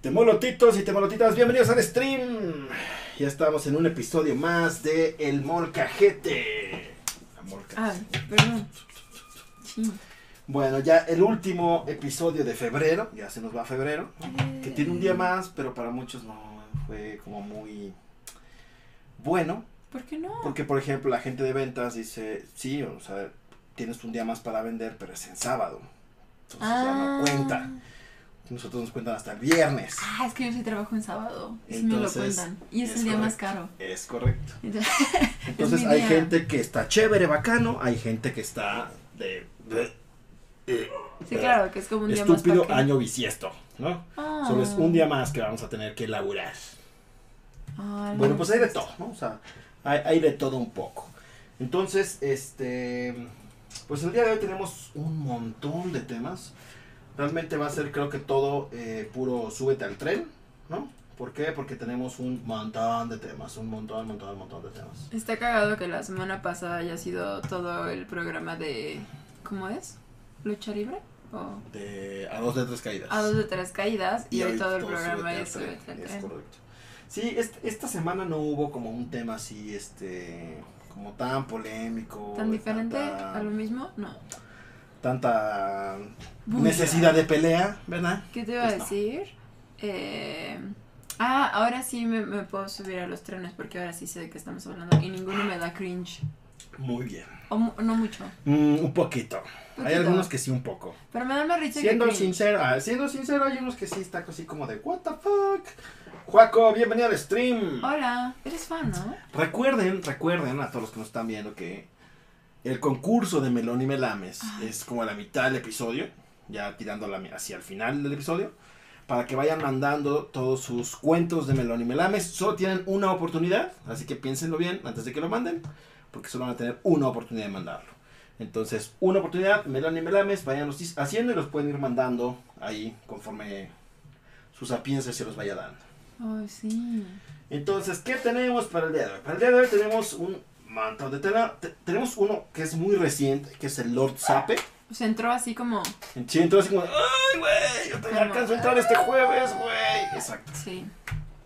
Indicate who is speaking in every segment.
Speaker 1: Temolotitos y temolotitas, bienvenidos al stream. Ya estamos en un episodio más de El Molcajete. La molca.
Speaker 2: Ah, perdón. Sí.
Speaker 1: Bueno, ya el último episodio de febrero, ya se nos va febrero, que tiene un día más, pero para muchos no fue como muy bueno,
Speaker 2: ¿Por qué no?
Speaker 1: porque por ejemplo la gente de ventas dice, sí, o sea, tienes un día más para vender, pero es en sábado, entonces ya no cuenta. Nosotros nos cuentan hasta el viernes.
Speaker 2: Ah, es que yo sí trabajo en sábado. Y sí me lo
Speaker 1: Entonces,
Speaker 2: cuentan. Y es,
Speaker 1: es
Speaker 2: el día más
Speaker 1: correcto.
Speaker 2: caro.
Speaker 1: Es correcto.
Speaker 2: Entonces,
Speaker 1: Entonces
Speaker 2: mi
Speaker 1: hay
Speaker 2: día.
Speaker 1: gente que está chévere, bacano, hay gente que está de... de- eh,
Speaker 2: sí, claro, que es como un día más
Speaker 1: estúpido
Speaker 2: para que-
Speaker 1: año bisiesto, ¿no?
Speaker 2: Ah.
Speaker 1: Solo es un día más que vamos a tener que laburar.
Speaker 2: Ah,
Speaker 1: Bueno,
Speaker 2: no.
Speaker 1: pues hay de todo, ¿no? O sea, hay, hay de todo un poco. Entonces, este, pues el día de hoy tenemos un montón de temas. Realmente va a ser, creo que todo eh, puro súbete al tren, ¿no? ¿Por qué? Porque tenemos un montón de temas, un montón, montón, montón de temas.
Speaker 2: Está cagado que la semana pasada haya sido todo el programa de. ¿Cómo es? ¿Lucha libre? ¿O?
Speaker 1: De a dos de tres caídas.
Speaker 2: A dos de tres caídas y, hoy
Speaker 1: hoy
Speaker 2: todo el
Speaker 1: súbete
Speaker 2: programa
Speaker 1: al
Speaker 2: es
Speaker 1: tren,
Speaker 2: Súbete al
Speaker 1: es
Speaker 2: Tren.
Speaker 1: correcto. Sí, est- esta semana no hubo como un tema así, este, como tan polémico.
Speaker 2: ¿Tan
Speaker 1: de
Speaker 2: diferente
Speaker 1: tanta-
Speaker 2: a lo mismo? No.
Speaker 1: tanta necesidad de pelea, ¿verdad?
Speaker 2: ¿Qué te iba a
Speaker 1: Pues no.
Speaker 2: decir? Eh, ah, ahora sí me, me puedo subir a los trenes porque ahora sí sé de qué estamos hablando y ninguno me da cringe.
Speaker 1: Muy bien.
Speaker 2: O mu- no mucho.
Speaker 1: Mm, un poquito. Hay
Speaker 2: Poquito.
Speaker 1: algunos que sí un poco.
Speaker 2: Pero me da más risa
Speaker 1: Siendo
Speaker 2: que cringe.
Speaker 1: sincero, ah, siendo sincero, hay unos que sí están así como de what the fuck. Juaco, bienvenido al stream.
Speaker 2: Hola, eres fan, ¿no?
Speaker 1: Recuerden, recuerden a todos los que nos están viendo que el concurso de Melón y Melames es como a la mitad del episodio, ya tirando la mi- hacia el final del episodio, para que vayan mandando todos sus cuentos de Melón y Melames. Solo tienen una oportunidad, así que piénsenlo bien antes de que lo manden, porque solo van a tener una oportunidad de mandarlo. Entonces, una oportunidad, Melón y Melames, vayan los dis- haciendo y los pueden ir mandando ahí conforme su sapiencia se los vaya dando.
Speaker 2: Ay, sí.
Speaker 1: Entonces, ¿qué tenemos para el día de hoy? Para el día de hoy tenemos un montón de temas. Te- tenemos uno que es muy reciente, que es el Lord Sape.
Speaker 2: O sea, entró así como.
Speaker 1: Sí, entonces como, ¡ay, güey! Yo todavía alcanzo a entrar este jueves, güey. Exacto.
Speaker 2: Sí.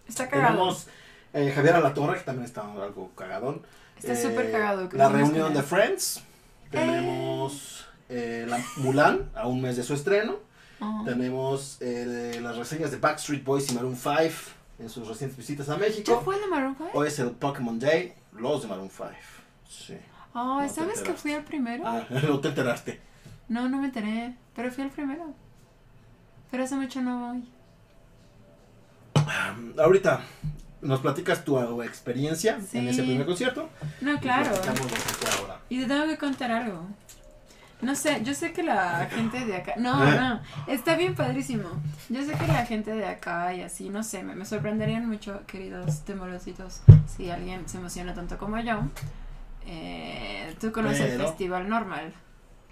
Speaker 2: Está cagado.
Speaker 1: Tenemos eh, Javier Alatorre, que también está algo cagadón.
Speaker 2: Está
Speaker 1: Eh,
Speaker 2: súper cagado. que
Speaker 1: La
Speaker 2: fuimos
Speaker 1: reunión
Speaker 2: con
Speaker 1: de
Speaker 2: él.
Speaker 1: Friends. Tenemos eh, la Mulan, a un mes de su estreno.
Speaker 2: Ajá.
Speaker 1: Tenemos eh, las reseñas de Backstreet Boys y Maroon 5 en sus recientes visitas a México.
Speaker 2: ¿Ya fue el de Maroon five?
Speaker 1: Hoy es el Pokémon Day, los de Maroon 5. Sí.
Speaker 2: Ay,
Speaker 1: no te
Speaker 2: Ah, ¿sabes que
Speaker 1: enteraste.
Speaker 2: fui el primero?
Speaker 1: Ah, no te enteraste.
Speaker 2: No, no me enteré. Pero fui el primero. Pero hace mucho no voy.
Speaker 1: Ah, Ahorita, ¿nos platicas tu eh, experiencia
Speaker 2: Sí.
Speaker 1: en ese primer concierto?
Speaker 2: No, claro.
Speaker 1: Y platicamos lo que fue ahora.
Speaker 2: Y te tengo que contar algo. No sé, yo sé que la gente de acá. No,
Speaker 1: Eh.
Speaker 2: no, está bien padrísimo. Yo sé que la gente de acá y así, no sé, me, me sorprenderían mucho, queridos temorositos, si alguien se emociona tanto como yo. Eh, Tú conoces el
Speaker 1: Pero-
Speaker 2: Festival Normal,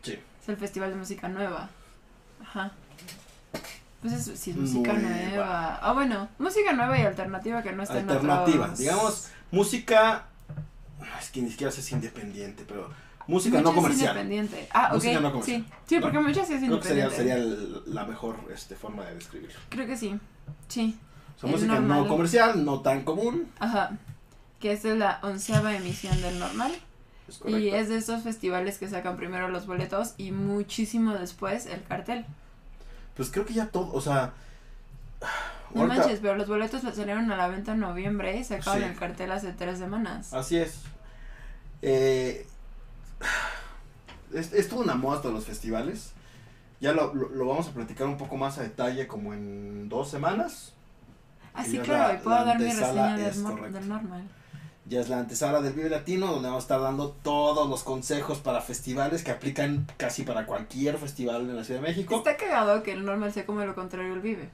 Speaker 1: Sí.
Speaker 2: es el Festival de Música Nueva. Ajá. Pues es, sí, es música
Speaker 1: Nueva.
Speaker 2: nueva. Ah, bueno, música nueva y alternativa que no está en
Speaker 1: Alternativa.
Speaker 2: otros-
Speaker 1: Digamos, música. Es que ni siquiera sé si es independiente, pero. Música
Speaker 2: Mucho
Speaker 1: no
Speaker 2: es
Speaker 1: comercial.
Speaker 2: Independiente. Ah, ok.
Speaker 1: Música no comercial.
Speaker 2: Sí, sí
Speaker 1: ¿No?
Speaker 2: porque muchas sí es
Speaker 1: Creo que sería,
Speaker 2: independiente.
Speaker 1: sería el- la mejor este, forma de describirlo.
Speaker 2: Creo que sí. Sí.
Speaker 1: O sea,
Speaker 2: El
Speaker 1: música no
Speaker 2: normal.
Speaker 1: comercial, no tan común.
Speaker 2: Ajá. Que esta es la onceava emisión del normal.
Speaker 1: Es correcto.
Speaker 2: Y es de estos festivales que sacan primero los boletos y muchísimo después el cartel.
Speaker 1: Pues creo que ya todo, o sea.
Speaker 2: No
Speaker 1: ahorita-
Speaker 2: manches, pero los boletos los salieron a la venta en noviembre y sacaron
Speaker 1: Sí. Ah,
Speaker 2: el cartel hace tres semanas.
Speaker 1: Así es. Eh, es, es toda una moda todos los festivales. Ya lo, lo- lo vamos a platicar un poco más a detalle como en dos semanas.
Speaker 2: Así
Speaker 1: es
Speaker 2: claro,
Speaker 1: la-
Speaker 2: y puedo
Speaker 1: la
Speaker 2: dar mi
Speaker 1: antesala
Speaker 2: reseña del,
Speaker 1: es
Speaker 2: mor-
Speaker 1: correcta.
Speaker 2: del normal.
Speaker 1: Ya es la antesala del Vive Latino, donde vamos a estar dando todos los consejos para festivales que aplican casi para cualquier festival en la Ciudad de México.
Speaker 2: Está cagado que el normal sea como lo contrario el vive.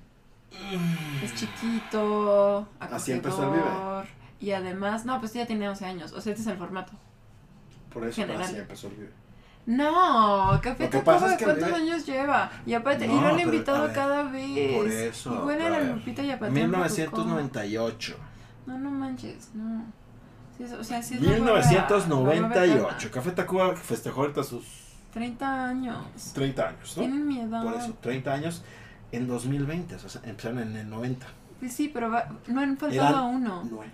Speaker 2: Es chiquito,
Speaker 1: Mm. Así empezó el Vive.
Speaker 2: acogedor. Y además, no, pues ya tiene 11 años. O sea, este es el formato.
Speaker 1: Por eso
Speaker 2: general.
Speaker 1: así empezó el Vive.
Speaker 2: No, Café
Speaker 1: Lo que
Speaker 2: Tacuba,
Speaker 1: pasa es que el
Speaker 2: ¿cuántos
Speaker 1: Vive-
Speaker 2: años lleva? Y aparte,
Speaker 1: No,
Speaker 2: y lo han
Speaker 1: pero, a
Speaker 2: invitado
Speaker 1: ver,
Speaker 2: cada vez.
Speaker 1: por eso,
Speaker 2: Igual
Speaker 1: a
Speaker 2: era
Speaker 1: ver,
Speaker 2: Lupita y aparte.
Speaker 1: 1998.
Speaker 2: No, no manches, no. Sí, es- o sea, sí es la nueva- la nueva
Speaker 1: 1998.
Speaker 2: etapa.
Speaker 1: Café Tacuba festejó ahorita sus
Speaker 2: 30 años.
Speaker 1: 30 años, ¿no?
Speaker 2: Tienen mi edad.
Speaker 1: Por eso, 30 años en 2020, o sea, empezaron en el 90.
Speaker 2: Pues sí, pero va- no han faltado
Speaker 1: Eran-
Speaker 2: uno.
Speaker 1: Nuevos,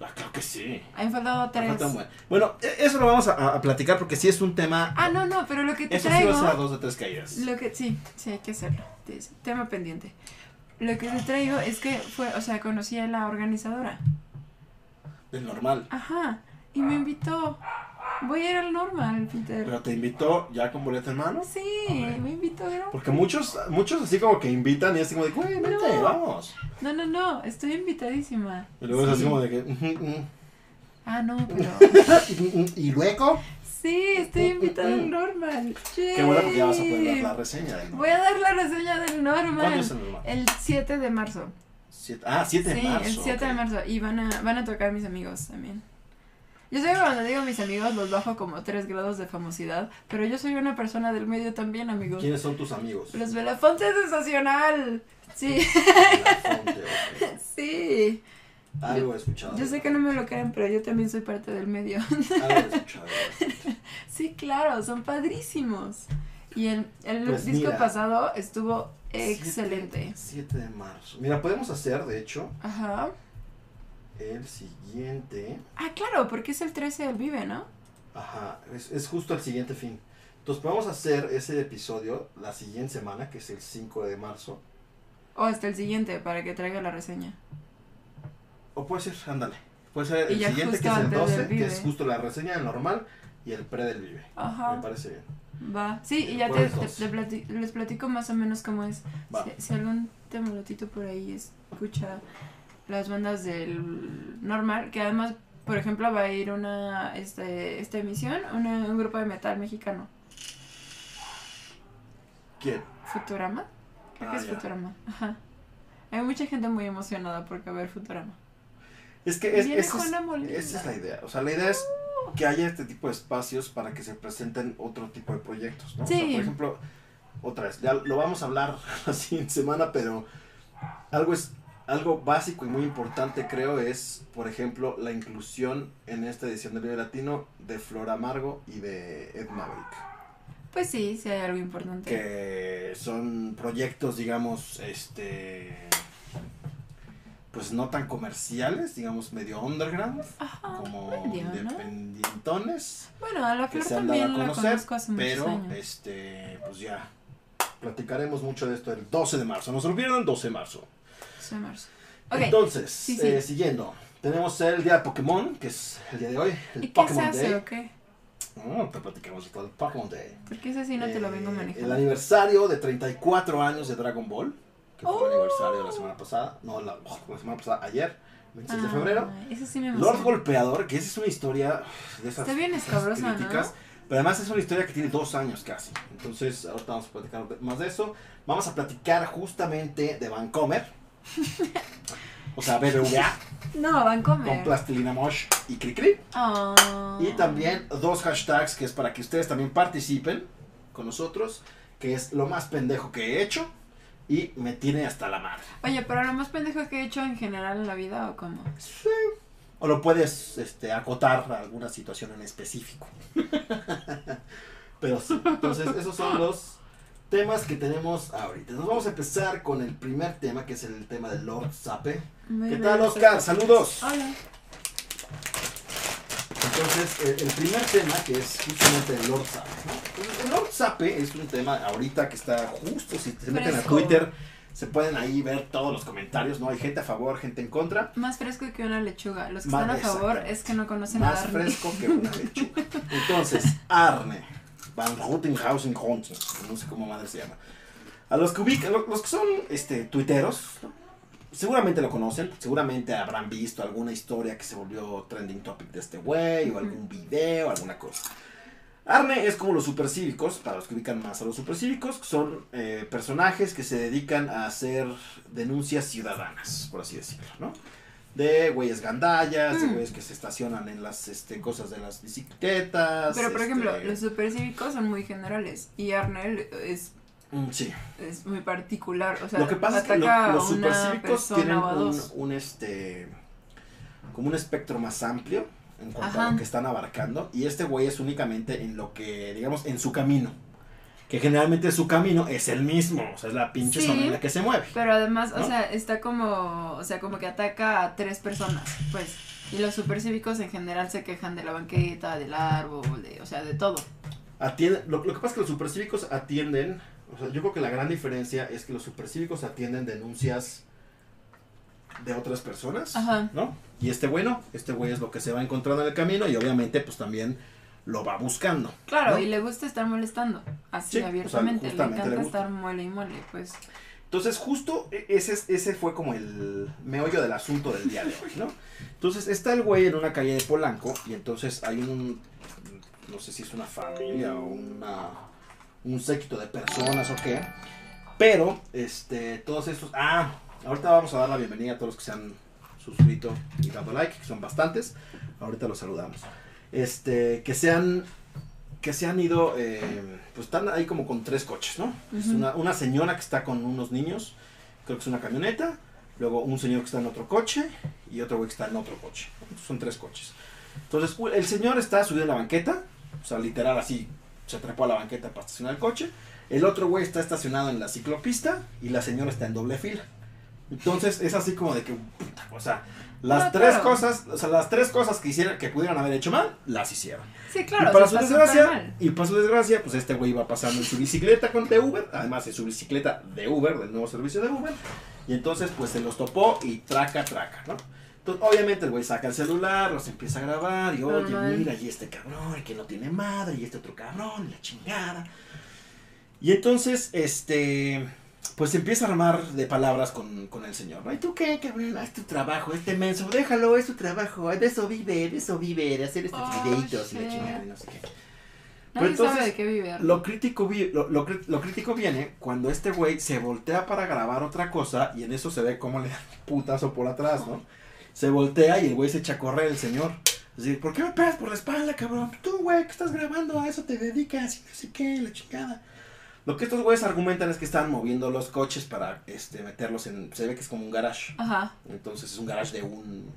Speaker 1: ah, claro que sí.
Speaker 2: Han faltado tres.
Speaker 1: Falta un buen. Bueno, e- eso lo vamos a, a platicar porque sí es un tema.
Speaker 2: Ah, no, no, pero lo que te
Speaker 1: Eso sí
Speaker 2: traigo.
Speaker 1: va a ser a dos de tres caídas.
Speaker 2: Lo que sí, sí hay que hacerlo. Es Tema pendiente. Lo que te traigo es que fue, o sea, conocí a la organizadora.
Speaker 1: Es normal.
Speaker 2: Ajá. Y me invitó. Voy a ir al normal, Peter.
Speaker 1: Ah.
Speaker 2: Ah,
Speaker 1: Pero te invitó ya con boleto en mano.
Speaker 2: Sí, me invitó. era-
Speaker 1: Porque muchos, muchos así como que invitan y así como de, güey, vente,
Speaker 2: No.
Speaker 1: vamos.
Speaker 2: No, no, no, estoy invitadísima.
Speaker 1: Y luego es así
Speaker 2: Sí.
Speaker 1: como de que. "Ujú, ujú".
Speaker 2: Ah, no, pero.
Speaker 1: y luego.
Speaker 2: Sí, estoy invitada al normal.
Speaker 1: Qué bueno porque ya vas a poder dar la reseña. del-
Speaker 2: Voy a dar la reseña del normal.
Speaker 1: ¿Cuándo es el normal?
Speaker 2: El 7 de marzo.
Speaker 1: Siete- ah, 7 de
Speaker 2: sí,
Speaker 1: marzo.
Speaker 2: el 7 de
Speaker 1: ok.
Speaker 2: marzo. Y van a, van a tocar mis amigos también. Yo sé que cuando digo mis amigos los bajo como 3 grados de famosidad, pero yo soy una persona del medio también, amigos.
Speaker 1: ¿Quiénes son tus amigos?
Speaker 2: Los Belafonte es sensacional. Sí,
Speaker 1: Belafonte, ok.
Speaker 2: sí.
Speaker 1: Algo he escuchado.
Speaker 2: Yo sé que no me lo creen, pero yo también soy parte del medio.
Speaker 1: Algo he escuchado.
Speaker 2: Sí, claro, son padrísimos. Y el, el
Speaker 1: Pues
Speaker 2: disco
Speaker 1: mira.
Speaker 2: pasado estuvo excelente.
Speaker 1: 7 de marzo. Mira, podemos hacer, de hecho,
Speaker 2: Ajá.
Speaker 1: el siguiente.
Speaker 2: Ah, claro, porque es el 13 del Vive, ¿no?
Speaker 1: Ajá, es, es justo el siguiente fin. Entonces, podemos hacer ese episodio la siguiente semana, que es el 5 de marzo.
Speaker 2: O hasta el siguiente, para que traiga la reseña.
Speaker 1: O puede ser, ándale. Puede ser
Speaker 2: Y
Speaker 1: el
Speaker 2: ya
Speaker 1: siguiente,
Speaker 2: justo
Speaker 1: que es el
Speaker 2: antes del
Speaker 1: 12, que
Speaker 2: Vive. Ah.
Speaker 1: es justo la reseña del normal y el pre del vive.
Speaker 2: Ajá.
Speaker 1: Me parece bien.
Speaker 2: Va. Sí, y ya te,
Speaker 1: Jueves
Speaker 2: te-
Speaker 1: dos.
Speaker 2: te plati- les platico más o menos cómo es.
Speaker 1: Va.
Speaker 2: Si, si algún temolotito por ahí escucha las bandas del normal, que además, por ejemplo, va a ir una este, esta emisión, una- un grupo de metal mexicano.
Speaker 1: ¿Quién?
Speaker 2: Futurama. Creo que
Speaker 1: Ah,
Speaker 2: es
Speaker 1: ya.
Speaker 2: Futurama. Ajá. Hay mucha gente muy emocionada porque va a ver Futurama.
Speaker 1: Es que es,
Speaker 2: Viene
Speaker 1: esa es-
Speaker 2: Juana Molina.
Speaker 1: esa es la idea. O sea, la idea es que haya este tipo de espacios para que se presenten otro tipo de proyectos, ¿no? O sea,
Speaker 2: Sí.
Speaker 1: por ejemplo, otra vez, ya lo vamos a hablar la siguiente semana, pero algo es algo básico y muy importante creo es, por ejemplo, la inclusión en esta edición del Vive Latino de Flor Amargo y de Ed Maverick,
Speaker 2: Pues sí, sí hay algo importante.
Speaker 1: que son proyectos, digamos, este pues no tan comerciales, digamos medio underground,
Speaker 2: Ajá.
Speaker 1: como
Speaker 2: Ah, medio, ¿no?
Speaker 1: independientones,
Speaker 2: Bueno, a la
Speaker 1: que
Speaker 2: flor
Speaker 1: se han dado a
Speaker 2: también la
Speaker 1: conocer,
Speaker 2: conozco hace muchos
Speaker 1: pero
Speaker 2: años.
Speaker 1: este, pues ya platicaremos mucho de esto el 12 de marzo. No se lo pierdan, 12 de marzo.
Speaker 2: Soy marzo. Ok,
Speaker 1: Entonces,
Speaker 2: Sí, sí.
Speaker 1: eh, siguiendo, tenemos el día de Pokémon, que es el día de hoy, el
Speaker 2: ¿y qué se
Speaker 1: Pokémon
Speaker 2: hace
Speaker 1: Day.
Speaker 2: o qué?
Speaker 1: Mm, te platicamos de todo el Pokémon Day.
Speaker 2: Porque ese sí no te lo vengo
Speaker 1: Eh,
Speaker 2: manejando.
Speaker 1: El aniversario de 34 años de Dragon Ball, que fue
Speaker 2: Oh.
Speaker 1: el aniversario de la semana pasada, no, la, la semana pasada, ayer, 26 de
Speaker 2: Ah,
Speaker 1: febrero.
Speaker 2: Ese sí me emociona.
Speaker 1: Lord Golpeador, que esa es una historia de esas,
Speaker 2: Está bien
Speaker 1: esas
Speaker 2: escabrosa, ¿no?
Speaker 1: Pero además es una historia que tiene dos años casi. Entonces, ahorita vamos a platicar de- más de eso. Vamos a platicar justamente de Vancomer. o sea, BBVA,
Speaker 2: No, van a
Speaker 1: con
Speaker 2: comer.
Speaker 1: Plastilina Mosh y Cricri.
Speaker 2: Ah.
Speaker 1: Y también dos hashtags que es para que ustedes también participen con nosotros. Que es lo más pendejo que he hecho. Y me tiene hasta la madre.
Speaker 2: Oye, pero lo más pendejo que he hecho en general en la vida o cómo?
Speaker 1: O lo puedes este, acotar a alguna situación en específico. Pero sí, entonces esos son los temas que tenemos ahorita. Entonces vamos a empezar con el primer tema, que es el tema de Lord Sape. ¿Qué tal, Oscar? Saludos.
Speaker 2: pues, Hola.
Speaker 1: Entonces, el, el primer tema que es justamente el Lord Sape. ¿no? Entonces, el Lord Sape es un tema ahorita que está justo, si se meten a
Speaker 2: Fresco.
Speaker 1: Twitter, se pueden ahí ver todos los comentarios, ¿no? Hay gente a favor, gente en contra.
Speaker 2: Más fresco que una lechuga. Los que
Speaker 1: Más-
Speaker 2: están a favor
Speaker 1: exactamente.
Speaker 2: es que no conocen
Speaker 1: más
Speaker 2: a Barney.
Speaker 1: fresco que una lechuga. Entonces, Arne, Van Ruttenhausen Johnson, no sé cómo madre se llama. A los que ubican, lo- los que son este, tuiteros, ¿no? seguramente lo conocen, seguramente habrán visto alguna historia que se volvió trending topic de este güey, o algún video, alguna cosa. Arne es como los supercívicos, para los que ubican más a los supercívicos, que son eh, personajes que se dedican a hacer denuncias ciudadanas, por así decirlo, ¿no? De güeyes gandallas, de
Speaker 2: Mm.
Speaker 1: güeyes que se estacionan en las este, cosas de las bicicletas.
Speaker 2: Pero por
Speaker 1: este,
Speaker 2: ejemplo, los supercívicos son muy generales y Arnel es,
Speaker 1: mm, Sí.
Speaker 2: es muy particular. O sea,
Speaker 1: lo que pasa es que lo-
Speaker 2: ataca a
Speaker 1: los
Speaker 2: una
Speaker 1: supercívicos
Speaker 2: persona
Speaker 1: tienen
Speaker 2: o a
Speaker 1: un,
Speaker 2: dos.
Speaker 1: un, este como un espectro más amplio en cuanto a
Speaker 2: Ajá.
Speaker 1: lo que están abarcando y este güey es únicamente en lo que digamos en su camino que generalmente su camino es el mismo o sea es la pinche
Speaker 2: Sí.
Speaker 1: zona en la que se mueve
Speaker 2: Pero además,
Speaker 1: ¿no?
Speaker 2: o sea, está como, o sea, como que ataca a tres personas, pues. Y los supercívicos en general se quejan de la banqueta, del árbol, de, o sea, de todo.
Speaker 1: Atiende- lo, lo que pasa es que los supercívicos atienden o sea yo creo que la gran diferencia es que los supercívicos atienden denuncias de otras personas
Speaker 2: Ajá.
Speaker 1: ¿no? Y este güey no, este güey es lo que se va encontrando en el camino y obviamente pues también lo va buscando.
Speaker 2: Claro,
Speaker 1: ¿no?
Speaker 2: y le gusta estar molestando, así
Speaker 1: Sí, o sea,
Speaker 2: abiertamente. le
Speaker 1: justamente le
Speaker 2: encanta
Speaker 1: gusta.
Speaker 2: estar mole y mole, pues.
Speaker 1: Entonces justo e- ese, es- ese fue como el meollo del asunto del día de hoy, ¿no? Entonces está el güey en una calle de Polanco y entonces hay un, no sé si es una familia o una, un séquito de personas o qué, pero este, todos estos, ah, ahorita vamos a dar la bienvenida a todos los que se han suscrito y dado like, que son bastantes, ahorita los saludamos, este, que se han, que se han ido, eh, pues están ahí como con tres coches, ¿no? Es
Speaker 2: Ujú.
Speaker 1: una, una señora que está con unos niños, creo que es una camioneta, luego un señor que está en otro coche y otro güey que está en otro coche. Son tres coches. Entonces, u- el señor está subido en la banqueta, o sea, literal así, se trepó a la banqueta para estacionar el coche. El otro güey está estacionado en la ciclopista y la señora está en doble fila. Entonces, es así como de que, puta, o sea, las
Speaker 2: No,
Speaker 1: tres
Speaker 2: claro.
Speaker 1: cosas, o sea, las tres cosas que hicieron, que pudieron haber hecho mal, las hicieron.
Speaker 2: Sí, claro,
Speaker 1: y para
Speaker 2: o
Speaker 1: su
Speaker 2: sea, está súper
Speaker 1: desgracia,
Speaker 2: mal.
Speaker 1: y para su desgracia, pues este güey iba pasando en su bicicleta con de Uber, además en su bicicleta de Uber, del nuevo servicio de Uber, y entonces pues se los topó y traca, traca, ¿no? Entonces, obviamente el güey saca el celular, los empieza a grabar, y oye,
Speaker 2: Normal.
Speaker 1: mira, y este cabrón, y que no tiene madre, y este otro cabrón, y la chingada. Y entonces, este, pues se empieza a armar de palabras con, con el señor, ¿no? ¿Y tú qué, cabrón? Ah, Es tu trabajo, este menso, déjalo, es tu trabajo, de eso vive, de eso vive, de hacer estos
Speaker 2: Oh,
Speaker 1: videitos y la
Speaker 2: shit.
Speaker 1: chingada, y no sé qué.
Speaker 2: Nadie
Speaker 1: pues, entonces,
Speaker 2: sabe de qué vivir.
Speaker 1: Lo crítico, vi- lo, lo cri- lo crítico viene cuando este güey se voltea para grabar otra cosa y en eso se ve cómo le dan putazo por atrás, ¿no? Se voltea y el güey se echa a correr el señor. Es decir, ¿por qué me pegas por la espalda, cabrón? Tú, güey, que estás grabando, a eso te dedicas y no sé qué, la chingada. Lo que estos güeyes argumentan es que están moviendo los coches para este, meterlos en. Se ve que es como un garage.
Speaker 2: Ajá.
Speaker 1: Entonces es un garage de un.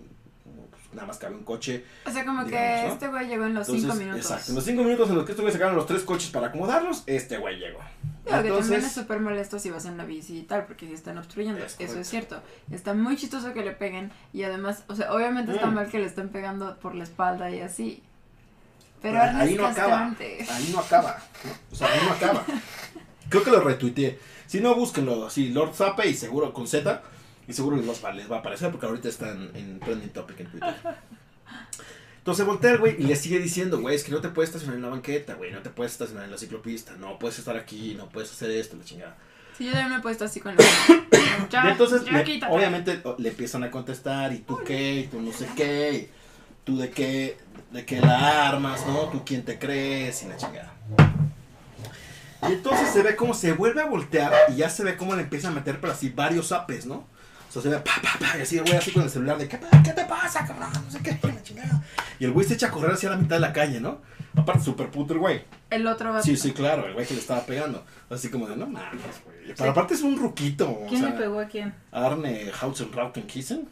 Speaker 1: pues, nada más cabe un coche.
Speaker 2: O sea, como
Speaker 1: Digamos,
Speaker 2: que
Speaker 1: ¿no?
Speaker 2: este güey llegó en los cinco minutos.
Speaker 1: Exacto, en los cinco minutos en los que estos güeyes sacaron los tres coches para acomodarlos, este güey llegó.
Speaker 2: Digo que también es
Speaker 1: Entonces,
Speaker 2: súper molesto si vas en la bici y tal, porque si están obstruyendo,
Speaker 1: Es
Speaker 2: eso es cierto. Está muy chistoso que le peguen y además, o sea, obviamente está
Speaker 1: Mm.
Speaker 2: mal que le estén pegando por la espalda y así. Pero
Speaker 1: Pero ahí
Speaker 2: ahí
Speaker 1: no acaba. ahí no acaba. ¿no? O sea, ahí no acaba. Creo que lo retuiteé. Si no, búsquenlo así, Lord Zappe y seguro con Z. Y seguro les va, les va a aparecer porque ahorita están en trending topic en Twitter. Entonces voltea el güey y le sigue diciendo, güey, es que no te puedes estacionar en la banqueta, güey, no te puedes estacionar en la ciclopista, no puedes estar aquí, no puedes hacer esto, la chingada.
Speaker 2: Sí, yo también me he puesto así con la
Speaker 1: Y
Speaker 2: ya,
Speaker 1: entonces,
Speaker 2: ya
Speaker 1: le-
Speaker 2: quítate.
Speaker 1: obviamente, o- le empiezan a contestar, ¿y tú qué? ¿Y tú no sé qué? ¿Y ¿Tú de qué, de qué la armas, no? ¿Tú quién te crees? Y la chingada. Y entonces se ve cómo se vuelve a voltear y ya se ve cómo le empiezan a meter, pero así varios apes, ¿no? O sea, se ve pa, pa, pa, y así el güey así con el celular de, ¿qué, pa- qué te pasa, cabrón? No sé qué, la chingada. Y el güey se echa a correr hacia la mitad de la calle, ¿no? Aparte, súper puto el güey.
Speaker 2: El otro va
Speaker 1: Sí, sí, claro, el güey que le estaba pegando. Así como de, no mames, güey. Pero aparte es un ruquito. o
Speaker 3: ¿Quién
Speaker 1: sea,
Speaker 3: le pegó a quién?
Speaker 1: Arne Hausenrautenkissen,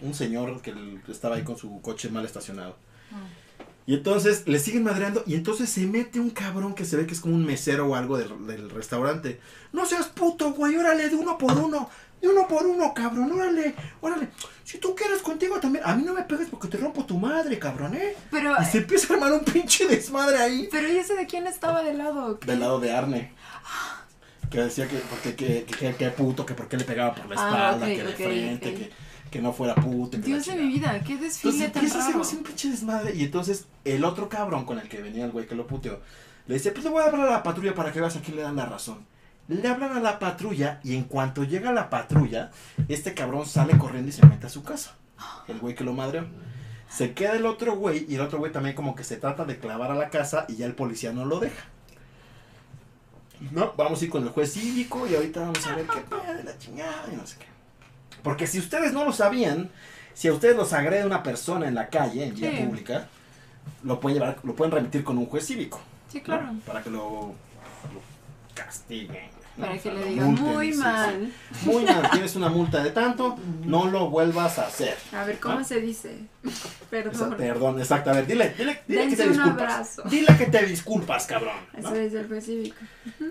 Speaker 1: un señor que l- estaba ahí con su coche mal estacionado. Y entonces le siguen madreando y entonces se mete un cabrón que se ve que es como un mesero o algo del, del restaurante. No seas puto, güey, órale, de uno por uno. De uno por uno, cabrón, órale, órale. Si tú quieres contigo también, a mí no me pegues porque te rompo tu madre, cabrón, ¿eh?
Speaker 2: Pero,
Speaker 1: Y se empieza a armar un pinche desmadre ahí.
Speaker 2: pero ¿y ese de quién estaba de lado? ¿Qué?
Speaker 1: Del lado de Arne. Que decía que porque que, que, que- que puto, que por qué le pegaba por la
Speaker 2: Ah,
Speaker 1: espalda,
Speaker 2: ok,
Speaker 1: que de
Speaker 2: ok,
Speaker 1: frente,
Speaker 2: ok.
Speaker 1: Que, que no fuera puto. que la
Speaker 2: Dios de
Speaker 1: chingada.
Speaker 2: mi vida, qué desfile
Speaker 1: Entonces
Speaker 2: tan
Speaker 1: empieza a hacer
Speaker 2: raro.
Speaker 1: así un pinche desmadre. Y entonces el otro cabrón con el que venía el güey que lo puteó, le dice, pues le voy a hablar a la patrulla para que veas a quién le dan la razón. Le hablan a la patrulla y en cuanto llega la patrulla, este cabrón sale corriendo y se mete a su casa. El güey que lo madreó. Se queda el otro güey y el otro güey también como que se trata de clavar a la casa y ya el policía no lo deja. No, vamos a ir con el juez cívico y ahorita vamos a ver qué pedo de la chingada y no sé qué. Porque si ustedes no lo sabían, si a ustedes los agrede una persona en la calle, en vía
Speaker 2: Sí.
Speaker 1: pública, lo pueden llevar, lo pueden remitir con un juez cívico.
Speaker 2: Sí,
Speaker 1: ¿no?
Speaker 2: claro.
Speaker 1: Para que lo, lo castiguen. ¿no?
Speaker 2: Para
Speaker 1: O
Speaker 2: que
Speaker 1: sea,
Speaker 2: le
Speaker 1: lo
Speaker 2: digan
Speaker 1: multen,
Speaker 2: muy
Speaker 1: sí, sí.
Speaker 2: mal.
Speaker 1: Muy mal, tienes una multa de tanto, no lo vuelvas a hacer.
Speaker 2: A ver, ¿cómo
Speaker 1: ¿Ah?
Speaker 2: se dice?
Speaker 1: Esa-
Speaker 2: Perdón.
Speaker 1: perdón, exacto. A ver, dile, dile, dile que
Speaker 2: Dense
Speaker 1: te
Speaker 2: un
Speaker 1: disculpas.
Speaker 2: abrazo.
Speaker 1: Dile que te disculpas, cabrón. ¿no?
Speaker 2: Eso es el juez cívico.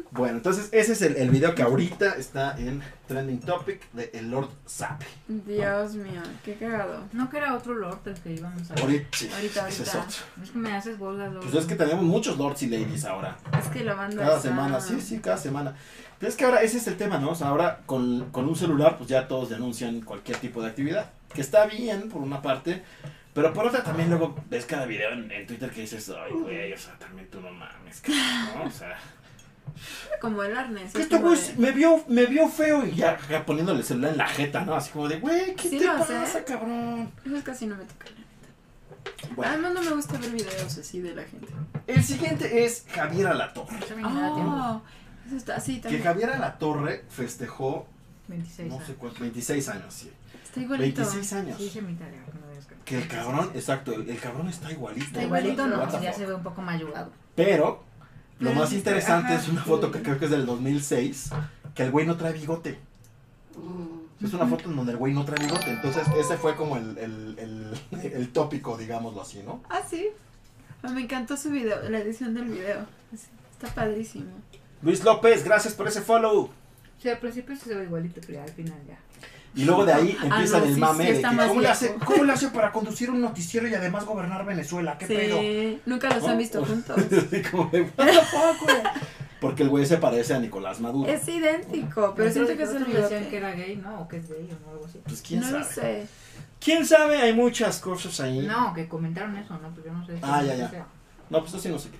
Speaker 1: Bueno, entonces ese es el, el video que ahorita está en Trending Topic de el Lord Sapi.
Speaker 2: Dios mío, qué cagado.
Speaker 3: No que era otro Lord el que íbamos a ver.
Speaker 1: Ahorita, sí,
Speaker 2: Ahorita,
Speaker 1: ese es
Speaker 2: ahorita.
Speaker 1: otro.
Speaker 3: Es que me haces bolas, Lord.
Speaker 1: Pues es que tenemos muchos lords y ladies ahora.
Speaker 2: Es que la banda
Speaker 1: Cada
Speaker 2: está-
Speaker 1: semana, sí, sí, cada semana. Pero es que ahora ese es el tema, ¿no? O sea, ahora con, con un celular, pues ya todos denuncian cualquier tipo de actividad. Que está bien, por una parte. Pero por otra también luego ves cada video en, en Twitter que dices, ay, güey, o sea, también tú no mames, cabrón", ¿no? O sea,
Speaker 2: Como el arnés.
Speaker 1: que
Speaker 2: es
Speaker 1: este
Speaker 2: como
Speaker 1: güey
Speaker 2: de-
Speaker 1: me vio, me vio feo y ya, ya poniéndole el celular en la jeta, ¿no? Así como de, güey, ¿qué
Speaker 2: Sí
Speaker 1: te
Speaker 2: lo hace,
Speaker 1: pasa,
Speaker 2: ¿eh?
Speaker 1: cabrón?
Speaker 2: Eso casi no me toca. la neta.
Speaker 1: Bueno,
Speaker 2: Además no me gusta ver videos así de la gente.
Speaker 1: el siguiente es Javier Alatorre.
Speaker 3: Eso me da tiempo.
Speaker 2: Oh, eso está así
Speaker 1: Que
Speaker 2: también.
Speaker 1: Javier Alatorre festejó,
Speaker 3: 26
Speaker 1: no
Speaker 3: años.
Speaker 1: sé cuánto, 26 años, sí.
Speaker 2: Está igualito.
Speaker 1: 26 años.
Speaker 3: Sí, hice mi tarea. no voy a escribir.
Speaker 1: Que el cabrón, exacto, el, el cabrón está igualito.
Speaker 2: Está igualito,
Speaker 1: güey,
Speaker 2: ¿no?
Speaker 1: what the
Speaker 3: Ya
Speaker 1: fuck.
Speaker 3: se ve un poco mayugado.
Speaker 1: Pero,
Speaker 2: Pero
Speaker 1: lo más
Speaker 2: sí está-
Speaker 1: interesante
Speaker 2: ajá,
Speaker 1: es una
Speaker 2: sí.
Speaker 1: foto que creo que es del 2006, que el güey no trae bigote.
Speaker 2: Mm.
Speaker 1: Es una foto en donde el güey no trae bigote. Entonces, ese fue como el, el, el, el tópico, digámoslo así, ¿no?
Speaker 2: Ah, sí. Ah, Me encantó su video, la edición del video. Así, Está padrísimo.
Speaker 1: Luis López, gracias por ese follow.
Speaker 3: Sí, al principio sí se ve igualito, pero ya al final ya.
Speaker 1: Y luego de ahí
Speaker 2: Ah,
Speaker 1: empieza
Speaker 2: no,
Speaker 1: el
Speaker 2: sí,
Speaker 1: mame
Speaker 2: sí,
Speaker 1: de
Speaker 2: está
Speaker 1: que,
Speaker 2: más
Speaker 1: ¿cómo le, hace,
Speaker 2: viejo.
Speaker 1: ¿cómo le hace para conducir un noticiero y además gobernar Venezuela? ¿Qué
Speaker 2: sí.
Speaker 1: pedo? Oh,
Speaker 2: Nunca los
Speaker 1: ¿No?
Speaker 2: han visto juntos.
Speaker 1: Así como de, "What the fuck, güey?" Porque el güey se parece a Nicolás Maduro.
Speaker 2: es idéntico, pero
Speaker 3: Otros-
Speaker 2: siento que es el
Speaker 3: otros
Speaker 2: video.
Speaker 3: decían que era gay, ¿no? O que es gay o no, algo así.
Speaker 1: Pues quién
Speaker 2: No
Speaker 1: sabe.
Speaker 2: lo sé.
Speaker 1: ¿Quién sabe? Hay muchas cosas ahí.
Speaker 3: No, que comentaron eso, ¿no? Pues yo no sé. si-
Speaker 1: Ah, ya, ya.
Speaker 3: o sea,
Speaker 1: No, pues así no sé qué.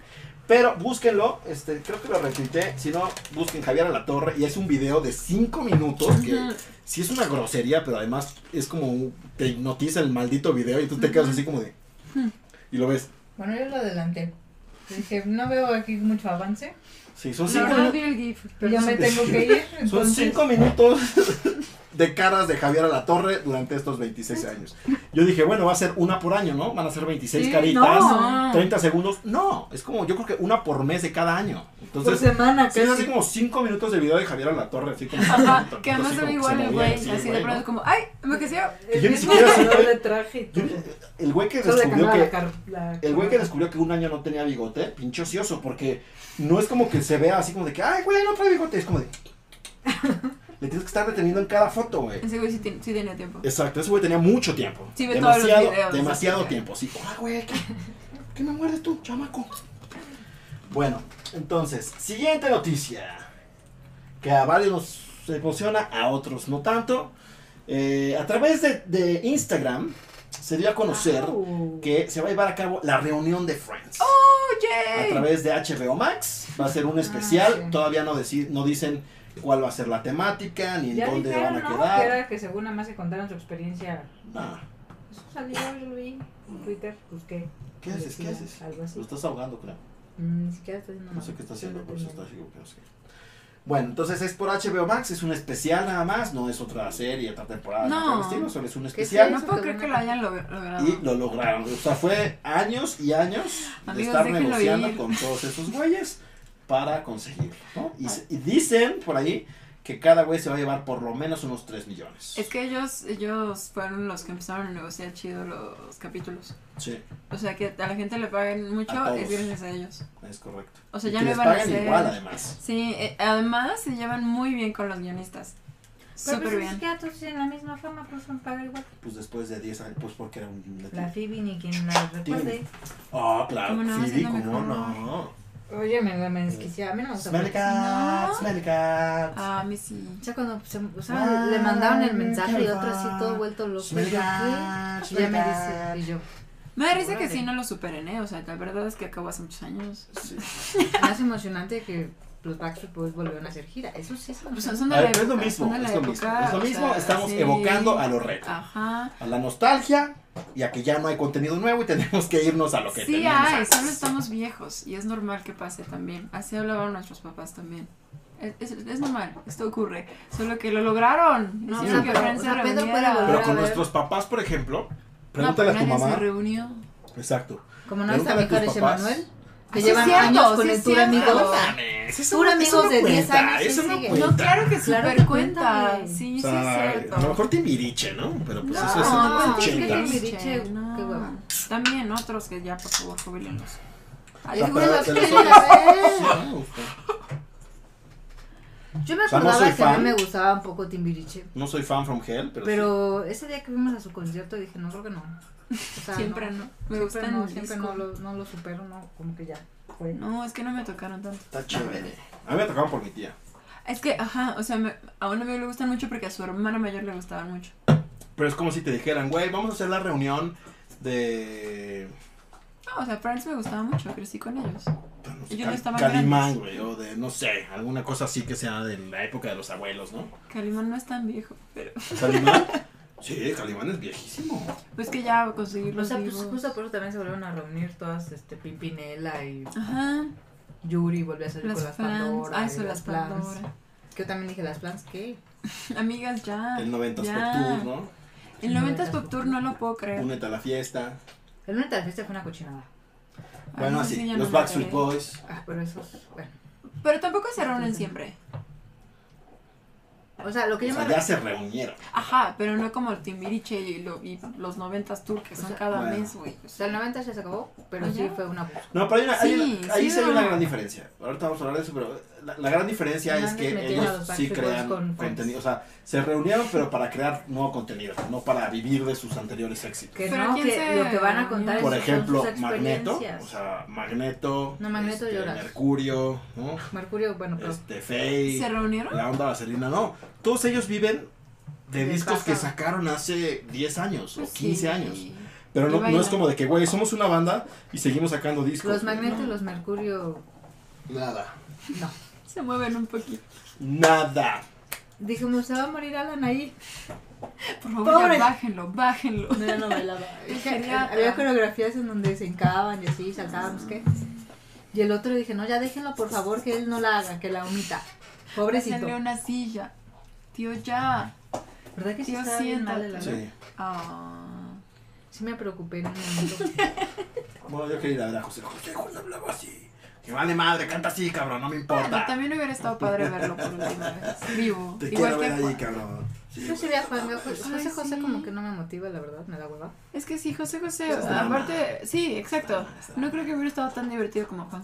Speaker 1: Pero búsquenlo, este, creo que lo retuiteé. Si no, busquen Javier Alatorre y es un video de 5 minutos que
Speaker 2: Ujú.
Speaker 1: sí es una grosería, pero además es como un- te hipnotiza el maldito video y tú te quedas así como de. Y lo ves.
Speaker 3: Bueno, yo lo adelanté. Dije, no veo aquí mucho avance.
Speaker 1: pues Sí, son
Speaker 2: La
Speaker 1: 5
Speaker 2: verdad
Speaker 1: minutos.
Speaker 2: vi el GIF, pero
Speaker 3: Pero ya
Speaker 2: no-
Speaker 3: me tengo que ir.
Speaker 1: Son
Speaker 3: entonces-
Speaker 1: cinco minutos de caras de Javier a la Torre durante estos 26 años. Yo dije, bueno, va a ser una por año, ¿no? Van a ser 26
Speaker 3: Sí,
Speaker 1: caritas,
Speaker 3: no.
Speaker 1: 30 segundos. No, es como, yo creo que una por mes de cada año.
Speaker 2: Pues,
Speaker 3: Por
Speaker 1: Entonces,
Speaker 3: semana,
Speaker 1: sí,
Speaker 3: casi.
Speaker 1: es así como 5 minutos de video de Javier a la Torre, así como.
Speaker 2: Ajá, que
Speaker 1: así
Speaker 2: además
Speaker 1: como
Speaker 2: se ve
Speaker 1: que
Speaker 2: igual el
Speaker 1: movían
Speaker 2: güey,
Speaker 1: así,
Speaker 2: así de
Speaker 1: güey, ¿no?
Speaker 2: pronto como, ¡ay! Envejeció.
Speaker 1: Que yo ni
Speaker 3: El mismo
Speaker 1: siquiera
Speaker 3: color
Speaker 1: sabía-
Speaker 3: de traje y todo.
Speaker 1: El güey que
Speaker 3: Solo le
Speaker 1: descubrió
Speaker 3: cambiaba
Speaker 1: que
Speaker 3: la car- la
Speaker 1: El güey que
Speaker 3: corona.
Speaker 1: descubrió que un año no tenía bigote, pinche ocioso, porque no es como que se vea así como de que, ay, güey, no trae bigote. Es como de. Le tienes que estar deteniendo en cada foto, güey.
Speaker 2: Ese güey sí, tiene- sí tenía tiempo.
Speaker 1: Exacto, ese güey tenía mucho tiempo.
Speaker 2: Sí, ve todos los
Speaker 1: demasiado,
Speaker 2: videos,
Speaker 1: demasiado
Speaker 2: así que-
Speaker 1: tiempo, sí. Hola, güey, ¿qué, qué me muerdes tú, chamaco? Bueno, entonces, siguiente noticia. Que a varios nos emociona, a otros no tanto. Eh, a través de, de Instagram se dio a conocer
Speaker 3: Au.
Speaker 1: que se va a llevar a cabo la reunión de Friends. A
Speaker 2: ¡Oye!
Speaker 1: través de HBO Max. Va a ser un especial.
Speaker 3: Ah, sí.
Speaker 1: Todavía no, deci- no dicen cuál va a ser la temática, ni en
Speaker 3: Ya
Speaker 1: dónde
Speaker 3: dijeron,
Speaker 1: van a
Speaker 3: ¿no?
Speaker 1: quedar.
Speaker 3: Que era que según nada más se contaron su experiencia.
Speaker 1: Nah,
Speaker 3: Eso salió, yo lo vi en Twitter. Pues qué.
Speaker 1: Mm. ¿Qué haces? ¿Qué haces?
Speaker 3: Algo así.
Speaker 1: Lo estás ahogando, creo.
Speaker 3: Mm, Ni siquiera está haciendo
Speaker 1: No
Speaker 3: nada.
Speaker 1: sé qué está
Speaker 3: Yo
Speaker 1: haciendo,
Speaker 3: lo
Speaker 1: por eso está así
Speaker 3: terminé.
Speaker 1: como que no sé. Bueno, entonces es por HBO Max, es un especial nada más, no es otra serie, otra temporada,
Speaker 2: No.
Speaker 1: nada por el estilo, solo es un
Speaker 3: sea,
Speaker 1: especial.
Speaker 2: No puedo creer que lo hayan log- logrado.
Speaker 1: Y lo lograron. O sea, fue años y años de
Speaker 2: Amigos,
Speaker 1: estar
Speaker 2: déjenlo
Speaker 1: negociando
Speaker 2: ir.
Speaker 1: con todos esos güeyes para conseguirlo, ¿no? Y, se- y dicen por ahí que cada güey se va a llevar por lo menos unos 3 millones.
Speaker 2: Es que ellos, ellos fueron los que empezaron a negociar chido los capítulos.
Speaker 1: Sí,
Speaker 2: O sea, que a la gente le paguen
Speaker 1: A
Speaker 2: mucho
Speaker 1: todos.
Speaker 2: es gracias a ellos.
Speaker 1: es correcto.
Speaker 2: O sea,
Speaker 1: Y
Speaker 2: ya
Speaker 1: que
Speaker 2: no
Speaker 1: les
Speaker 2: iban a
Speaker 1: paguen
Speaker 2: hacer-
Speaker 1: igual, además.
Speaker 2: Sí, eh, además se llevan muy bien con los guionistas.
Speaker 3: Pero pues
Speaker 2: Súper
Speaker 3: ni
Speaker 2: bien.
Speaker 3: siquiera todos tienen la misma fama, pues son paga igual.
Speaker 1: Pues después de 10 años, pues porque era un...
Speaker 3: La Phoebe ni quien la recuerde.
Speaker 1: Ah, claro,
Speaker 2: ¿Cómo no?
Speaker 1: sí,
Speaker 2: Es lo
Speaker 1: cómo
Speaker 2: mejor.
Speaker 1: no.
Speaker 3: Oye, me,
Speaker 1: Eh,
Speaker 3: me desquicié. A mí no me gusta.
Speaker 1: Smelly cat,
Speaker 2: No.
Speaker 1: smelly cat.
Speaker 2: Ah, a mí sí.
Speaker 3: O sea, cuando se- o sea,
Speaker 1: Ah,
Speaker 3: le mandaron el mensaje y otro así todo vuelto loco.
Speaker 1: Smelly
Speaker 3: Y yo,
Speaker 1: cat,
Speaker 3: ¿qué? Y ya
Speaker 1: smelly
Speaker 3: me
Speaker 1: cat.
Speaker 3: dice, y yo,
Speaker 2: Me da risa que
Speaker 3: Órale.
Speaker 2: sí no lo superen, ¿eh? O sea, la verdad es que acabó hace muchos años.
Speaker 1: Sí.
Speaker 3: más emocionante que los Backstreet Boys volvieron a hacer gira. Eso sí es una-
Speaker 2: Pues son, son de
Speaker 1: A
Speaker 2: la
Speaker 1: ver, pero es lo
Speaker 2: época,
Speaker 1: mismo,
Speaker 2: son de la
Speaker 1: es lo mismo,
Speaker 2: época,
Speaker 1: es lo
Speaker 2: o
Speaker 1: mismo,
Speaker 2: sea,
Speaker 1: estamos evocando a lo retro.
Speaker 2: Ajá.
Speaker 1: A la nostalgia y a que ya no hay contenido nuevo y tenemos que irnos a lo que
Speaker 2: Sí
Speaker 1: teníamos
Speaker 2: hay,
Speaker 1: antes.
Speaker 2: solo estamos viejos y es normal que pase también. Así hablaban nuestros papás también. Es, es- es normal, esto ocurre. Solo que lo lograron.
Speaker 3: No,
Speaker 2: Hicieron
Speaker 3: o sea,
Speaker 2: que
Speaker 3: pero-
Speaker 2: Fran
Speaker 3: o
Speaker 2: se
Speaker 3: sea, Pedro
Speaker 2: reuniera.
Speaker 3: puede volver
Speaker 1: Pero
Speaker 3: a
Speaker 1: con
Speaker 3: ver.
Speaker 1: nuestros papás, por ejemplo,
Speaker 2: No, pero
Speaker 1: pregúntale a tu
Speaker 2: nadie se
Speaker 1: mamá.
Speaker 2: reunió.
Speaker 1: Exacto.
Speaker 3: Como no está
Speaker 1: Pregúntale a
Speaker 3: mi
Speaker 1: tus
Speaker 3: Carlos
Speaker 1: papás.
Speaker 3: Emanuel, que
Speaker 2: Ah, sí,
Speaker 3: llevan
Speaker 2: es cierto,
Speaker 3: años
Speaker 2: sí,
Speaker 3: con el
Speaker 2: es
Speaker 3: tour
Speaker 2: cierto.
Speaker 3: amigos.
Speaker 1: Mames, eso
Speaker 3: Pura
Speaker 1: no- eso
Speaker 3: amigos
Speaker 1: no
Speaker 3: de 10
Speaker 1: cuenta,
Speaker 3: años,
Speaker 1: Eso
Speaker 3: sí,
Speaker 1: no
Speaker 3: sigue.
Speaker 1: cuenta.
Speaker 2: No, claro que
Speaker 3: Claro
Speaker 2: super
Speaker 3: que
Speaker 2: cuenta.
Speaker 3: cuenta.
Speaker 2: Sí,
Speaker 1: O
Speaker 2: sí
Speaker 1: sea,
Speaker 2: es cierto.
Speaker 1: a lo mejor Timbiriche, ¿no? Pero pues
Speaker 2: No,
Speaker 1: eso es en
Speaker 3: no,
Speaker 1: los
Speaker 3: pues es que
Speaker 1: 80.
Speaker 3: Timbiriche- qué hueva.
Speaker 2: También otros que ya, por favor, jubilenlos.
Speaker 3: Ah,
Speaker 2: Ay,
Speaker 1: sea,
Speaker 2: güey,
Speaker 1: pero
Speaker 2: los
Speaker 1: de
Speaker 2: que-
Speaker 1: los-
Speaker 3: ¿eh? Yo me
Speaker 1: O sea, no
Speaker 3: acordaba
Speaker 1: soy
Speaker 3: que a
Speaker 1: fan.
Speaker 3: mí me gustaba un poco Timbiriche.
Speaker 1: No soy fan from hell, pero,
Speaker 3: Pero ese día que fuimos a su concierto dije, no, creo que no. O sea,
Speaker 2: Siempre no. Me
Speaker 3: siempre
Speaker 2: gustan
Speaker 3: no,
Speaker 2: los
Speaker 3: siempre
Speaker 2: discos.
Speaker 3: no lo, no lo supero, no, como que ya. Fue.
Speaker 2: No, es que no me tocaron tanto.
Speaker 1: está chévere. A mí me tocaban por mi tía.
Speaker 2: Es que, ajá, o sea, me- a un amigo le gustan mucho porque a su hermana mayor le gustaban mucho.
Speaker 1: Pero es como si te dijeran, güey, vamos a hacer la reunión de.
Speaker 2: No, o sea, Friends me gustaba mucho, crecí con ellos.
Speaker 1: no
Speaker 2: Ellos no estaban
Speaker 1: Calimán, güey, o de, no sé, alguna cosa así que sea de la época de los abuelos, ¿no?
Speaker 2: Calimán no es tan viejo, pero
Speaker 1: Calimán. sí, Calimán es viejísimo.
Speaker 2: pues que ya conseguir
Speaker 3: O
Speaker 2: los
Speaker 3: sea, pues
Speaker 2: vivos.
Speaker 3: justo por eso también se volvieron a reunir todas, este, Pimpinela y
Speaker 2: Ajá,
Speaker 3: Yuri volvió a salir
Speaker 2: las
Speaker 3: con las
Speaker 2: Friends,
Speaker 3: Pandora.
Speaker 2: ay,
Speaker 3: y
Speaker 2: son las
Speaker 3: Plans.
Speaker 2: Pandora.
Speaker 3: Que yo también dije, las Plans, ¿qué?
Speaker 2: Amigas ya.
Speaker 1: El 90s
Speaker 2: Ah, ya.
Speaker 1: Pop Tour, ¿no?
Speaker 2: El 90s Pop Tour no lo puedo creer.
Speaker 1: Únete a la fiesta.
Speaker 3: El lunes de la fiesta fue una cochinada.
Speaker 2: Ay,
Speaker 1: Bueno,
Speaker 2: no sé si
Speaker 1: así,
Speaker 2: ya
Speaker 1: los
Speaker 2: no me
Speaker 1: Backstreet
Speaker 2: enteré.
Speaker 1: Boys.
Speaker 3: Ah, pero esos, bueno.
Speaker 2: Pero tampoco se reúnen siempre.
Speaker 3: O sea, lo que
Speaker 1: O
Speaker 3: yo me
Speaker 1: sea, ya se reunieron.
Speaker 2: Ajá, pero no como el Timbiriche y, lo- y los 90s Tour que son
Speaker 3: sea,
Speaker 2: cada
Speaker 1: bueno.
Speaker 2: mes, güey. O
Speaker 3: O
Speaker 2: sea,
Speaker 3: sea, el 90 ya se acabó, pero
Speaker 2: ¿Ah,
Speaker 3: sí
Speaker 2: ya?
Speaker 3: fue una busca.
Speaker 1: No, pero hay una- hay
Speaker 2: Sí,
Speaker 1: una- ahí
Speaker 2: sí,
Speaker 1: sí hay una
Speaker 2: no.
Speaker 1: gran diferencia. Ahorita vamos a hablar de eso, pero la, la gran diferencia es
Speaker 3: Antes
Speaker 1: que
Speaker 3: metían a
Speaker 1: ellos
Speaker 3: los
Speaker 1: sí
Speaker 3: Backstreet
Speaker 1: crean
Speaker 3: Boys con Friends.
Speaker 1: contenido. O sea, se reunieron, pero para crear nuevo contenido, no para vivir de sus anteriores éxitos.
Speaker 3: Que
Speaker 2: Pero
Speaker 3: no,
Speaker 2: ¿quién
Speaker 3: que
Speaker 2: se
Speaker 3: lo que van a contar es
Speaker 1: Por
Speaker 3: son
Speaker 1: ejemplo,
Speaker 3: sus experiencias.
Speaker 1: Magneto. O sea, Magneto.
Speaker 3: No, Magneto
Speaker 1: este,
Speaker 3: lloras.
Speaker 1: Mercurio, ¿no?
Speaker 3: Mercurio, bueno, pero
Speaker 1: Este, Faye.
Speaker 2: ¿Se reunieron?
Speaker 1: La onda vaselina, no. Todos ellos viven de
Speaker 3: Del
Speaker 1: discos que
Speaker 3: pasado.
Speaker 1: sacaron hace 10 años
Speaker 2: Pues
Speaker 1: o 15
Speaker 2: sí.
Speaker 1: años. Pero
Speaker 2: Y
Speaker 1: no, no
Speaker 2: bailan.
Speaker 1: es como de que, güey, somos una banda y seguimos sacando discos.
Speaker 3: los
Speaker 1: güey,
Speaker 3: Magneto y
Speaker 1: no.
Speaker 3: los Mercurio,
Speaker 1: Nada.
Speaker 3: no.
Speaker 2: Se mueven un poquito.
Speaker 1: Nada.
Speaker 3: Dijimos, se va a morir Alan ahí.
Speaker 2: Por favor,
Speaker 3: Pobre.
Speaker 2: ya bájenlo, bájenlo.
Speaker 3: No, ya no bailaba.
Speaker 2: Quería-
Speaker 3: Había coreografías en donde se hincaban y así, saltaban, no sé qué. Y el otro dije, no, ya déjenlo, por favor, que él no la haga, que la omita. Pobrecito.
Speaker 2: Pásenle una silla. Tío, ya.
Speaker 3: ¿Verdad que sí
Speaker 2: Yo
Speaker 3: estaba bien
Speaker 2: siento
Speaker 3: mal el
Speaker 2: que-
Speaker 3: Alan?
Speaker 1: Sí.
Speaker 2: Ah.
Speaker 3: Sí me preocupé en un momento.
Speaker 1: Bueno, yo quería ir a ver a José. José Juan hablaba así. Que vale madre, canta así, cabrón, no me
Speaker 2: Bueno,
Speaker 1: importa.
Speaker 2: también hubiera estado padre verlo por última vez. Vivo.
Speaker 1: Te
Speaker 2: Igual
Speaker 1: quiero
Speaker 2: que
Speaker 1: ver ahí,
Speaker 2: Juan.
Speaker 1: cabrón. Sí,
Speaker 3: Yo sí vi a Juan Gabriel.
Speaker 2: Ay,
Speaker 3: José José
Speaker 2: sí.
Speaker 3: como que no me motiva, la verdad, me da hueva.
Speaker 2: Es que sí, José José.
Speaker 1: Pues
Speaker 2: o sea,
Speaker 1: nada más.
Speaker 2: aparte, sí, exacto.
Speaker 1: nada más.
Speaker 2: No creo que hubiera estado tan divertido como Juan.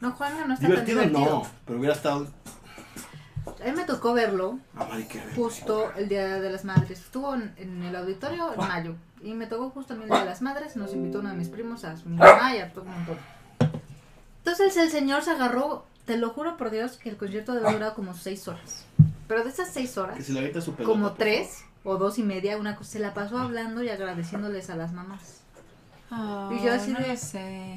Speaker 3: No, Juan no está
Speaker 1: Divertido,
Speaker 3: tan divertido.
Speaker 1: no, pero hubiera estado.
Speaker 3: A mí me tocó verlo
Speaker 1: A Mari Karen.
Speaker 3: justo el Día de las Madres. Estuvo en, en el auditorio
Speaker 1: Ah.
Speaker 3: en mayo y me tocó justo a mí el Día de las Madres. Nos invitó uno de mis primos a su mamá y a todo un montón. Entonces el señor se agarró, te lo juro por Dios, que el concierto debe haber durado como seis horas. Pero de esas seis
Speaker 1: Ah. Que
Speaker 3: horas,
Speaker 1: si le avienta su pelota.
Speaker 3: como
Speaker 1: por
Speaker 3: tres o dos y media, una cosa, se la pasó hablando y agradeciéndoles a las mamás.
Speaker 2: Ah,
Speaker 3: Y yo así
Speaker 2: no
Speaker 3: de-
Speaker 2: lo sé.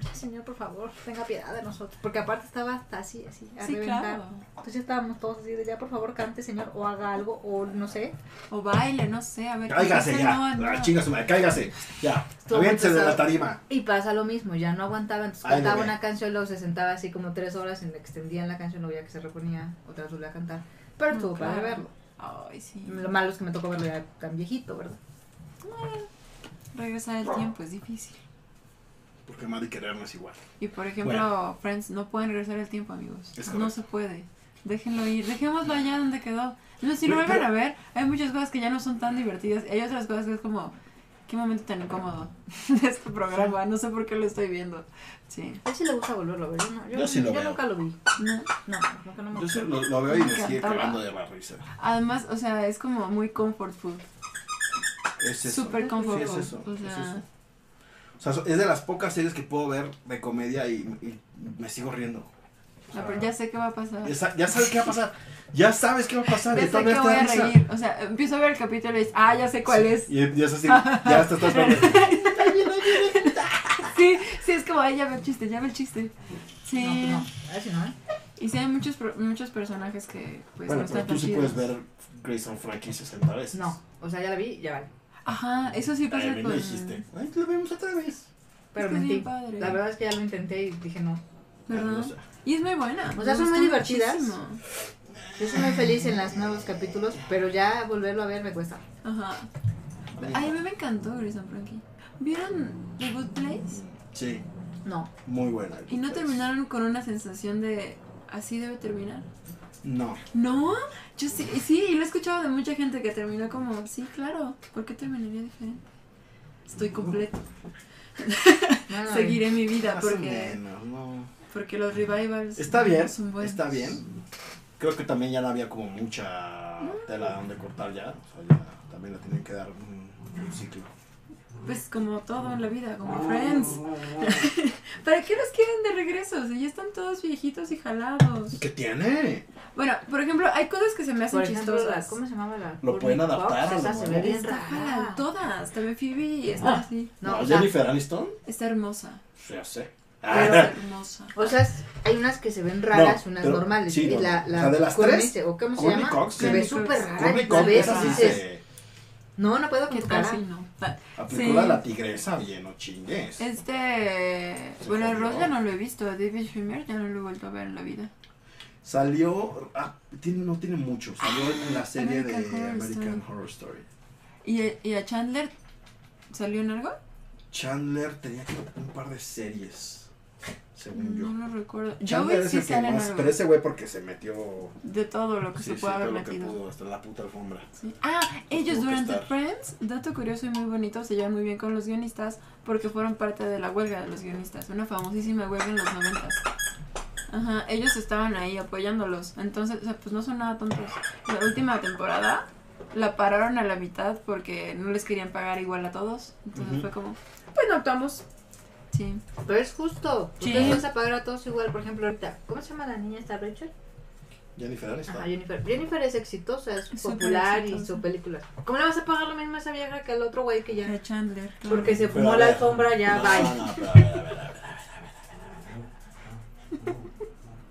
Speaker 3: Ya, señor, por favor, tenga piedad de nosotros. Porque aparte estaba hasta así, así, a
Speaker 2: Sí,
Speaker 3: reventar.
Speaker 2: claro.
Speaker 3: Entonces ya estábamos todos así de ya, por favor, cante, señor, o haga algo, o no sé.
Speaker 2: O baile, no sé. A ver.
Speaker 1: pues, Cáigase
Speaker 2: José
Speaker 1: ya.
Speaker 2: no, no.
Speaker 1: La chinga su madre, cáigase. Ya.
Speaker 3: Estuvo muy
Speaker 1: Aviéntese de la
Speaker 3: pesado.
Speaker 1: tarima.
Speaker 3: Y pasa lo mismo, ya no aguantaba, entonces
Speaker 1: Ay,
Speaker 3: cantaba
Speaker 1: bebé.
Speaker 3: una canción, luego se sentaba así como tres horas, en la que extendían la canción, luego ya que se reponía, otra vez a cantar. Pero
Speaker 2: No,
Speaker 3: estuvo padre
Speaker 2: claro.
Speaker 3: verlo.
Speaker 2: Ay, sí.
Speaker 3: Lo malo es que me tocó verlo ya tan viejito, ¿verdad?
Speaker 2: Regresar el tiempo es difícil.
Speaker 1: Porque Mari Karen no es igual.
Speaker 2: Y por ejemplo, Friends, no pueden regresar el tiempo, amigos.
Speaker 1: Es
Speaker 2: No
Speaker 1: correcto.
Speaker 2: se puede. Déjenlo ir. Dejémoslo allá donde quedó. No, si
Speaker 1: Pero-
Speaker 2: lo vuelven
Speaker 1: pero-
Speaker 2: a ver, hay muchas cosas que ya no son tan divertidas. Hay otras cosas que es como, qué momento tan incómodo de este programa. No sé por qué lo estoy viendo. Sí.
Speaker 3: A él sí le gusta volverlo a ver. Yo, no, yo,
Speaker 1: Yo sí lo
Speaker 3: yo
Speaker 1: veo.
Speaker 3: nunca lo vi.
Speaker 2: No.
Speaker 3: No, nunca no me
Speaker 1: Yo sí
Speaker 3: gustó.
Speaker 1: lo, lo veo y me sigue
Speaker 2: Encantaba.
Speaker 1: cagando de la risa.
Speaker 2: Además, o sea, es como muy comfort food.
Speaker 1: Es eso.
Speaker 2: Súper
Speaker 1: Sí,
Speaker 2: comfort
Speaker 1: es
Speaker 2: food.
Speaker 1: eso.
Speaker 2: O
Speaker 1: es
Speaker 2: sea,
Speaker 1: eso. O sea, so- es de las pocas series que puedo ver de comedia y, y me sigo riendo. O sea,
Speaker 2: no, pero ya sé qué va a pasar.
Speaker 1: ya sa- ya sabes qué va a pasar. Ya sabes qué va a pasar.
Speaker 2: Ya
Speaker 1: y
Speaker 2: sé
Speaker 1: todavía
Speaker 2: que voy
Speaker 1: te da
Speaker 2: a
Speaker 1: risa.
Speaker 2: reír. O sea, empiezo a ver el capítulo y dices, ah, ya sé cuál es.
Speaker 1: Y ya es así. Ya estás esperando.
Speaker 2: Sí, sí, es como, ay, ya ve el chiste, ya ve el chiste. Sí.
Speaker 3: No, pues no. A ver si no, ¿eh?
Speaker 2: Y sí hay muchos, pro- muchos personajes que pues
Speaker 1: bueno,
Speaker 2: no
Speaker 1: pero
Speaker 2: están
Speaker 1: tú
Speaker 2: tan
Speaker 1: sí
Speaker 2: chidos.
Speaker 1: puedes ver Grace and Frankie 60 veces.
Speaker 3: No. O sea, ya la vi, ya vale.
Speaker 2: Ajá, eso sí
Speaker 1: Ay,
Speaker 2: pasa
Speaker 1: a mí
Speaker 2: con...
Speaker 1: me dijiste, ay, lo vemos otra vez.
Speaker 3: Pero
Speaker 2: Es que es
Speaker 3: mentí.
Speaker 2: bien padre.
Speaker 3: La verdad es que ya lo intenté y dije no.
Speaker 2: ¿Verdad?
Speaker 1: Hermosa.
Speaker 2: Y es muy buena.
Speaker 3: O sea,
Speaker 2: me
Speaker 3: son muy
Speaker 2: gusta
Speaker 3: divertidas.
Speaker 2: muchísimo.
Speaker 3: Yo soy muy feliz en los nuevos capítulos, pero ya volverlo a ver me cuesta.
Speaker 2: Ajá. Ay, a mí me encantó Grace and Frankie. ¿Vieron The Good Place?
Speaker 1: Sí,
Speaker 3: No.
Speaker 1: muy buena.
Speaker 2: Y no terminaron con una sensación de... Así debe terminar.
Speaker 1: No.
Speaker 2: No, yo sí, y sí, y lo he escuchado de mucha gente que terminó como, sí, claro, ¿por qué terminaría diferente? Estoy completo,
Speaker 3: no, no,
Speaker 2: seguiré mi vida
Speaker 1: Más o
Speaker 2: porque,
Speaker 1: menos, no.
Speaker 2: porque los revivals
Speaker 1: Está bien,
Speaker 2: son buenos.
Speaker 1: está bien. Creo que también ya no había como mucha tela donde cortar ya. O sea, ya también le tienen que dar un, un ciclo.
Speaker 2: Pues como todo en la vida,
Speaker 1: Ah.
Speaker 2: como Friends. ¿Para qué los quieren de regreso? Si ya están todos viejitos y jalados.
Speaker 1: ¿Qué tiene?
Speaker 2: Bueno, por ejemplo, hay cosas que se me hacen
Speaker 3: Por ejemplo, la-
Speaker 2: chistosas.
Speaker 3: ¿cómo se llamaba la?
Speaker 1: Lo pueden
Speaker 3: Courtney
Speaker 1: adaptar
Speaker 3: Cox?
Speaker 1: a
Speaker 3: Esa
Speaker 1: lo
Speaker 3: se
Speaker 1: nuevo.
Speaker 3: ve bien
Speaker 2: Está jalada,
Speaker 3: rara.
Speaker 2: todas, también Phoebe está
Speaker 1: Ah.
Speaker 2: así,
Speaker 3: No,
Speaker 1: No,
Speaker 3: o sea,
Speaker 1: Jennifer Aniston,
Speaker 2: está hermosa,
Speaker 1: ya sé.
Speaker 2: pero
Speaker 1: Ah,
Speaker 2: está hermosa.
Speaker 3: o sea, es- hay unas que se ven raras,
Speaker 1: No,
Speaker 3: unas
Speaker 1: pero-
Speaker 3: normales.
Speaker 1: sí,
Speaker 3: y
Speaker 1: no,
Speaker 3: la,
Speaker 1: no.
Speaker 3: la
Speaker 1: O sea, de las
Speaker 3: Courtney
Speaker 1: tres,
Speaker 3: se- ¿o cómo se
Speaker 1: Courtney
Speaker 3: llama?
Speaker 1: Cox,
Speaker 3: se
Speaker 2: sí.
Speaker 3: ve súper rara.
Speaker 1: Courtney
Speaker 3: y
Speaker 1: Cox,
Speaker 3: la ves
Speaker 1: esa
Speaker 3: y
Speaker 1: sí
Speaker 2: dices,
Speaker 1: se
Speaker 3: No, no puedo con
Speaker 2: Que
Speaker 3: tu
Speaker 2: casi
Speaker 3: cara.
Speaker 2: no. Ah, Ta-
Speaker 1: aplicó
Speaker 2: Sí.
Speaker 1: la de la tigresa, bien, no chingues.
Speaker 2: Este.
Speaker 1: Se
Speaker 2: Bueno,
Speaker 1: jodió.
Speaker 2: Ross ya no lo he visto. a David Schwimmer ya no lo he vuelto a ver en la vida.
Speaker 1: Salió, ah, tiene, no tiene mucho, salió en la serie de
Speaker 2: Ah, American Horror
Speaker 1: American Horror Story.
Speaker 2: ¿Y, y a Chandler salió en algo?
Speaker 1: Chandler tenía que un par de series, según yo.
Speaker 2: No lo recuerdo.
Speaker 1: Chandler
Speaker 2: Joey
Speaker 1: es
Speaker 2: sí
Speaker 1: el que
Speaker 2: sale en
Speaker 1: más, pero
Speaker 2: algo.
Speaker 1: ese güey porque se metió
Speaker 2: De todo lo que
Speaker 1: sí,
Speaker 2: se
Speaker 1: sí,
Speaker 2: puede haber
Speaker 1: todo lo que
Speaker 2: metido.
Speaker 1: pudo, hasta la puta alfombra.
Speaker 2: Sí. Ah,
Speaker 1: Pues tuvo
Speaker 2: ellos
Speaker 1: que
Speaker 2: durante
Speaker 1: estar.
Speaker 2: Friends, dato curioso y muy bonito, se llevan muy bien con los guionistas porque fueron parte de la huelga de los guionistas, una famosísima huelga en los noventas. Ajá, ellos estaban ahí apoyándolos, entonces, o sea, pues no son nada tontos. La última temporada la pararon a la mitad porque no les querían pagar igual a todos, entonces
Speaker 1: Ujú.
Speaker 2: fue como, pues no actuamos. Sí.
Speaker 3: Pero es justo.
Speaker 2: Sí.
Speaker 3: Ustedes vas a pagar a todos igual. Por ejemplo, ahorita, ¿cómo se llama la niña esta, Rachel?
Speaker 1: Jennifer Aniston.
Speaker 3: Ajá, Jennifer. Jennifer es exitosa, es
Speaker 2: Es súper
Speaker 3: popular y
Speaker 2: exitosa.
Speaker 3: su película. ¿Cómo le vas a pagar lo mismo a esa vieja que al otro güey que ya?
Speaker 2: A Chandler. claro.
Speaker 3: Porque se
Speaker 1: Pero
Speaker 3: fumó
Speaker 1: a
Speaker 3: la
Speaker 1: ver,
Speaker 3: alfombra, ya
Speaker 1: no,
Speaker 3: bye.
Speaker 1: no, pero a ver, a ver, a ver, a ver, a ver, a ver, a ver, a ver.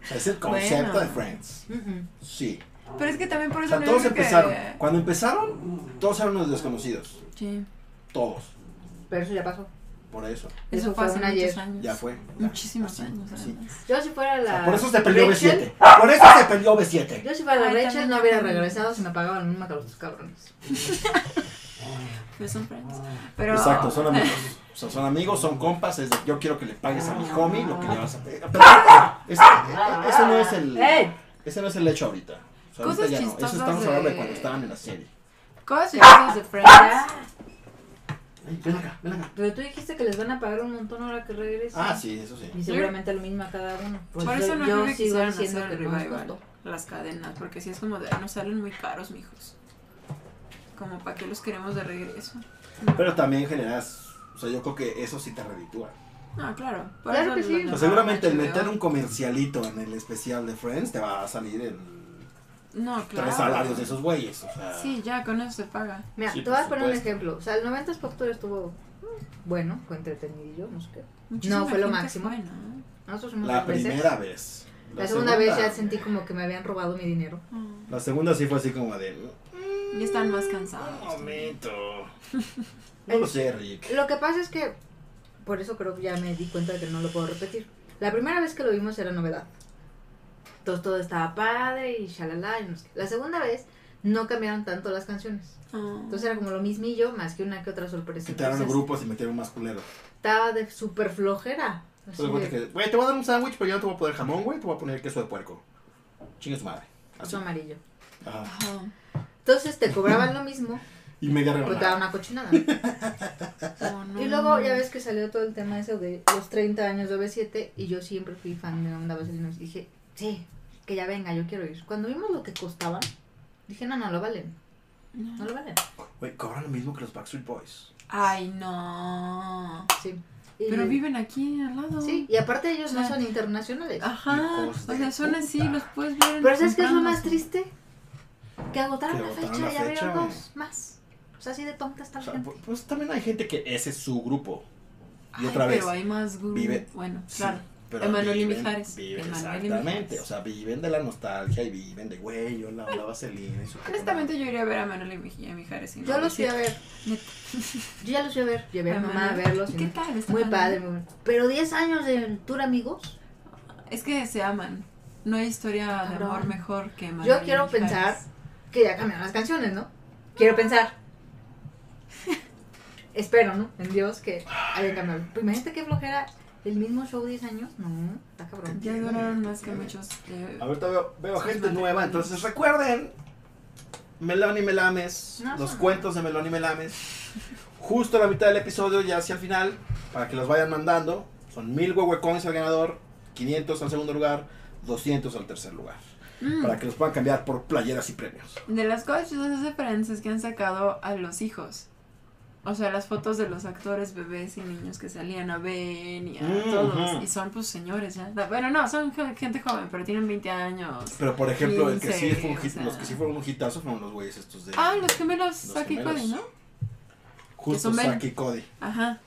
Speaker 1: O sea, es el concepto
Speaker 2: Bueno.
Speaker 1: de Friends.
Speaker 3: Mm-mm.
Speaker 1: Sí.
Speaker 2: Pero es que también por
Speaker 1: O
Speaker 2: eso
Speaker 1: sea,
Speaker 2: no
Speaker 1: todos
Speaker 2: digo que-
Speaker 1: empezaron. Cuando empezaron, todos eran unos desconocidos.
Speaker 2: Sí,
Speaker 1: Todos.
Speaker 3: Pero eso ya pasó.
Speaker 1: Por eso.
Speaker 2: eso
Speaker 3: Eso
Speaker 2: fue
Speaker 3: fue
Speaker 2: hace
Speaker 3: un
Speaker 2: muchos
Speaker 3: ayer.
Speaker 2: años.
Speaker 1: Ya fue. Ah, ya.
Speaker 2: Muchísimos
Speaker 1: Así,
Speaker 2: años,
Speaker 1: así.
Speaker 2: además.
Speaker 3: Yo si fuera
Speaker 1: O
Speaker 3: la.
Speaker 1: sea, por eso se peleó
Speaker 3: Rachel,
Speaker 1: B7. Por eso se peleó B7.
Speaker 3: Yo si fuera la
Speaker 2: Ay,
Speaker 3: Rachel
Speaker 2: también
Speaker 3: no hubiera
Speaker 2: yo.
Speaker 3: regresado si me pagaban lo mismo que los otros cabrones.
Speaker 2: Pero son friends. Pero,
Speaker 1: Ah, Exacto, son amigos. O sea, son amigos, son compas. es de, yo quiero que le pagues a mi homie lo que le vas a pegar. Pero, es- ese no es el.
Speaker 3: ¡Ey!
Speaker 1: Ese no es el hecho ahorita. O sea,
Speaker 2: Cosas
Speaker 1: ahorita ya no. Eso
Speaker 2: chistosas
Speaker 1: estamos hablando de
Speaker 2: de-
Speaker 1: cuando estaban en la serie.
Speaker 2: Cosas chistosas de Friends.
Speaker 3: Ah,
Speaker 1: Ey, ven acá, ven acá.
Speaker 3: Pero tú dijiste que les van a pagar un montón ahora que regresen.
Speaker 1: Ah, sí, eso sí.
Speaker 3: Y seguramente lo mismo a cada uno. Pues
Speaker 2: Por
Speaker 3: yo-
Speaker 2: eso no
Speaker 3: yo
Speaker 2: creo que
Speaker 3: sigo
Speaker 2: quisieran
Speaker 3: diciendo
Speaker 2: hacer
Speaker 3: que
Speaker 2: el
Speaker 3: no es
Speaker 2: revival
Speaker 3: justo.
Speaker 2: las cadenas, porque si es como de, "Ay, nos salen muy caros, mijos. Como para qué los queremos de regreso. No.
Speaker 1: Pero también generas. O sea, yo creo que eso sí te reditúa.
Speaker 2: No, claro. por
Speaker 3: Claro
Speaker 2: eso
Speaker 3: que
Speaker 2: lo
Speaker 3: sí.
Speaker 1: O sea,
Speaker 2: llamaron
Speaker 1: Pues seguramente el
Speaker 2: HBO.
Speaker 1: meter un comercialito en el especial de Friends te va a salir en
Speaker 2: No, claro.
Speaker 1: tres salarios de esos güeyes. O sea,
Speaker 2: Sí, ya, con eso se paga.
Speaker 3: Mira,
Speaker 1: Sí,
Speaker 3: te voy a
Speaker 1: por
Speaker 3: poner un
Speaker 1: supuesto.
Speaker 3: ejemplo. O sea, el 90s Pop Tour estuvo mm, bueno, fue entretenidillo, no sé qué.
Speaker 2: Muchísima
Speaker 3: No, fue lo
Speaker 2: gente
Speaker 3: máximo.
Speaker 2: fue, ¿no?
Speaker 3: Nosotros fuimos
Speaker 1: la
Speaker 3: dos veces.
Speaker 1: primera vez.
Speaker 3: pues La segunda, vez ya sentí como que me habían robado mi dinero.
Speaker 2: Ah.
Speaker 1: La segunda sí fue así como de.
Speaker 2: Ya están más
Speaker 1: Un
Speaker 2: cansados.
Speaker 1: momento. No lo sé, Rick.
Speaker 3: Lo que pasa es que, por eso creo que ya me di cuenta de que no lo puedo repetir. La primera vez que lo vimos era novedad. Entonces todo estaba padre y shalala. y no sé qué. La segunda vez no cambiaron tanto las canciones.
Speaker 2: Ah.
Speaker 3: Entonces era como lo mismillo, más que una que otra sorpresa.
Speaker 1: Quitaron
Speaker 3: Entonces,
Speaker 1: grupos y metieron más culeros.
Speaker 3: Estaba de súper flojera.
Speaker 1: Te
Speaker 3: Así
Speaker 1: das cuenta
Speaker 3: de,
Speaker 1: que, güey, te voy a dar un sándwich, pero yo no te voy a poner jamón, güey, te voy a poner queso de puerco. Chingue su madre. Así.
Speaker 3: "Queso amarillo.
Speaker 1: Ajá.
Speaker 2: Ajá.
Speaker 3: Entonces te cobraban lo mismo,
Speaker 1: Y media
Speaker 3: pues
Speaker 1: rebanada.
Speaker 3: daba una cochinada.
Speaker 2: Oh, no.
Speaker 3: Y luego ya ves que salió todo el tema eso de los 30 años de OV7 y yo siempre fui fan de Onda Vaselinos. Dije, sí, que ya venga, yo quiero ir. Cuando vimos lo que costaba, dije, no, no lo valen, no
Speaker 2: No.
Speaker 3: lo valen.
Speaker 1: Güey, cobran lo mismo que los Backstreet Boys.
Speaker 2: Ay, no.
Speaker 3: Sí. Y-
Speaker 2: Pero viven aquí al lado.
Speaker 3: Sí, y aparte ellos no
Speaker 2: Ah.
Speaker 3: son internacionales.
Speaker 2: Ajá, o
Speaker 1: Hijos de
Speaker 2: sea, son así,
Speaker 1: puta.
Speaker 2: los puedes ver. en-
Speaker 3: Pero ¿sabes qué es lo
Speaker 2: comprando
Speaker 3: más
Speaker 2: su-
Speaker 3: triste? Que agotaron
Speaker 1: Que
Speaker 3: la
Speaker 1: agotaron
Speaker 3: fecha
Speaker 1: la
Speaker 3: y abrieron
Speaker 1: fecha,
Speaker 3: dos más. O sea, así de tonta está
Speaker 1: O
Speaker 3: la
Speaker 1: sea,
Speaker 3: gente.
Speaker 1: pu- pues también hay gente que ese es su grupo. Y
Speaker 2: Ay,
Speaker 1: otra vez.
Speaker 2: Pero hay más grupos.
Speaker 1: vive-
Speaker 2: Bueno,
Speaker 1: Sí.
Speaker 2: claro.
Speaker 1: Pero
Speaker 2: Emanuel y
Speaker 1: viven-
Speaker 2: Mijares.
Speaker 1: viven-
Speaker 2: Emanuel y
Speaker 1: exactamente.
Speaker 2: Mijares.
Speaker 1: O sea, viven de la nostalgia y viven de güey, yo la, la vaselina y su
Speaker 2: Honestamente, yo iría a ver a Manuel y Mij- y a Mijares. y no
Speaker 3: Yo los fui a
Speaker 2: decir,
Speaker 3: ver.
Speaker 2: "Neta,
Speaker 3: Yo ya los fui a ver. Llevé a mi mamá a
Speaker 2: Manuel,
Speaker 3: verlos. y
Speaker 2: Ah, ¿Qué
Speaker 3: no-
Speaker 2: tal? Está
Speaker 3: Muy
Speaker 2: padre.
Speaker 3: padre, muy bueno. Pero 10 años de tour amigos.
Speaker 2: Es que se aman. No hay historia de
Speaker 3: Cabrón.
Speaker 2: amor mejor que Manuel.
Speaker 3: Yo
Speaker 2: y
Speaker 3: quiero
Speaker 2: Mijares.
Speaker 3: pensar que ya cambiaron las canciones, ¿no? Quiero pensar. Espero, ¿no? En Dios que hayan cambiado. Pues Imagínate qué flojera. El mismo show 10 años. No, está cabrón.
Speaker 2: Ya duraron más que muchos. eh,
Speaker 1: Ahorita veo, veo
Speaker 2: Sus
Speaker 1: gente
Speaker 2: matrimonios.
Speaker 1: nueva, entonces recuerden Melón y Melames,
Speaker 3: No,
Speaker 1: los
Speaker 3: son-
Speaker 1: cuentos de Melón y Melames, justo a la mitad del episodio, ya hacia el final, para que los vayan mandando. Son mil huehuecones al ganador, 500 al segundo lugar, 200 al tercer lugar,
Speaker 2: mm,
Speaker 1: para que los puedan cambiar por playeras y premios.
Speaker 2: De las cosas chistosas referencias que han sacado a los hijos. O sea, las fotos de los actores, bebés y niños que salían a Ben y a
Speaker 1: Mm,
Speaker 2: todos.
Speaker 1: ujú.
Speaker 2: Y son pues señores ya. Bueno, no, son jo- gente joven, pero tienen 20 años.
Speaker 1: Pero por ejemplo, el que sí
Speaker 2: Quince,
Speaker 1: fue un
Speaker 2: o
Speaker 1: hit-
Speaker 2: sea.
Speaker 1: los que sí fueron un hitazo fueron los güeyes estos de
Speaker 2: Ah, los gemelos
Speaker 1: Los
Speaker 2: Saki y
Speaker 1: gemelos.
Speaker 2: Cody, ¿no?
Speaker 1: justo
Speaker 2: son Ben.
Speaker 1: Saki y Cody.
Speaker 2: Ajá.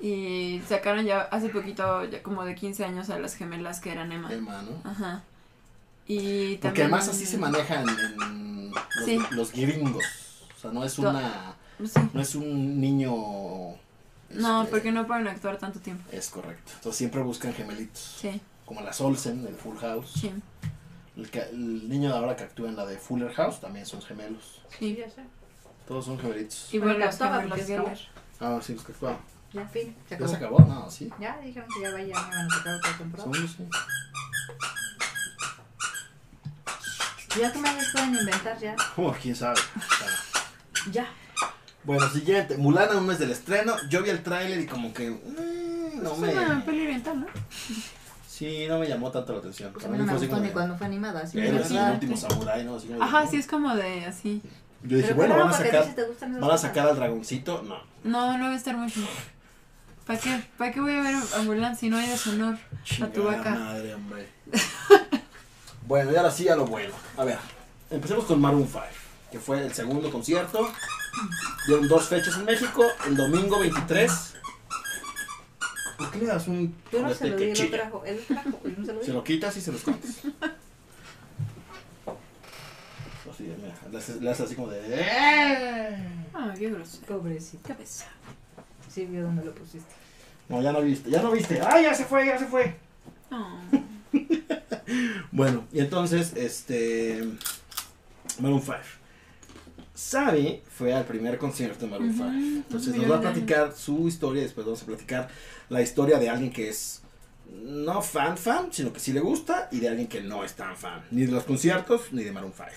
Speaker 2: Y sacaron ya hace poquito, ya como de 15 años, a las gemelas que eran Emma.
Speaker 1: Emma, ¿no?
Speaker 2: Ajá. Y también.
Speaker 1: Porque además así se manejan en los,
Speaker 2: Sí.
Speaker 1: los gringos. O sea, no es
Speaker 2: To-
Speaker 1: una...
Speaker 2: Sí.
Speaker 1: No es un niño.
Speaker 2: No,
Speaker 1: este,
Speaker 2: porque no pueden actuar tanto tiempo.
Speaker 1: Es correcto. Entonces siempre buscan gemelitos.
Speaker 2: Sí,
Speaker 1: Como las Olsen del Full House.
Speaker 2: sí,
Speaker 1: El, ca- el niño de ahora que actúa en la de Fuller House también son gemelos.
Speaker 2: sí.
Speaker 3: sé.
Speaker 1: Todos son gemelitos.
Speaker 2: Y bueno,
Speaker 3: Bueno,
Speaker 2: los
Speaker 3: actúa,
Speaker 2: gemelos
Speaker 3: porque es
Speaker 2: Geller.
Speaker 1: Ah, sí, los que actuaban.
Speaker 3: Ya, fin. Se
Speaker 1: ¿Ya
Speaker 3: acabó.
Speaker 1: se acabó? No, sí.
Speaker 3: Ya dijeron que ya vaya, me van a sacar otra temporada.
Speaker 1: Segundo, sí.
Speaker 3: Ya que me pueden inventar, ya.
Speaker 1: Oh, quién sabe. Ah.
Speaker 3: Ya.
Speaker 1: Bueno, siguiente. Mulan a un mes del estreno. Yo vi el tráiler y como que. mm, no
Speaker 2: Es una
Speaker 1: me.
Speaker 2: peli oriental, ¿no?
Speaker 1: Sí, no me llamó tanto la atención.
Speaker 3: Pues a mí no me
Speaker 1: Fue así
Speaker 3: gustó
Speaker 1: como
Speaker 3: ni
Speaker 1: de,
Speaker 3: cuando fue animada. Así
Speaker 1: "Él es el
Speaker 2: Ajá.
Speaker 1: último samurái, ¿no? Así como de,
Speaker 2: Ajá,
Speaker 1: "Mm".
Speaker 2: sí, es como de así.
Speaker 1: Yo dije,
Speaker 3: Pero
Speaker 1: bueno,
Speaker 3: claro,
Speaker 1: van a
Speaker 3: porque
Speaker 1: sacar.
Speaker 3: ti sí te gustan esas
Speaker 1: Van a
Speaker 3: cosas.
Speaker 1: sacar al dragoncito. No.
Speaker 2: No, no va a estar muy bien. ¿Para qué? ¿Para qué voy a ver a Mulan si no hay deshonor?
Speaker 1: Chingada
Speaker 2: tu vaca.
Speaker 1: madre, hombre. bueno, y ahora sí a lo bueno. A ver, empecemos con Maroon 5, que fue el segundo concierto. Dieron dos fechas en México, el domingo 23. ¿Por qué le das un
Speaker 3: Yo no se
Speaker 1: juguete
Speaker 3: lo
Speaker 1: que
Speaker 3: di, lo
Speaker 1: chilla?
Speaker 3: trajo. Él lo trajo, yo no se lo
Speaker 1: Se
Speaker 3: di.
Speaker 1: lo quitas y se los comes. Así, mira, le haces le haces así como de... "Eh".
Speaker 2: Ah, qué grosero.
Speaker 3: Pobrecito.
Speaker 2: Cabeza.
Speaker 3: Sí, vio dónde lo pusiste.
Speaker 1: No, ya no viste, ya no viste. ¡Ay, ya se fue, ya se fue!
Speaker 2: No.
Speaker 1: Bueno, y entonces, este. Maroon 5. Sabe fue al primer concierto de Maroon 5.
Speaker 2: Ujú,
Speaker 1: Entonces
Speaker 2: ujú,
Speaker 1: nos va a
Speaker 2: Yolanda.
Speaker 1: platicar su historia y después vamos a platicar la historia de alguien que es no fan fan, sino que sí le gusta y de alguien que no es tan fan, ni de los conciertos ni de Maroon 5.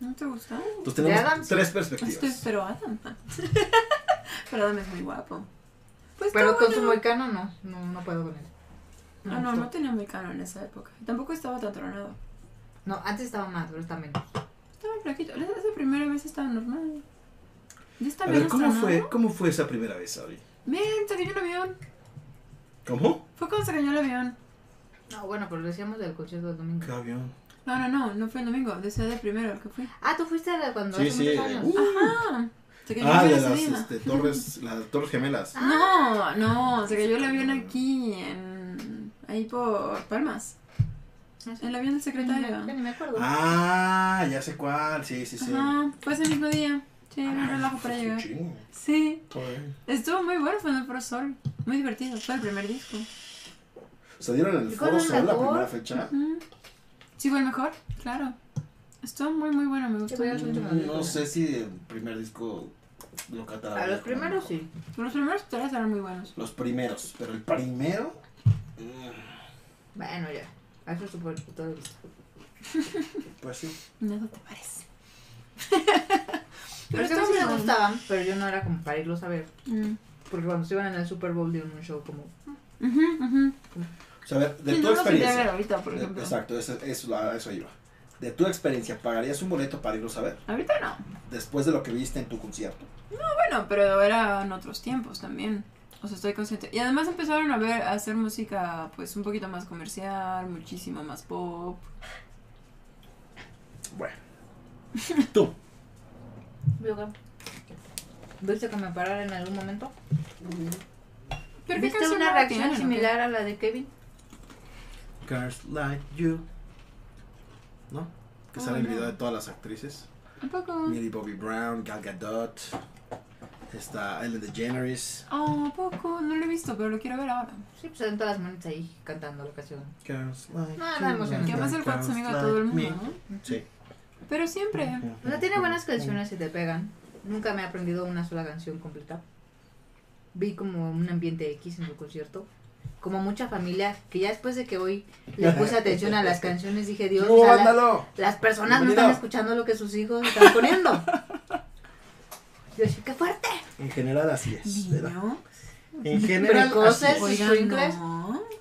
Speaker 2: ¿No te gusta?
Speaker 1: Entonces
Speaker 3: ¿De
Speaker 1: tenemos
Speaker 3: Adams?
Speaker 1: tres
Speaker 2: Estoy,
Speaker 1: perspectivas.
Speaker 2: pero Adam. Pero Adam es muy guapo. Pues
Speaker 3: Pero
Speaker 2: está
Speaker 3: con su
Speaker 2: bueno.
Speaker 3: moicano no, no, no puedo con él.
Speaker 2: No,
Speaker 3: me
Speaker 2: no,
Speaker 3: gustó.
Speaker 2: no tenía mecano en esa época. Tampoco estaba tan tronado.
Speaker 3: No, antes estaba más, pero está menos.
Speaker 2: Estaba flaquito. La- Esa primera vez estaba normal. Ya está
Speaker 1: A
Speaker 2: bien
Speaker 1: ver, ¿cómo
Speaker 2: tronado.
Speaker 1: fue, ¿cómo fue esa primera vez, Ari?
Speaker 2: Miren, se cayó el avión.
Speaker 1: ¿Cómo?
Speaker 2: Fue cuando se cayó el avión.
Speaker 3: No, bueno, pero lo decíamos del concierto del domingo.
Speaker 1: ¿Qué avión?
Speaker 2: No, no, no, no fue el domingo. Decía de primero el que fui.
Speaker 3: Ah, tú fuiste a la- cuando
Speaker 1: Sí,
Speaker 3: hace
Speaker 1: sí.
Speaker 3: muchos
Speaker 1: de-
Speaker 3: años.
Speaker 1: ¡Uh!
Speaker 2: Ajá. Se Ah, cayó
Speaker 1: ah,
Speaker 2: el
Speaker 1: de
Speaker 2: avión
Speaker 1: las
Speaker 2: ese día.
Speaker 1: este, torres, las torres gemelas.
Speaker 2: No,
Speaker 3: Ah,
Speaker 2: no, se cayó el
Speaker 1: Se
Speaker 2: avión
Speaker 1: cayó.
Speaker 2: aquí, en, ahí por Palmas.
Speaker 3: No sé.
Speaker 2: El avión del
Speaker 3: Ya
Speaker 2: secretario.
Speaker 3: Ah, ni me acuerdo.
Speaker 1: Ah, ya sé cuál, sí, sí, Ah, sí.
Speaker 2: Ajá, fue ese mismo día. Sí, era un relajo para llegar. Sí, estuvo muy bueno, fue en el Pro Sol. Muy divertido, fue el primer disco.
Speaker 1: ¿Se dieron en el
Speaker 3: ¿Y
Speaker 1: Foro
Speaker 3: cuál
Speaker 1: Sol la
Speaker 3: ganador?
Speaker 1: primera fecha?
Speaker 2: Mm. Sí, fue el mejor, claro. Estuvo muy, muy bueno, me gustó
Speaker 3: Qué bueno.
Speaker 2: mucho.
Speaker 3: Mm,
Speaker 1: No
Speaker 3: no
Speaker 1: sé
Speaker 3: sé
Speaker 1: si el primer disco lo catalogaría.
Speaker 3: A los primeros sí.
Speaker 2: Los primeros tres eran muy buenos.
Speaker 1: Los primeros, pero el primero. mm,
Speaker 3: Bueno, ya. A Eso supo el puto de vista.
Speaker 1: Pues sí.
Speaker 2: Nada te parece.
Speaker 3: Pero es que a mí
Speaker 2: estuvo
Speaker 3: sí
Speaker 2: muy
Speaker 3: me
Speaker 2: bueno.
Speaker 3: gustaban, pero yo no era como para irlos a ver.
Speaker 2: Mm.
Speaker 3: Porque cuando se iban en el Super Bowl dieron un show como.
Speaker 2: Ujú, ujú.
Speaker 1: O sea, a ver, de
Speaker 2: Sí,
Speaker 1: tu
Speaker 2: no lo sentía ver
Speaker 1: experiencia.
Speaker 2: ahorita, por
Speaker 1: de-
Speaker 2: ejemplo.
Speaker 1: exacto, eso, eso, a eso iba. De tu experiencia, ¿pagarías un boleto para irlos a ver?
Speaker 2: Ahorita no.
Speaker 1: Después de lo que viste en tu concierto.
Speaker 2: Bueno, pero eran otros tiempos también. O sea, estoy consciente. Y además empezaron a ver, a hacer música pues un poquito más comercial, muchísimo más pop.
Speaker 1: Bueno. Tú.
Speaker 3: Yo creo. ¿Viste que me pararon en algún momento?
Speaker 2: Pero qué
Speaker 3: ¿Viste
Speaker 2: canción
Speaker 3: una
Speaker 2: nueva
Speaker 3: reacción
Speaker 2: tienen, o qué?
Speaker 3: similar a la de Kevin?
Speaker 1: Girls Like You. ¿No? Que
Speaker 2: Oh,
Speaker 1: sale el
Speaker 2: no.
Speaker 1: video de todas las actrices.
Speaker 2: Un poco.
Speaker 1: Millie Bobby Brown, Gal Gadot, está Ellen DeGeneres.
Speaker 2: Oh, poco. No lo he visto, pero lo quiero ver ahora.
Speaker 3: Sí, pues salen todas las manitas ahí cantando la canción.
Speaker 1: Girls Like
Speaker 3: No, era
Speaker 2: Ah,
Speaker 3: emocionante.
Speaker 2: pues, Que además el cuate es amigo de todo el mundo, ¿no?
Speaker 1: Sí.
Speaker 2: Pero siempre.
Speaker 3: O sea, tiene buenas canciones y te pegan. Nunca me he aprendido una sola canción completa. Vi como un ambiente X en su concierto. Como mucha familia, que ya después de que hoy le puse atención a las canciones, dije, Dios,
Speaker 1: ¡No,
Speaker 3: o sea, la-
Speaker 1: ándalo!
Speaker 3: las personas no
Speaker 1: Bienvenido.
Speaker 3: están escuchando lo que sus hijos están poniendo. Yo dije, ¡qué fuerte!
Speaker 1: En general así es. ¿verdad?
Speaker 2: Niño.
Speaker 1: En general
Speaker 3: Precoces.
Speaker 1: así es.
Speaker 3: Oigan,
Speaker 2: Sprinkles.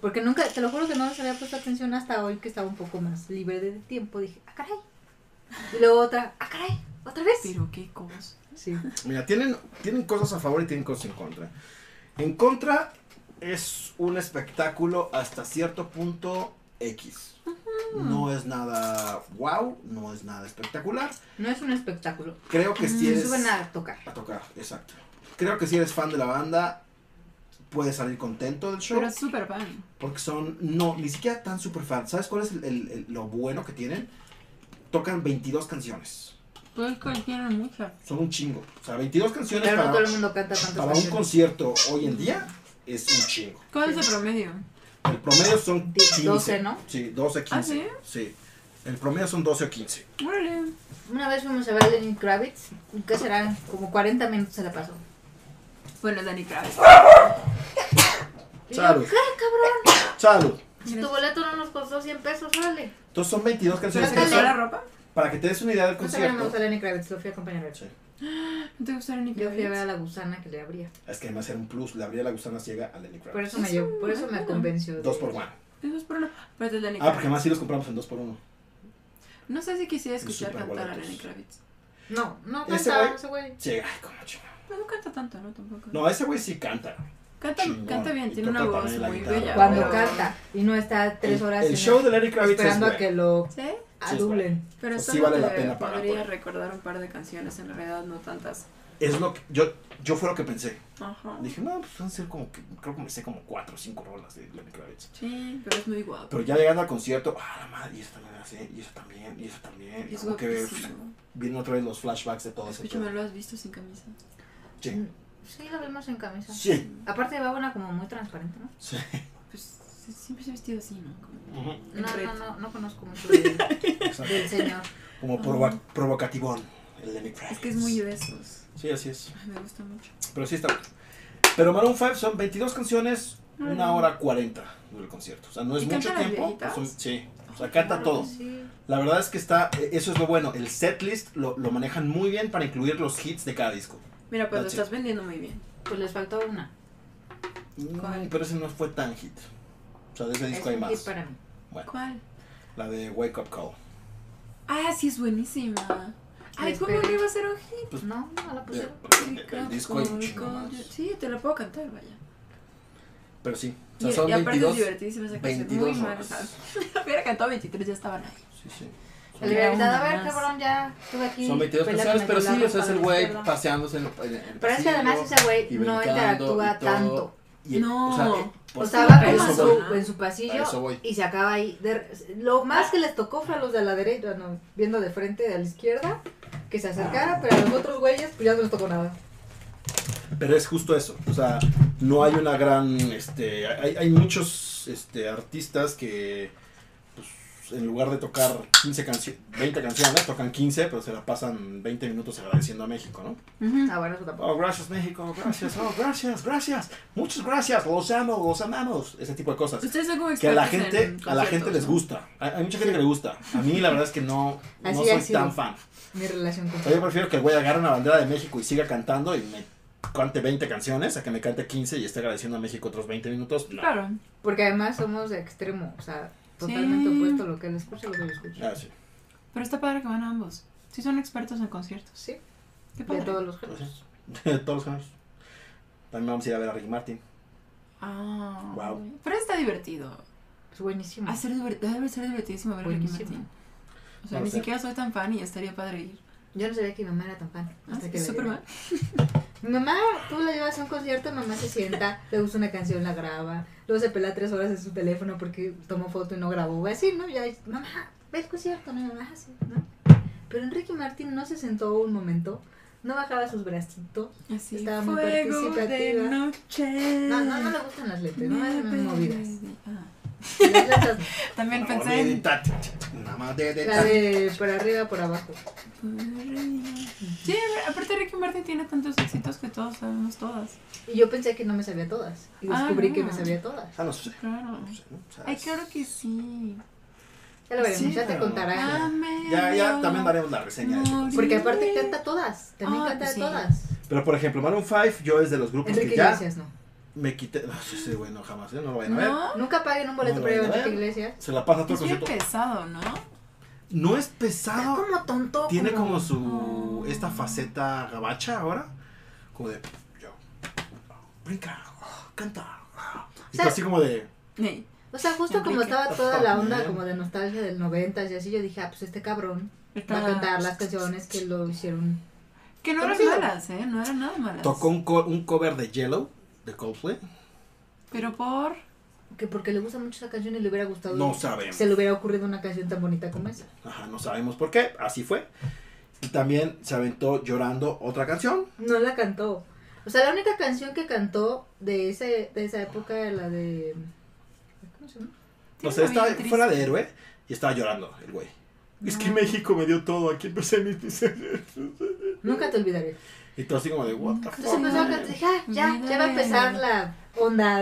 Speaker 3: Porque nunca, te lo juro que no les había puesto atención hasta hoy que estaba un poco más libre de tiempo. Dije, ¡ah, caray! Y luego otra, ¡ah, caray! ¿Otra vez?
Speaker 2: Pero qué cosa.
Speaker 3: Sí.
Speaker 1: Mira, tienen, tienen cosas a favor y tienen cosas en contra. En contra es un espectáculo hasta cierto punto X. No es nada wow, no es nada espectacular.
Speaker 3: No es un espectáculo.
Speaker 1: Creo que si
Speaker 3: Se
Speaker 1: eres...
Speaker 3: suben a tocar.
Speaker 1: A tocar, exacto. Creo que si eres fan de la banda, puedes salir contento del show.
Speaker 2: Pero es súper pan.
Speaker 1: Porque son, no, ni siquiera tan super fan. ¿Sabes cuál es el- el- el- lo bueno que tienen? Tocan 22 canciones.
Speaker 2: Pues cualquiera muchas.
Speaker 1: Son un chingo. O sea, 22 canciones
Speaker 3: Pero no
Speaker 1: para,
Speaker 3: todo el mundo canta tantas
Speaker 1: para un
Speaker 3: canciones.
Speaker 1: concierto hoy en día es un chingo.
Speaker 2: ¿Cuál es el promedio?
Speaker 1: El promedio son
Speaker 3: Die-
Speaker 1: 15,
Speaker 3: 12, ¿no?
Speaker 1: Sí, 12, 15.
Speaker 2: ¿Ah, sí?
Speaker 1: Sí. El promedio son 12 o 15.
Speaker 2: Órale.
Speaker 3: Una vez fuimos a ver a Lenny Kravitz, y ¿qué será? Como 40 minutos se la pasó.
Speaker 2: Bueno, Dani Kravitz.
Speaker 3: Y yo,
Speaker 1: Salud.
Speaker 3: ¿Qué, cabrón?
Speaker 1: Salud.
Speaker 3: Si tu boleto no nos costó 100 pesos, dale.
Speaker 1: Entonces son 22
Speaker 2: ¿Pero
Speaker 1: canciones.
Speaker 2: te
Speaker 1: que
Speaker 2: gustó
Speaker 1: son-
Speaker 2: la ropa?
Speaker 1: para que te des una idea del
Speaker 3: No sabía me
Speaker 1: concierto.
Speaker 3: gusta Lenny Kravitz, lo fui a acompañar a ver.
Speaker 1: Sí.
Speaker 2: ¿No te gustaron ni
Speaker 3: Yo fui a ver a
Speaker 2: Kravitz?
Speaker 3: la gusana que le abría.
Speaker 1: Es que además era un plus. Le abría la gusana ciega a Lenny
Speaker 3: Por
Speaker 1: Kravitz.
Speaker 3: eso me, llevó, por eso me convenció. de-
Speaker 1: Dos por one.
Speaker 2: Eso es por uno. Pero es Dani
Speaker 1: Ah, porque
Speaker 2: Kravitz.
Speaker 1: además sí los compramos en dos por uno.
Speaker 2: No sé si quisiera escuchar
Speaker 1: Súper
Speaker 2: cantar a
Speaker 1: boletos.
Speaker 2: Lenny Kravitz.
Speaker 3: No, no
Speaker 1: Ese
Speaker 3: cantaba
Speaker 1: güey-
Speaker 3: ese güey.
Speaker 1: Sí, ay, como chingón.
Speaker 2: Pero no canta tanto, ¿no? Tampoco.
Speaker 1: No, ese güey sí canta.
Speaker 2: Canta,
Speaker 1: chingón.
Speaker 2: canta bien,
Speaker 1: Y
Speaker 2: tiene una
Speaker 1: toca
Speaker 2: voz
Speaker 1: también la
Speaker 2: muy
Speaker 1: guitarra.
Speaker 2: bella.
Speaker 3: Cuando
Speaker 2: pero-
Speaker 3: canta y no está tres horas
Speaker 1: Ah. El
Speaker 3: en-
Speaker 1: show de Lenny Kravitz es
Speaker 3: esperando a
Speaker 1: bueno.
Speaker 3: que lo
Speaker 2: ¿Sí?
Speaker 1: Sí, es
Speaker 3: adulen.
Speaker 2: Pero
Speaker 1: Pues sí
Speaker 2: solo
Speaker 1: vale la
Speaker 2: te
Speaker 1: pena pagar
Speaker 2: podría
Speaker 1: por él.
Speaker 2: recordar un par de canciones, en realidad no tantas.
Speaker 1: Es lo que yo, yo fue lo que pensé.
Speaker 2: Ajá.
Speaker 1: Dije, no, pues van a ser como que, creo que me sé como cuatro o cinco rolas de Lenny Kravitz.
Speaker 2: Sí, pero es muy guapo.
Speaker 1: Pero ya llegando al concierto, ah, la madre, y esa también la sé, y esa también, y esa también.
Speaker 2: Es
Speaker 1: como que ve-
Speaker 2: guapísimo.
Speaker 1: vienen otra vez los flashbacks de todo ese
Speaker 2: Escúchame, mm.
Speaker 1: pedo.
Speaker 2: lo has visto sin camisa.
Speaker 1: Sí.
Speaker 3: Sí, lo vimos en camisa.
Speaker 1: Sí.
Speaker 3: Aparte va una como muy transparente, ¿no?
Speaker 1: Sí.
Speaker 2: Pues sí, siempre se ha vestido así, ¿no? Como-
Speaker 1: Ujú,
Speaker 3: No,
Speaker 2: Red.
Speaker 3: no, no, no conozco mucho de-
Speaker 1: exacto.
Speaker 3: del señor.
Speaker 1: Como provo- provocativón, el Lenny Kravitz.
Speaker 2: Mm. Es que es muy de esos.
Speaker 1: Sí, así es.
Speaker 2: Ay, me gusta mucho.
Speaker 1: Pero sí está bueno. Pero Maroon 5 son 22 canciones, una
Speaker 2: Ujú.
Speaker 1: hora 40 dura el concierto. O sea, no es
Speaker 2: ¿Y
Speaker 1: mucho
Speaker 2: cantan las
Speaker 1: tiempo.
Speaker 2: viejitas?
Speaker 1: pues son- sí, o sea, canta todo.
Speaker 3: Sí.
Speaker 1: La verdad es que está, e- eso es lo bueno. El setlist lo, lo manejan muy bien para incluir los hits de cada disco.
Speaker 2: Mira, pues lo
Speaker 1: Noche.
Speaker 2: estás vendiendo muy bien.
Speaker 3: Pues les faltó una.
Speaker 1: Mm, Pero ese no fue tan hit. O sea, de ese
Speaker 3: Es
Speaker 1: disco hay
Speaker 3: un hit
Speaker 1: más.
Speaker 3: para mí.
Speaker 1: Bueno,
Speaker 2: ¿Cuál?
Speaker 1: la de Wake Up Call.
Speaker 2: Ah, sí, es buenísima. Ay,
Speaker 3: Ay,
Speaker 2: ¿cómo
Speaker 3: espera.
Speaker 2: no iba a ser un hit?
Speaker 1: Pues-
Speaker 3: No, no la
Speaker 1: De-
Speaker 3: pusieron.
Speaker 1: de- de- del disco hay un chingo
Speaker 2: Con-
Speaker 1: más.
Speaker 2: Sí, te la puedo cantar, vaya.
Speaker 1: Pero sí, o
Speaker 2: Y,
Speaker 1: sea, son
Speaker 2: y aparte
Speaker 1: 22,
Speaker 2: es divertidísima esa canción.
Speaker 1: 22
Speaker 2: muy mal.
Speaker 1: horas.
Speaker 2: ¿sabes? Hubiera cantado 23, ya estaban ahí.
Speaker 1: Sí, sí.
Speaker 3: Le hubiera
Speaker 2: Era
Speaker 3: gritado,
Speaker 2: una
Speaker 3: a ver,
Speaker 2: más".
Speaker 3: cabrón, ya estuve aquí.
Speaker 1: Son 22
Speaker 3: pelando
Speaker 1: canciones,
Speaker 3: con
Speaker 1: pero
Speaker 3: la
Speaker 1: sí, o sea,
Speaker 3: ropa
Speaker 1: es
Speaker 3: de
Speaker 1: el
Speaker 3: la
Speaker 1: güey
Speaker 3: izquierda.
Speaker 1: paseándose en, el- en el
Speaker 3: Pero es que además
Speaker 1: pasillo
Speaker 3: ese güey
Speaker 1: y
Speaker 3: no
Speaker 1: brincando
Speaker 3: interactúa
Speaker 1: y todo.
Speaker 3: tanto.
Speaker 1: Y,
Speaker 2: No.
Speaker 1: o sea, eh,
Speaker 3: O
Speaker 1: pues,
Speaker 3: sea, va
Speaker 1: a
Speaker 3: como
Speaker 1: eso
Speaker 3: a
Speaker 1: voy.
Speaker 3: su, en su
Speaker 1: A
Speaker 3: pasillo
Speaker 1: eso voy.
Speaker 3: y se acaba ahí. De- lo más que les tocó fue a los de la derecha, no, viendo de frente a la izquierda, que se acercara, pero a los otros güeyes pues ya no les tocó nada.
Speaker 1: Pero es justo eso, o sea, no hay una gran, este, hay, hay muchos, este, artistas que, pues, en lugar de tocar 15 canciones, 20 canciones, tocan 15, pero se la pasan 20 minutos agradeciendo a México, ¿no?
Speaker 3: Ah, bueno, eso tampoco.
Speaker 1: Oh, gracias México, gracias, oh, gracias, gracias, muchas gracias, los amo, los amamos, ese tipo de cosas.
Speaker 2: Ustedes son como
Speaker 1: Que a
Speaker 2: expertos
Speaker 1: la gente,
Speaker 2: en
Speaker 1: a la gente
Speaker 2: conciertos,
Speaker 1: les
Speaker 2: ¿no?
Speaker 1: gusta, hay, hay mucha gente que le gusta, a mí la verdad es que no, no
Speaker 3: Así
Speaker 1: soy
Speaker 3: ha sido.
Speaker 1: tan fan.
Speaker 3: Mi relación con
Speaker 1: O sea, yo prefiero que el güey agarre una bandera de México y siga cantando y me cante 20 canciones a que me cante 15 y esté agradeciendo a México otros 20 minutos. No.
Speaker 2: Claro.
Speaker 3: Porque además somos de extremo, o sea, totalmente
Speaker 2: Sí.
Speaker 3: opuesto a lo que él escucha y lo que yo escucho.
Speaker 1: Ah, sí.
Speaker 2: Pero está padre que van ambos. Sí son expertos en conciertos.
Speaker 3: Sí,
Speaker 2: Qué
Speaker 3: de
Speaker 2: padre.
Speaker 3: todos los
Speaker 1: Pues
Speaker 3: géneros.
Speaker 1: sí. De todos los géneros. También vamos a ir a ver a Ricky Martin.
Speaker 2: Ah.
Speaker 1: Wow.
Speaker 2: Pero está divertido.
Speaker 3: Es buenísimo.
Speaker 1: Ah,
Speaker 2: Hacer divert- Debe ser divertidísimo ver a Ricky
Speaker 3: Mm. Buenísimo.
Speaker 2: Martin. O sea,
Speaker 1: No
Speaker 2: ni
Speaker 1: sé.
Speaker 2: siquiera soy tan fan y estaría padre ir.
Speaker 3: Yo no sabía que mi mamá era tan fan.
Speaker 2: Ah,
Speaker 3: Hasta que
Speaker 2: es
Speaker 3: la
Speaker 2: súper
Speaker 3: llevé.
Speaker 2: mal.
Speaker 3: Mi mamá, tú la llevas a un concierto, mamá se sienta, le gusta una canción, la graba, luego se pela tres horas en su teléfono porque tomó foto y no grabó, así, ¿no? Ya, mamá, ve el concierto, no, mamá, así, ¿no? Pero Enrique Martín no se sentó un momento, no bajaba sus bracitos,
Speaker 2: Así,
Speaker 3: Estaba muy
Speaker 2: fuego de
Speaker 3: participativa.
Speaker 2: noche.
Speaker 3: no, no, no le gustan las letras, no
Speaker 2: me
Speaker 3: son movidas.
Speaker 2: perdí. Ah.
Speaker 3: Las letras,
Speaker 2: También
Speaker 1: Nada más
Speaker 2: pensé
Speaker 1: de
Speaker 2: en...
Speaker 1: tat, nada más de- de
Speaker 3: la
Speaker 1: tat.
Speaker 3: de por arriba, por abajo.
Speaker 2: Sí, aparte Ricky Martin tiene tantos éxitos que todos sabemos todas.
Speaker 3: Y yo pensé que no me sabía todas, y
Speaker 2: Ah,
Speaker 3: descubrí que
Speaker 2: no.
Speaker 3: me sabía todas.
Speaker 1: Ah, no sé.
Speaker 2: Claro.
Speaker 1: no sé, ¿no? O sea,
Speaker 2: Ay,
Speaker 1: es-
Speaker 2: claro que sí.
Speaker 3: Ya lo veremos,
Speaker 1: Sí,
Speaker 3: Ah, ya te
Speaker 1: pero-
Speaker 3: contará.
Speaker 2: Dame
Speaker 1: Ya, ya,
Speaker 2: lo-
Speaker 1: también daremos la reseña. de ese concierto.
Speaker 3: Porque aparte canta todas, también
Speaker 2: Ah,
Speaker 3: canta
Speaker 2: sí.
Speaker 3: todas.
Speaker 1: Pero por ejemplo, Maroon 5, yo es de los grupos
Speaker 3: Enrique
Speaker 1: que ya
Speaker 3: Iglesias no.
Speaker 1: me quité. No, sí, sí, bueno, jamás, ¿eh? no lo vayan a ver.
Speaker 2: ¿No?
Speaker 3: Nunca paguen un boleto
Speaker 1: No,
Speaker 3: para ir a
Speaker 1: no,
Speaker 3: Enrique
Speaker 1: no.
Speaker 3: Iglesias.
Speaker 1: Se la pasa todo el
Speaker 2: Es
Speaker 3: Pues
Speaker 2: bien
Speaker 1: concierto.
Speaker 2: pesado, ¿no?
Speaker 1: No es
Speaker 3: Está
Speaker 1: pesado.
Speaker 3: como tonto.
Speaker 1: Ah, Tiene como su.
Speaker 2: Oh.
Speaker 1: esta faceta gabacha ahora. Como de. Yo. Brinca. Canta. Y
Speaker 3: sea,
Speaker 1: tú así como de.
Speaker 2: Sí.
Speaker 3: O sea, justo como
Speaker 2: Enrique.
Speaker 3: estaba toda la onda
Speaker 1: Bien.
Speaker 3: como de nostalgia del 90 y así, yo dije, ah, pues este cabrón va
Speaker 1: Ah.
Speaker 3: a cantar las canciones que lo hicieron.
Speaker 2: Que no eran
Speaker 3: Conocido.
Speaker 2: malas, ¿eh? No eran nada malas.
Speaker 1: Tocó un, co- un cover de Yellow de Coldplay.
Speaker 2: Pero por...
Speaker 3: Que porque le gusta mucho esa canción y le hubiera gustado.
Speaker 1: No sabemos.
Speaker 3: Se le hubiera ocurrido una canción tan bonita como esa.
Speaker 1: Ajá, no sabemos por qué. Así fue. Y también se aventó llorando otra canción.
Speaker 3: No la cantó. O sea, la única canción que cantó de, ese, de esa época era la de. ¿Cómo se llama?
Speaker 1: O sea,
Speaker 2: Tiene una vida
Speaker 1: estaba
Speaker 2: triste.
Speaker 1: fuera de héroe y estaba llorando el güey. Es que
Speaker 3: No.
Speaker 1: México me dio todo, aquí empecé mis
Speaker 3: Nunca te olvidaré.
Speaker 1: Y todo así como de, what the
Speaker 3: Entonces
Speaker 1: fuck.
Speaker 3: empezó a
Speaker 1: man?"
Speaker 3: cantar, dije, ah, ya, ya va a
Speaker 2: Olvídame.
Speaker 3: empezar la onda.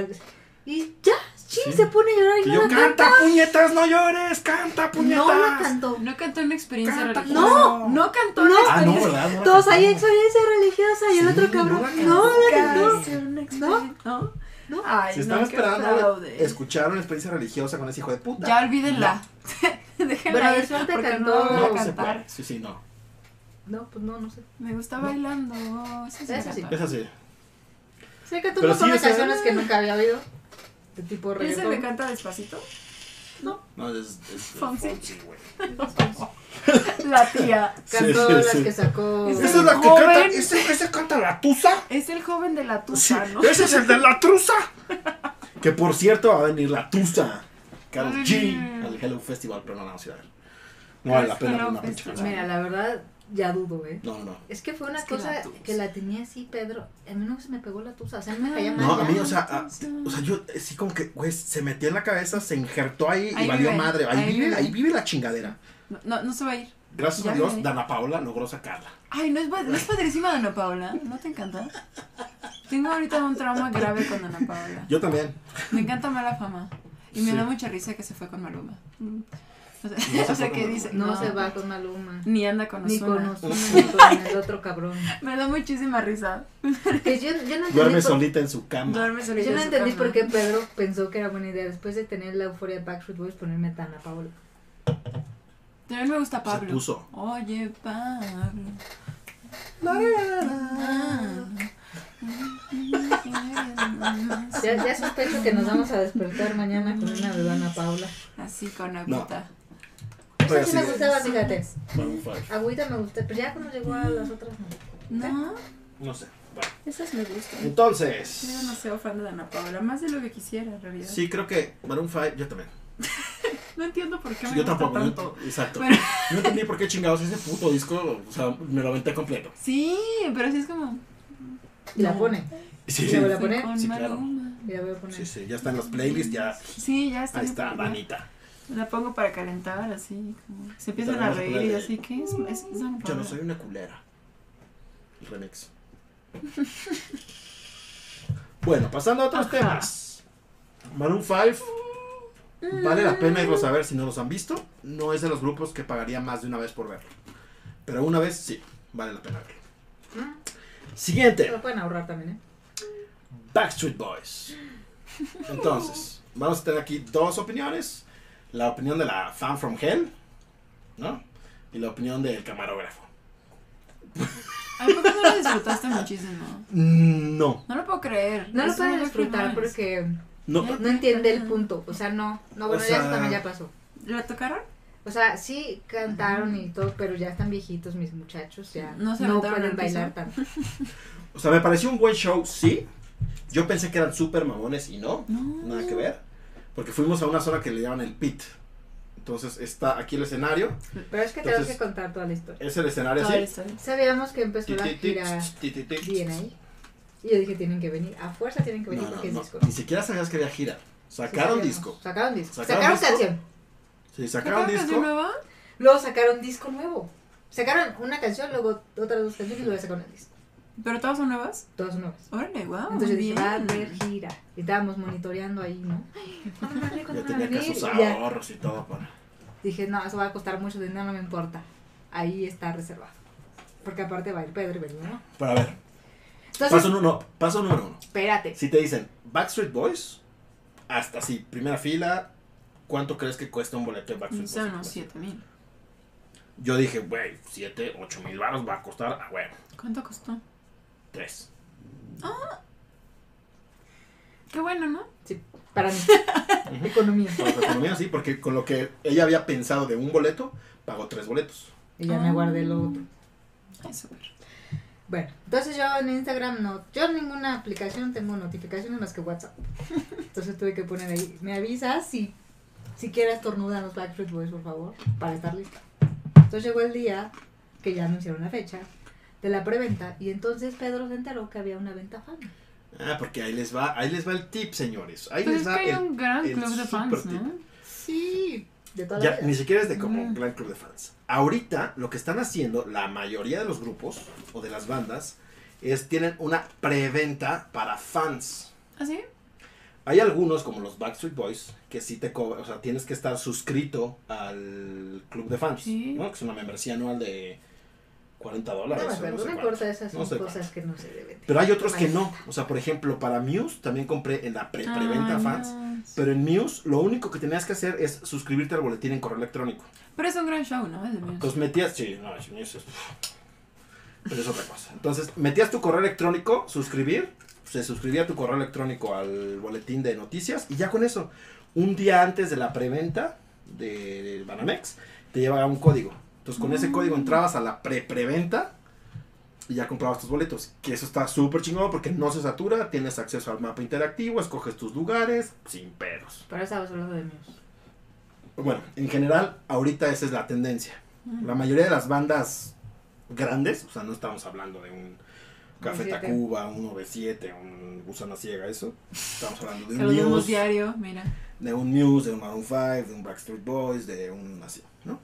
Speaker 3: Y ya, sí,
Speaker 1: Sí.
Speaker 3: se pone a llorar y
Speaker 1: Y
Speaker 3: no
Speaker 1: yo,
Speaker 3: la canta.
Speaker 1: canta puñetas, no llores, canta puñetas.
Speaker 3: No la cantó.
Speaker 2: No cantó una experiencia
Speaker 1: Canta,
Speaker 2: religiosa.
Speaker 1: no.
Speaker 2: No cantó
Speaker 3: No.
Speaker 2: una
Speaker 1: Ah, no,
Speaker 2: experiencia.
Speaker 1: ¿verdad? No la
Speaker 3: Todos ahí,
Speaker 1: cantamos.
Speaker 3: experiencia religiosa. Y el
Speaker 1: Sí,
Speaker 3: otro
Speaker 1: no
Speaker 3: cabrón,
Speaker 1: la cantó.
Speaker 3: no la
Speaker 2: Nunca
Speaker 3: cantó.
Speaker 2: hice una experiencia. ¿No?
Speaker 3: No.
Speaker 2: Ay,
Speaker 1: Se
Speaker 2: no,
Speaker 1: estaba
Speaker 2: qué
Speaker 1: esperando
Speaker 2: fraude.
Speaker 1: escuchar una experiencia religiosa con ese hijo de puta.
Speaker 2: Ya olvídenla.
Speaker 3: Bueno,
Speaker 2: Déjenla
Speaker 3: de
Speaker 2: ir
Speaker 3: suerte
Speaker 2: porque
Speaker 3: cantó.
Speaker 2: no
Speaker 1: no,
Speaker 2: voy a
Speaker 1: no se
Speaker 2: cantar.
Speaker 1: puede. Sí, sí, no.
Speaker 3: No, pues no, no sé.
Speaker 2: Me gusta bailando. Eso sí.
Speaker 3: Eso sí.
Speaker 1: Es
Speaker 2: cantó.
Speaker 1: así.
Speaker 3: Sé que tú
Speaker 1: Pero
Speaker 3: no son
Speaker 1: sí,
Speaker 3: las
Speaker 1: o sea, eh.
Speaker 3: canciones que nunca había oído. De tipo
Speaker 2: ¿Y ese le
Speaker 3: reggaetón.
Speaker 2: canta despacito?
Speaker 1: No, es. es
Speaker 2: Fonsi.
Speaker 1: Fonsi, güey.
Speaker 2: La tía.
Speaker 3: Cantó
Speaker 1: Sí,
Speaker 3: las
Speaker 1: sí.
Speaker 3: que sacó.
Speaker 2: Ese
Speaker 1: Esa es la que
Speaker 2: Joven.
Speaker 1: canta. ¿Ese, ese canta la tusa?
Speaker 2: Es el joven de la
Speaker 1: Sí,
Speaker 2: tusa, ¿no?
Speaker 1: ese es el de la truza. que por cierto va a venir la tusa. Carol G.
Speaker 2: Mm.
Speaker 1: Al Hello Festival, pero no la vamos a ir a ver. No vale la pena ver
Speaker 2: Hello
Speaker 1: una pinche
Speaker 2: Festival.
Speaker 1: canción.
Speaker 3: Mira, la verdad, ya dudo, ¿eh?
Speaker 1: No, no, no.
Speaker 3: Es que fue una
Speaker 2: Es que
Speaker 3: cosa
Speaker 2: la tusa.
Speaker 3: que la tenía así, Pedro. A mí no se me pegó la tusa. O sea, a mí me caía mal.
Speaker 1: No,
Speaker 3: ya.
Speaker 1: a mí, o sea, a- o sea, yo eh, sí como que, güey, se metió en la cabeza, se injertó ahí y
Speaker 2: Ahí
Speaker 1: valió
Speaker 2: vive,
Speaker 1: madre. Ahí,
Speaker 2: ahí
Speaker 1: vive,
Speaker 2: vive.
Speaker 1: ahí vive la chingadera.
Speaker 2: No, no, no se va a ir.
Speaker 1: Gracias a
Speaker 2: Ya
Speaker 1: Dios,
Speaker 2: vive.
Speaker 1: Dana Paola logró sacarla.
Speaker 2: Ay, ¿no es, pa- no es padrísima Dana Paola? ¿No te encanta? Tengo ahorita un trauma grave con Dana Paola.
Speaker 1: Yo también.
Speaker 2: Me encanta Mala Fama. Y me
Speaker 1: Sí. Mm.
Speaker 2: da mucha risa que se fue con Maluma. O sea,
Speaker 1: No se
Speaker 2: o sea,
Speaker 1: fue con
Speaker 2: que
Speaker 1: Maluma.
Speaker 2: dice...
Speaker 3: No, se va con Maluma.
Speaker 2: Ni anda con
Speaker 3: Ni
Speaker 2: Ozuna.
Speaker 3: con Ozuna, ni con el otro cabrón.
Speaker 2: Me da muchísima risa.
Speaker 3: Que yo, yo no entendí,
Speaker 1: Duerme
Speaker 3: por,
Speaker 1: solita en su cama.
Speaker 2: Duerme solita
Speaker 3: yo no
Speaker 2: en su
Speaker 3: entendí
Speaker 2: cama.
Speaker 3: por qué Pedro pensó que era buena idea después de tener la euforia de Backstreet Boys ponerme a Tana Paola.
Speaker 2: También me gusta Pablo.
Speaker 1: Se puso.
Speaker 2: Oye, Pablo. Ah.
Speaker 3: Ya, ya sospecho que nos vamos a despertar mañana con una de Dana Paula.
Speaker 2: Así con la
Speaker 1: No.
Speaker 2: puta.
Speaker 3: Esa
Speaker 1: Pero
Speaker 3: sí
Speaker 1: así
Speaker 3: me
Speaker 1: de-
Speaker 3: gustaba, fíjate.
Speaker 1: Maroon five.
Speaker 3: Agüita me gusta, pero ya cuando llegó a las otras no.
Speaker 2: No,
Speaker 1: No sé. Bueno,
Speaker 2: esas me gustan. Soy
Speaker 1: entonces.
Speaker 2: demasiado fan de Ana Paula, más de lo que quisiera en realidad.
Speaker 1: Sí, creo que Maroon 5, yo también.
Speaker 2: No entiendo por qué me
Speaker 1: Pues yo
Speaker 2: gusta
Speaker 1: tampoco. yo-
Speaker 2: tanto.
Speaker 1: exacto.
Speaker 2: Pero-
Speaker 1: No entendí por qué chingados ese puto disco, o sea, me lo aventé completo.
Speaker 2: Sí, pero sí es como.
Speaker 3: Y la
Speaker 2: No.
Speaker 3: pone.
Speaker 1: Sí,
Speaker 3: Yo la
Speaker 2: fui
Speaker 3: poner?
Speaker 2: con
Speaker 1: Sí, claro.
Speaker 2: Maluma.
Speaker 3: Y la voy a poner.
Speaker 1: sí, sí, ya está en las playlists, ya.
Speaker 2: Sí, ya está.
Speaker 1: Ahí
Speaker 2: mi
Speaker 1: está,
Speaker 2: favorita.
Speaker 1: Danita.
Speaker 2: La pongo para calentar, así. Como... Se empiezan a
Speaker 1: Tenemos
Speaker 2: reír
Speaker 1: una
Speaker 2: y
Speaker 1: de-
Speaker 2: así, ¿qué es? es, es Ana
Speaker 1: Yo
Speaker 2: Paula.
Speaker 1: no soy una culera. El remix. bueno, pasando a otros
Speaker 2: Ajá.
Speaker 1: temas. Maroon 5. Vale la pena irlos a ver si no los han visto. No es de los grupos que pagaría más de una vez por verlo. Pero una vez sí, vale la pena verlo.
Speaker 3: Ah, se
Speaker 1: Siguiente,
Speaker 3: lo pueden ahorrar también, ¿eh?
Speaker 1: Backstreet Boys. Entonces, vamos a tener aquí dos opiniones. La opinión de la fan from hell, ¿no? Y la opinión del camarógrafo.
Speaker 2: ¿A poco no lo disfrutaste muchísimo?
Speaker 1: No,
Speaker 2: No lo puedo creer.
Speaker 3: No lo
Speaker 2: Es
Speaker 3: pueden
Speaker 2: una
Speaker 3: disfrutar
Speaker 2: performance.
Speaker 3: porque
Speaker 1: no,
Speaker 3: no entiende el punto. O sea, no. No, bueno,
Speaker 1: O
Speaker 3: ya
Speaker 1: sea-
Speaker 3: eso también ya pasó.
Speaker 2: ¿La tocaron?
Speaker 3: O sea, sí cantaron y todo, pero ya están viejitos mis muchachos, ya
Speaker 2: No
Speaker 3: no,
Speaker 2: se aventaron al
Speaker 3: pueden
Speaker 2: piso.
Speaker 3: bailar tanto.
Speaker 1: O sea, me pareció un buen show, sí. Yo pensé que eran súper mamones y no,
Speaker 2: No.
Speaker 1: nada que ver. Porque fuimos a una zona que le llaman el pit. Entonces está aquí el escenario.
Speaker 3: Pero es que tengo
Speaker 1: Entonces-
Speaker 3: que contar toda la historia.
Speaker 1: Es el escenario
Speaker 2: Toda la
Speaker 1: así.
Speaker 2: historia.
Speaker 3: Sabíamos que empezó
Speaker 1: Ti,
Speaker 3: la
Speaker 1: ti, ti,
Speaker 3: gira
Speaker 1: ti, ti, ti, ti.
Speaker 3: bien ahí. Y yo dije, tienen que venir, a fuerza tienen que venir
Speaker 1: No, no,
Speaker 3: porque es
Speaker 1: no,
Speaker 3: disco.
Speaker 1: Ni siquiera sabías que había gira. Sacaron
Speaker 3: Sí, sabíamos.
Speaker 1: disco.
Speaker 3: Sacaron disco.
Speaker 1: Sacaron
Speaker 3: Sacaron,
Speaker 1: disco.
Speaker 3: canción.
Speaker 1: Sí,
Speaker 2: ¿Sacaron
Speaker 1: sacaron
Speaker 2: canción
Speaker 1: disco.
Speaker 2: nueva?
Speaker 3: Luego sacaron disco nuevo. Sacaron una canción, luego otras dos canciones y luego sacaron el disco.
Speaker 2: ¿Pero todas son nuevas?
Speaker 3: Todas nuevas.
Speaker 2: Órale, guau.
Speaker 3: Entonces yo
Speaker 2: Ah, muy
Speaker 3: dije, va a haber
Speaker 2: bien.
Speaker 3: gira. Y estábamos monitoreando ahí, ¿no? ¿Cuándo van a venir?
Speaker 1: Ya
Speaker 3: ¿Cuándo van a
Speaker 1: tenía que
Speaker 3: venir?
Speaker 1: sus
Speaker 3: Y ya.
Speaker 1: ahorros y todo para.
Speaker 3: Dije, no, eso va a costar mucho dinero, no me importa. Ahí está reservado. Porque aparte va a ir Pedro y Belinda, ¿no?
Speaker 1: Pero a ver,
Speaker 3: Entonces,
Speaker 1: paso, nu- no, paso número uno.
Speaker 3: espérate.
Speaker 1: Si te dicen Backstreet Boys, hasta así, primera fila, ¿cuánto crees que cuesta un boleto de Backstreet
Speaker 2: Son unos
Speaker 1: Boys?
Speaker 2: 7 mil.
Speaker 1: Yo dije, güey, 7, 8 mil baros va a costar, ah, bueno,
Speaker 2: ¿Cuánto costó?
Speaker 1: 3.
Speaker 2: Qué bueno, ¿no?
Speaker 3: Sí, para mí. Economía.
Speaker 1: Para la economía, sí, porque con lo que ella había pensado de un boleto, pagó tres boletos.
Speaker 3: Y ya me guardé lo
Speaker 2: Ah.
Speaker 3: otro.
Speaker 2: Ay, súper.
Speaker 3: Bueno, entonces yo en Instagram no, yo en ninguna aplicación tengo notificaciones más que WhatsApp. Entonces tuve que poner ahí, me avisas si, si quieres tornudar los Backstreet Boys, por favor, para estar lista. Entonces llegó el día que ya anunciaron la fecha de la preventa y entonces Pedro se enteró que había una venta fan.
Speaker 1: Ah, porque ahí les va, ahí les va el tip, señores. Ahí
Speaker 2: Pues
Speaker 1: les
Speaker 2: es que
Speaker 1: va
Speaker 2: hay
Speaker 1: el
Speaker 2: un gran
Speaker 1: el
Speaker 2: club de fans,
Speaker 1: súper
Speaker 2: ¿no?
Speaker 3: Sí, de toda la
Speaker 1: Ya,
Speaker 3: vida.
Speaker 1: ni siquiera es de como
Speaker 2: Mm.
Speaker 1: gran club de fans. Ahorita lo que están haciendo la mayoría de los grupos o de las bandas es tienen una preventa para fans.
Speaker 2: ¿Ah, sí?
Speaker 1: Hay algunos como los Backstreet Boys que sí te cobran, o sea, tienes que estar suscrito al club de fans,
Speaker 2: Sí.
Speaker 1: ¿no? Que es una membresía anual de 40 dólares.
Speaker 3: No,
Speaker 1: o
Speaker 3: me
Speaker 1: no sé
Speaker 3: no
Speaker 1: cuánto.
Speaker 3: importa, esas son
Speaker 1: no sé
Speaker 3: cosas
Speaker 1: cuánto.
Speaker 3: que no se deben. de-
Speaker 1: Pero hay otros que no, o sea, por ejemplo, para Muse también compré en la pre- preventa
Speaker 2: Ay,
Speaker 1: fans.
Speaker 2: Ah, no.
Speaker 1: Pero en Muse lo único que tenías que hacer es suscribirte al boletín en correo electrónico.
Speaker 2: Pero es un gran show, ¿no? El de Muse.
Speaker 1: Entonces metías, sí, no, es Muse es- Pero es otra cosa. Entonces metías tu correo electrónico, suscribir, se suscribía tu correo electrónico al boletín de noticias y ya con eso, un día antes de la preventa de Banamex, te llevaba un código. Entonces con ese
Speaker 2: Mm.
Speaker 1: código entrabas a la pre-preventa y ya comprabas tus boletos. Que eso está súper chingón porque no se satura, tienes acceso al mapa interactivo, escoges tus lugares, sin pedos.
Speaker 3: Pero estabas hablando de Muse.
Speaker 1: Bueno, en general, ahorita esa es la tendencia.
Speaker 2: Mm.
Speaker 1: La mayoría de las bandas grandes, o sea, no estamos hablando de un Café
Speaker 3: 97.
Speaker 1: Tacuba, un OV7, un Gusana Ciega, eso. Estamos hablando de un
Speaker 2: Saludemos
Speaker 1: Muse,
Speaker 2: diario, mira.
Speaker 1: de un Muse, de un Maroon 5, de un Backstreet Boys, de un así, ¿no?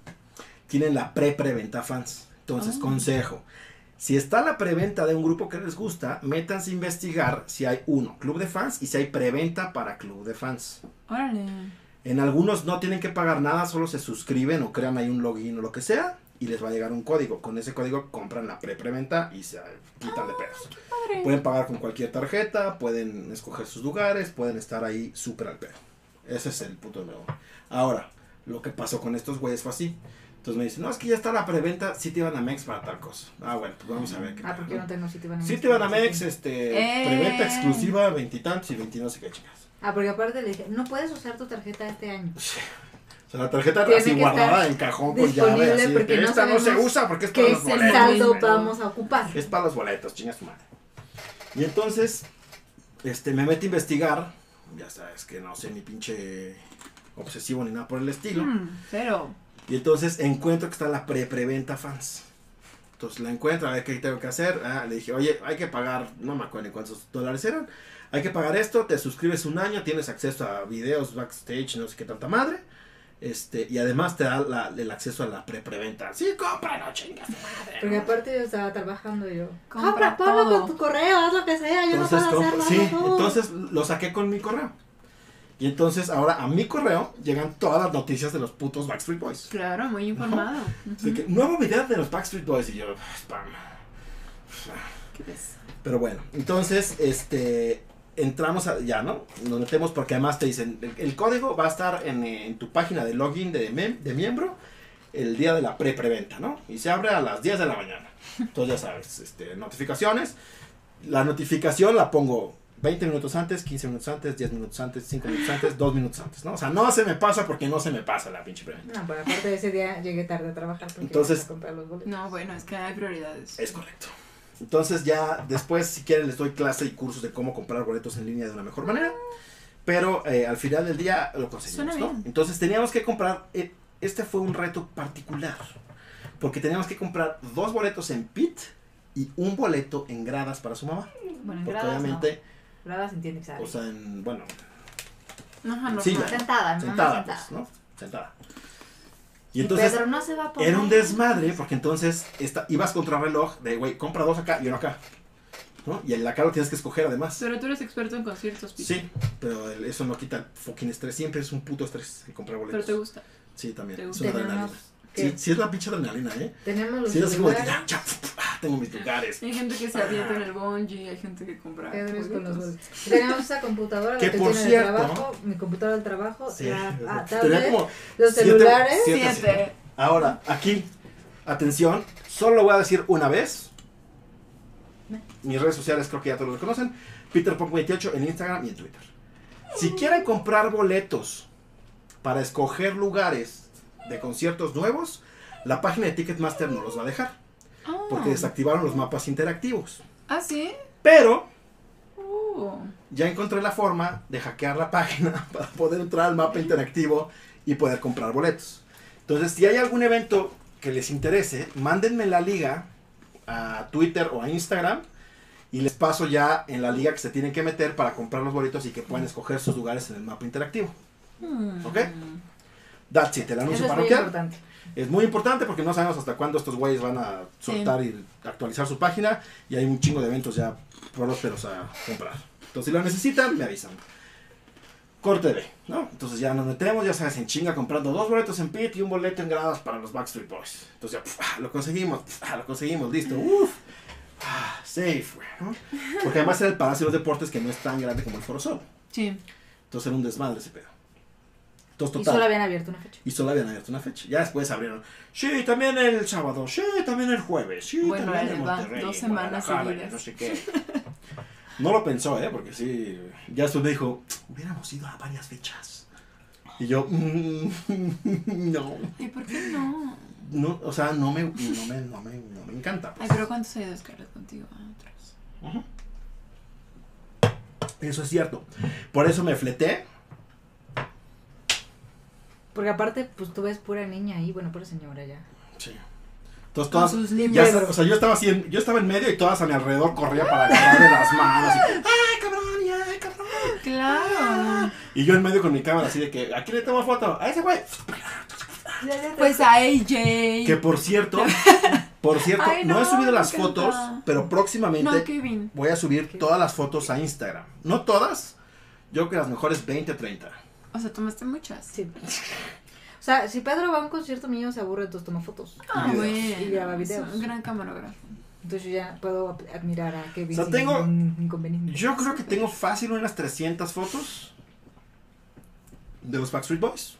Speaker 1: Tienen la pre-preventa fans. Entonces,
Speaker 2: Ah.
Speaker 1: consejo. Si está la preventa de un grupo que les gusta, métanse a investigar si hay uno, club de fans, y si hay preventa para club de fans.
Speaker 2: Órale.
Speaker 1: En algunos no tienen que pagar nada, solo se suscriben o crean ahí un login o lo que sea y les va a llegar un código. Con ese código compran la pre-preventa y se quitan de pedos.
Speaker 2: Padre.
Speaker 1: Pueden pagar con cualquier tarjeta, pueden escoger sus lugares, pueden estar ahí súper al pedo. Ese es el punto número uno. Ahora, lo que pasó con estos güeyes fue así. Entonces me dicen, no, es que ya está la preventa, si te iban a Mex para tal cosa. Ah, bueno, pues vamos a ver qué
Speaker 3: Ah,
Speaker 1: pedo,
Speaker 3: porque yo
Speaker 1: ¿no?
Speaker 3: no tengo City Banamex.
Speaker 1: Sí te iban a Mex, este,
Speaker 2: ¡Eh!
Speaker 1: preventa exclusiva, veintitantos y veintinos no sé qué chicas.
Speaker 3: Ah, porque aparte le dije, no puedes usar tu tarjeta este año.
Speaker 1: O sea, la tarjeta
Speaker 3: Tiene
Speaker 1: así
Speaker 3: que
Speaker 1: guardada
Speaker 3: estar
Speaker 1: en cajón con llave
Speaker 3: disponible
Speaker 1: así. de
Speaker 3: porque
Speaker 1: que
Speaker 3: no
Speaker 1: esta no se
Speaker 3: sabemos
Speaker 1: usa porque es para
Speaker 3: ¿Qué
Speaker 1: los boletos.
Speaker 3: saldo
Speaker 2: Bueno.
Speaker 3: vamos a ocupar?
Speaker 1: Es para los boletos, chinga su madre. Y entonces, este, me metí a investigar. Ya sabes que no soy ni pinche obsesivo ni nada por el estilo.
Speaker 2: Mm, cero.
Speaker 1: Y entonces encuentro que está la pre-preventa fans. Entonces la encuentro, a ver qué tengo que hacer. Ah, le dije, oye, hay que pagar, no me acuerdo ni cuántos dólares eran. Hay que pagar esto, te suscribes un año, tienes acceso a videos backstage, no sé qué tanta madre. Este, y además te da la- el acceso a la pre-preventa. Sí, cómpralo, chingas tu madre.
Speaker 3: Porque
Speaker 1: ¿no?
Speaker 3: aparte yo estaba trabajando y yo.
Speaker 2: Compra
Speaker 3: Compra, ponlo
Speaker 2: todo.
Speaker 3: con tu correo, haz lo que sea, yo
Speaker 1: Entonces,
Speaker 3: no puedo
Speaker 1: compro-
Speaker 3: hacerlo.
Speaker 1: sí,
Speaker 3: hazlo tú.
Speaker 1: entonces lo saqué con mi correo. Y entonces ahora a mi correo llegan todas las noticias de los putos Backstreet Boys.
Speaker 2: Claro, muy informado.
Speaker 1: Así que, nuevo video de los Backstreet Boys. Y yo, spam.
Speaker 2: ¿Qué ves?
Speaker 1: Pero bueno, entonces, este, entramos a- ya, ¿no? Nos metemos porque además te dicen, el, el código va a estar en, eh, en tu página de login de, mem- de miembro el día de la pre-preventa, ¿no? Y se abre a las 10 de la mañana. Entonces ya sabes, este, notificaciones. La notificación la pongo 20 minutos antes, 15 minutos antes, 10 minutos antes, 5 minutos antes, 2 minutos antes, ¿no? O sea, no se me pasa porque no se me pasa la pinche preventa.
Speaker 3: No, pero aparte de ese día llegué tarde a trabajar porque
Speaker 1: Entonces-
Speaker 3: iba a comprar los boletos.
Speaker 2: No, bueno, es que hay prioridades.
Speaker 1: Es correcto. Entonces ya después, si quieren, les doy clase y cursos de cómo comprar boletos en línea de una mejor manera. Pero eh, al final del día lo conseguimos,
Speaker 2: Suena
Speaker 1: ¿no?
Speaker 2: bien.
Speaker 1: Entonces teníamos que comprar, eh, este fue un reto particular, porque teníamos que comprar dos boletos en pit y un boleto en gradas para su mamá.
Speaker 3: Bueno, en
Speaker 1: Porque
Speaker 3: gradas
Speaker 1: obviamente,
Speaker 3: no. Gradas entiende que sabe.
Speaker 1: o sea, en, bueno,
Speaker 2: Ajá, no.
Speaker 1: Sí, ya.
Speaker 3: sentada, mi mamá
Speaker 1: sentada,
Speaker 3: sentada.
Speaker 1: pues, ¿no? Sentada.
Speaker 3: Y,
Speaker 1: Y entonces
Speaker 3: Pedro no se va a poner.
Speaker 1: era un desmadre porque entonces esta, ibas contra reloj de, güey, compra dos acá y uno acá. ¿no? Y el acá lo tienes que escoger además.
Speaker 2: Pero tú eres experto en conciertos, Pete.
Speaker 1: Sí, pero el- eso no quita el fucking estrés. Siempre es un puto estrés el comprar
Speaker 2: Pero
Speaker 1: boletos.
Speaker 2: te gusta.
Speaker 1: Sí, también.
Speaker 2: te
Speaker 1: Es
Speaker 2: gusta.
Speaker 1: una adrenalina.
Speaker 3: Tenemos, que-
Speaker 1: Sí, sí es la pinche adrenalina, ¿eh?
Speaker 3: tenemos los
Speaker 1: Sí, es así como de,
Speaker 3: lugares.
Speaker 1: ya, ya, ah, tengo mis lugares.
Speaker 2: Hay gente que se avienta en el bungee, hay gente que compra.
Speaker 3: Tenemos con los
Speaker 2: boletos.
Speaker 3: boletos. Tenemos esa computadora, la
Speaker 1: Que
Speaker 3: que
Speaker 1: por
Speaker 3: tiene
Speaker 1: cierto-
Speaker 3: el trabajo, mi computadora del trabajo,
Speaker 1: Sí.
Speaker 3: la
Speaker 1: Tenía
Speaker 3: ah, tablet,
Speaker 1: como
Speaker 3: los
Speaker 1: siete-
Speaker 3: celulares.
Speaker 1: siete, sí.
Speaker 2: Siete.
Speaker 1: Ahora, aquí, atención, solo lo voy a decir una vez. Mis redes sociales creo que ya todos lo conocen. PeterPunk28 en Instagram y en Twitter. Si quieren comprar boletos para escoger lugares de conciertos nuevos, la página de Ticketmaster no los va a dejar
Speaker 2: Ah.
Speaker 1: porque desactivaron los mapas interactivos.
Speaker 2: Ah, sí.
Speaker 1: Pero
Speaker 2: Uh.
Speaker 1: ya encontré la forma de hackear la página para poder entrar al mapa interactivo y poder comprar boletos. Entonces, si hay algún evento que les interese, mándenme la liga a Twitter o a Instagram y les paso ya en la liga que se tienen que meter para comprar los boletos y que puedan escoger sus lugares en el mapa interactivo.
Speaker 3: Mm.
Speaker 2: Hmm.
Speaker 1: ¿Ok? That's it, el
Speaker 3: Eso
Speaker 1: anuncio
Speaker 3: es muy
Speaker 1: parroquial.
Speaker 3: importante.
Speaker 1: Es muy importante porque no sabemos hasta cuándo estos güeyes van a soltar y actualizar su página. Y hay un chingo de eventos ya prósperos a comprar. Entonces, si lo necesitan, me avisan. Corte B, ¿no? Entonces ya nos metemos, ya sabes, en chinga comprando dos boletos en pit y un boleto en gradas para los Backstreet Boys. Entonces ya, pf, ah, lo conseguimos, pf, ah, lo conseguimos, listo, uff. Ah, safe, güey, ¿no? Porque además era el Palacio de los Deportes que no es tan grande como el Foro Sol.
Speaker 2: Sí.
Speaker 1: Entonces era un desmadre ese pedo. Entonces,
Speaker 3: Y
Speaker 1: total.
Speaker 3: solo habían abierto una fecha.
Speaker 1: Y solo habían abierto una fecha. Ya después abrieron. Sí, también el sábado. Sí, también el jueves. Sí,
Speaker 2: Bueno,
Speaker 1: también
Speaker 2: ahí
Speaker 1: en
Speaker 2: va,
Speaker 1: Monterrey.
Speaker 2: dos
Speaker 1: en
Speaker 2: semanas
Speaker 1: Guadalajara,
Speaker 2: seguidas.
Speaker 1: y No sé qué. No lo pensó, ¿eh? Porque sí. Ya después me dijo, hubiéramos ido a varias fechas. Y yo, "Mm, no.
Speaker 2: ¿Y por qué no?
Speaker 1: no. O sea, no me, no me, no me, no me encanta.
Speaker 2: Ay,
Speaker 1: pues.
Speaker 2: pero ¿cuántos hay de Scarlett contigo? Ah, tres.
Speaker 1: Ujú. Eso es cierto. Por eso me fleté.
Speaker 3: Porque aparte, pues tú ves pura niña ahí, bueno, pura señora ya.
Speaker 1: Sí. Entonces,
Speaker 2: Con
Speaker 1: todas,
Speaker 2: sus
Speaker 1: Ya,
Speaker 2: niñas.
Speaker 1: sa- o sea, yo estaba así, en, yo estaba en medio y todas a mi alrededor corrían para agarrarme las manos. Y, ¡Ay, cabrón! y, ¡Ay, cabrón!
Speaker 2: Claro.
Speaker 1: Y yo en medio con mi cámara así de que, ¿a quién le tomo foto? A ese güey.
Speaker 2: Pues a AJ.
Speaker 1: Que por cierto, por cierto,
Speaker 2: Ay,
Speaker 1: no,
Speaker 2: no,
Speaker 1: he subido
Speaker 2: me
Speaker 1: las
Speaker 2: encanta.
Speaker 1: fotos, pero próximamente
Speaker 2: No, Kevin.
Speaker 1: voy a subir todas las fotos a Instagram. No todas, yo creo que las mejores 20 o 30.
Speaker 2: O sea, tomaste muchas.
Speaker 3: Sí. O sea, si Pedro va a un concierto mío se aburre, entonces toma fotos.
Speaker 2: Ah,
Speaker 1: videos.
Speaker 2: bueno.
Speaker 3: Y graba
Speaker 2: Es
Speaker 3: videos.
Speaker 2: Un gran camarógrafo.
Speaker 3: Entonces yo ya puedo ap- admirar a Kevin.
Speaker 1: O sea,
Speaker 3: sin
Speaker 1: tengo-
Speaker 3: ningún inconveniente.
Speaker 1: Yo creo que tengo fácil unas 300 fotos de los Backstreet Boys.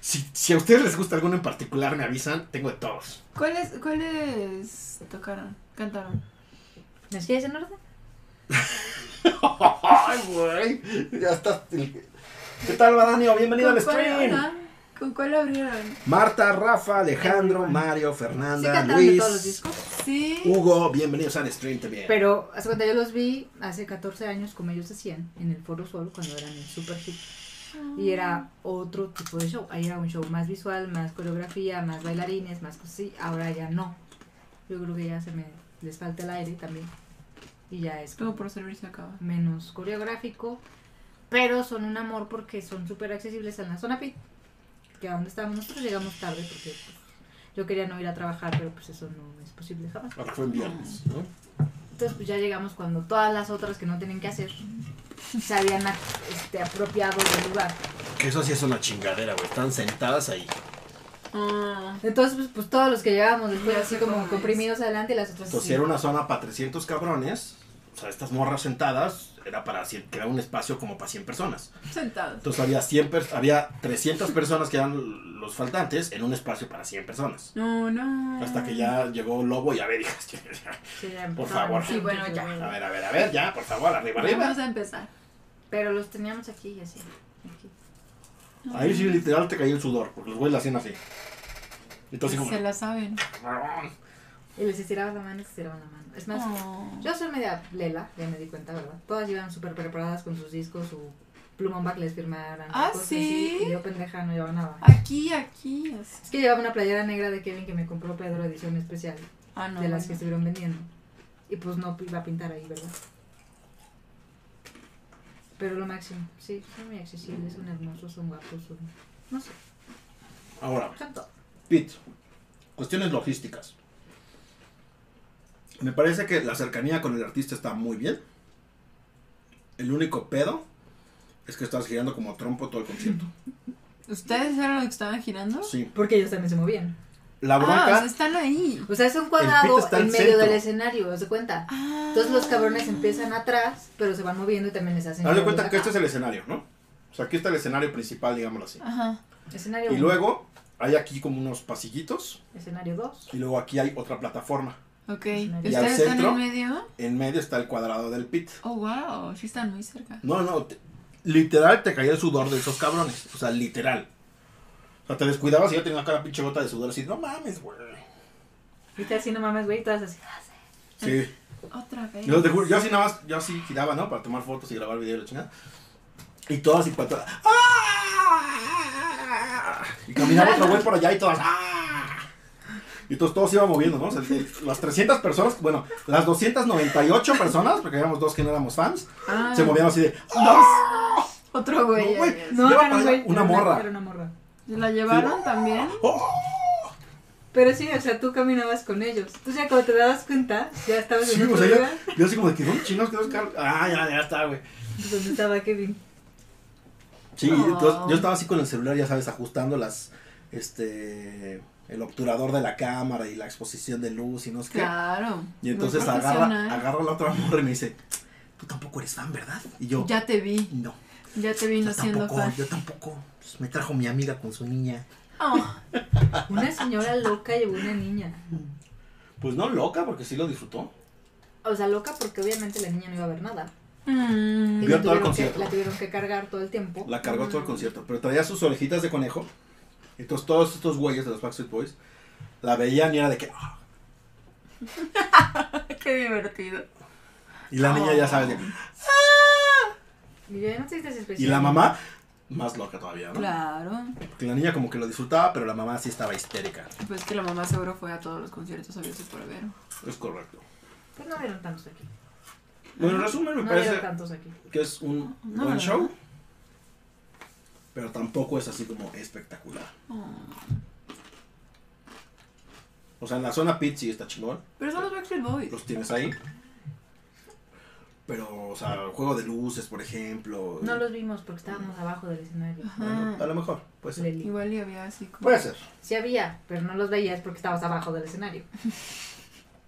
Speaker 1: Si, si a ustedes les gusta alguno en particular, me avisan, tengo de todos.
Speaker 2: ¿Cuáles, ¿Cuáles tocaron? Cantaron.
Speaker 3: ¿Nos quieres en orden?
Speaker 1: Ay, güey. Ya estás. ¿Qué tal, va Daniel? Bienvenido al
Speaker 2: ¿Con cuál-
Speaker 1: stream.
Speaker 2: ajá, ¿Con cuál abrieron?
Speaker 1: Marta, Rafa, Alejandro, Mario,
Speaker 3: Sí,
Speaker 1: Fernanda,
Speaker 3: cantaron de todos los
Speaker 1: Luis,
Speaker 3: discos.
Speaker 2: Sí.
Speaker 1: Hugo, bienvenidos al stream también.
Speaker 3: Pero, hace cuenta, yo los vi hace 14 años, como ellos hacían, en el Foro Sol, cuando eran el super hit. Y era otro tipo de show. Ahí era un show más visual, más coreografía, más bailarines, más cosas así. Ahora ya no. Yo creo que ya se me les falta el aire también. Y ya es
Speaker 2: Todo
Speaker 3: como
Speaker 2: por servirse acaba.
Speaker 3: menos coreográfico. Pero son un amor porque son súper accesibles en la zona pit. Que a donde estábamos nosotros llegamos tarde porque pues, yo quería no ir a trabajar, pero pues eso no es posible jamás.
Speaker 1: Ahora fue en viernes, ¿no?
Speaker 3: Entonces pues ya llegamos cuando todas las otras que no tienen que hacer se habían a- este, apropiado del lugar.
Speaker 1: Que eso sí es una chingadera, güey. Están sentadas ahí.
Speaker 3: Pues
Speaker 2: Ah.
Speaker 3: Entonces pues, pues, todos los que llegábamos después
Speaker 2: Ya
Speaker 3: así
Speaker 2: sé
Speaker 3: como
Speaker 2: cómo es.
Speaker 3: comprimidos adelante y las otras...
Speaker 1: Entonces
Speaker 3: así.
Speaker 1: era una zona para 300 cabrones. o sea, estas morras sentadas era para cien- crear un espacio como para 100 personas.
Speaker 2: Sentados.
Speaker 1: Entonces había, 100 pers- había 300 personas que eran los faltantes en un espacio para 100 personas.
Speaker 2: No, no.
Speaker 1: Hasta que ya llegó Lobo y a ver, hijas,
Speaker 3: Sí, ya
Speaker 1: Por
Speaker 3: empezaban
Speaker 1: favor.
Speaker 3: así,
Speaker 2: Sí, bueno, ya.
Speaker 1: a ver, a ver, a ver, ya, por favor, arriba, arriba.
Speaker 2: Vamos a empezar.
Speaker 3: Pero los teníamos aquí y así. aquí.
Speaker 1: Ahí sí literal te cayó el sudor, porque los güeyes la hacían así. Y todos así como,
Speaker 2: Se la saben.
Speaker 1: "Cabrón".
Speaker 3: Y les estirabas la mano, les estiraban la mano. Es más,
Speaker 2: Oh.
Speaker 3: yo soy media lela, ya me di cuenta, ¿verdad? Todas iban súper preparadas con sus discos, su plumón que les firmaran.
Speaker 2: Ah,
Speaker 3: cosas
Speaker 2: ¿sí?
Speaker 3: así, Y yo pendeja no llevaba nada.
Speaker 2: Aquí, aquí. así.
Speaker 3: Es que llevaba una playera negra de Kevin que me compró Pedro edición especial,
Speaker 2: Ah, no.
Speaker 3: de las que
Speaker 2: bueno.
Speaker 3: estuvieron vendiendo. Y pues no iba a pintar ahí, ¿verdad? Pero lo máximo, sí, son muy accesibles, son hermosos, son guapos, son... No sé,
Speaker 1: Ahora,
Speaker 3: son todo.
Speaker 1: Pete, cuestiones logísticas. Me parece que la cercanía con el artista está muy bien. El único pedo es que estás girando como trompo todo el concierto.
Speaker 2: ¿Ustedes eran los que estaban girando?
Speaker 1: Sí.
Speaker 3: Porque ellos también se movían.
Speaker 1: La
Speaker 2: Ah, o
Speaker 1: bronca.
Speaker 2: sea, están ahí.
Speaker 3: O sea, es un
Speaker 1: pito
Speaker 3: cuadrado
Speaker 1: está al
Speaker 3: en medio del
Speaker 1: centro.
Speaker 3: escenario, ¿se cuenta?
Speaker 2: Ah.
Speaker 3: Entonces los cabrones empiezan atrás, pero se van moviendo y también les hacen...
Speaker 1: Haz de
Speaker 3: shows
Speaker 1: cuenta
Speaker 3: acá.
Speaker 1: que este es el escenario, ¿no? O sea, aquí está el escenario principal, digámoslo así.
Speaker 2: Ajá.
Speaker 3: Escenario
Speaker 1: Y
Speaker 3: 1,
Speaker 1: luego hay aquí como unos pasillitos.
Speaker 3: escenario 2,
Speaker 1: Y luego aquí hay otra plataforma.
Speaker 2: Ok.
Speaker 3: Y al
Speaker 2: ¿Ustedes están
Speaker 1: centro.
Speaker 2: en medio?
Speaker 1: En medio está el cuadrado del pit.
Speaker 2: Oh, wow. Sí están muy cerca.
Speaker 1: No, no, te- literal te caía el sudor de esos cabrones. O sea, literal. O sea, te descuidabas y yo tenía acá la pinche gota de sudor así, no mames, güey.
Speaker 3: y te así, no mames, güey, y todas así... ah, sí.
Speaker 1: Sí.
Speaker 2: Otra vez.
Speaker 1: Yo, te juro, yo así nada más, yo así giraba, ¿no? Para tomar fotos y grabar video y la chingada. Y todas y para todas. ¡Ah! Y caminaba otro güey por allá y todas. ¡Ah! Y todos, todos se iban moviendo, ¿no? O sea, de- las 300 personas, bueno, las 298 personas, porque éramos dos que no éramos fans,
Speaker 2: Ah,
Speaker 1: se movían así de. "Ah".
Speaker 2: Otro güey.
Speaker 1: No, güey.
Speaker 2: ahí es.
Speaker 3: No,
Speaker 1: Lleva
Speaker 3: era
Speaker 1: para
Speaker 3: un güey,
Speaker 1: una
Speaker 3: era
Speaker 1: morra.
Speaker 3: Era una morra.
Speaker 2: ¿La llevaron también?
Speaker 1: ¡Oh!
Speaker 3: Pero sí, o sea, tú caminabas con ellos. Tú ya cuando te dabas cuenta, ya estabas
Speaker 1: Sí,
Speaker 3: en
Speaker 1: o
Speaker 3: otro
Speaker 1: sea, yo,
Speaker 3: lugar
Speaker 1: yo así como de que son chinos, que dos carros. Ah, ya, ya está, güey.
Speaker 3: donde estaba Kevin.
Speaker 1: Sí,
Speaker 2: Oh.
Speaker 1: entonces, yo estaba así con el celular, ya sabes, ajustando las, este, el obturador de la cámara y la exposición de luz y no sé qué.
Speaker 2: Claro.
Speaker 1: Y entonces
Speaker 2: Muy
Speaker 1: agarra,
Speaker 2: profesional.
Speaker 1: agarra la otra morra y me dice, tú tampoco eres fan, ¿verdad? Y yo,
Speaker 2: Ya te vi.
Speaker 1: no,
Speaker 2: Ya te vi
Speaker 1: yo
Speaker 2: no siendo
Speaker 1: tampoco,
Speaker 2: fan.
Speaker 1: yo tampoco. Pues, me trajo mi amiga con su niña.
Speaker 2: Oh,
Speaker 3: Una señora loca llevó una niña.
Speaker 1: Pues no, loca, porque sí lo disfrutó.
Speaker 3: O sea, loca porque obviamente la niña no iba a ver nada.
Speaker 2: mm.
Speaker 3: Y
Speaker 1: Vio
Speaker 3: la
Speaker 1: todo el
Speaker 3: tuvieron
Speaker 1: concierto.
Speaker 3: Que, la tuvieron que cargar todo el tiempo.
Speaker 1: La cargó
Speaker 2: Mm.
Speaker 1: todo el concierto, pero traía sus orejitas de conejo. Entonces todos estos güeyes de los Backstreet Boys la veían y era de que, "Ah,
Speaker 2: Qué divertido.
Speaker 1: Y la niña ya sabes. de-
Speaker 3: Y yo, no sé si estás
Speaker 1: Y
Speaker 3: especial.
Speaker 1: la mamá, más loca todavía, ¿no?
Speaker 2: Claro.
Speaker 1: Porque la niña como que lo disfrutaba, pero la mamá sí estaba histérica.
Speaker 2: Pues que la mamá seguro fue a todos los conciertos a ver si por ver.
Speaker 1: Es correcto.
Speaker 3: Pues no vieron tantos aquí.
Speaker 1: Bueno, en resumen, me
Speaker 3: No
Speaker 1: parece
Speaker 3: vieron tantos aquí.
Speaker 1: que es un
Speaker 2: No,
Speaker 1: buen
Speaker 2: ¿verdad?
Speaker 1: show. Pero tampoco es así como espectacular.
Speaker 2: Ah.
Speaker 1: O sea, en la zona pit sí está chingón.
Speaker 2: Pero son los Backstreet Boys.
Speaker 1: Los tienes ahí. Pero, o sea, el juego de luces, por ejemplo.
Speaker 3: No los vimos porque estábamos abajo del escenario.
Speaker 1: Bueno, a
Speaker 2: Ajá.
Speaker 1: lo mejor, puede ser.
Speaker 3: Leli.
Speaker 2: Igual y había así como
Speaker 1: Puede ser.
Speaker 3: Sí había, pero no los veías porque estabas abajo del escenario.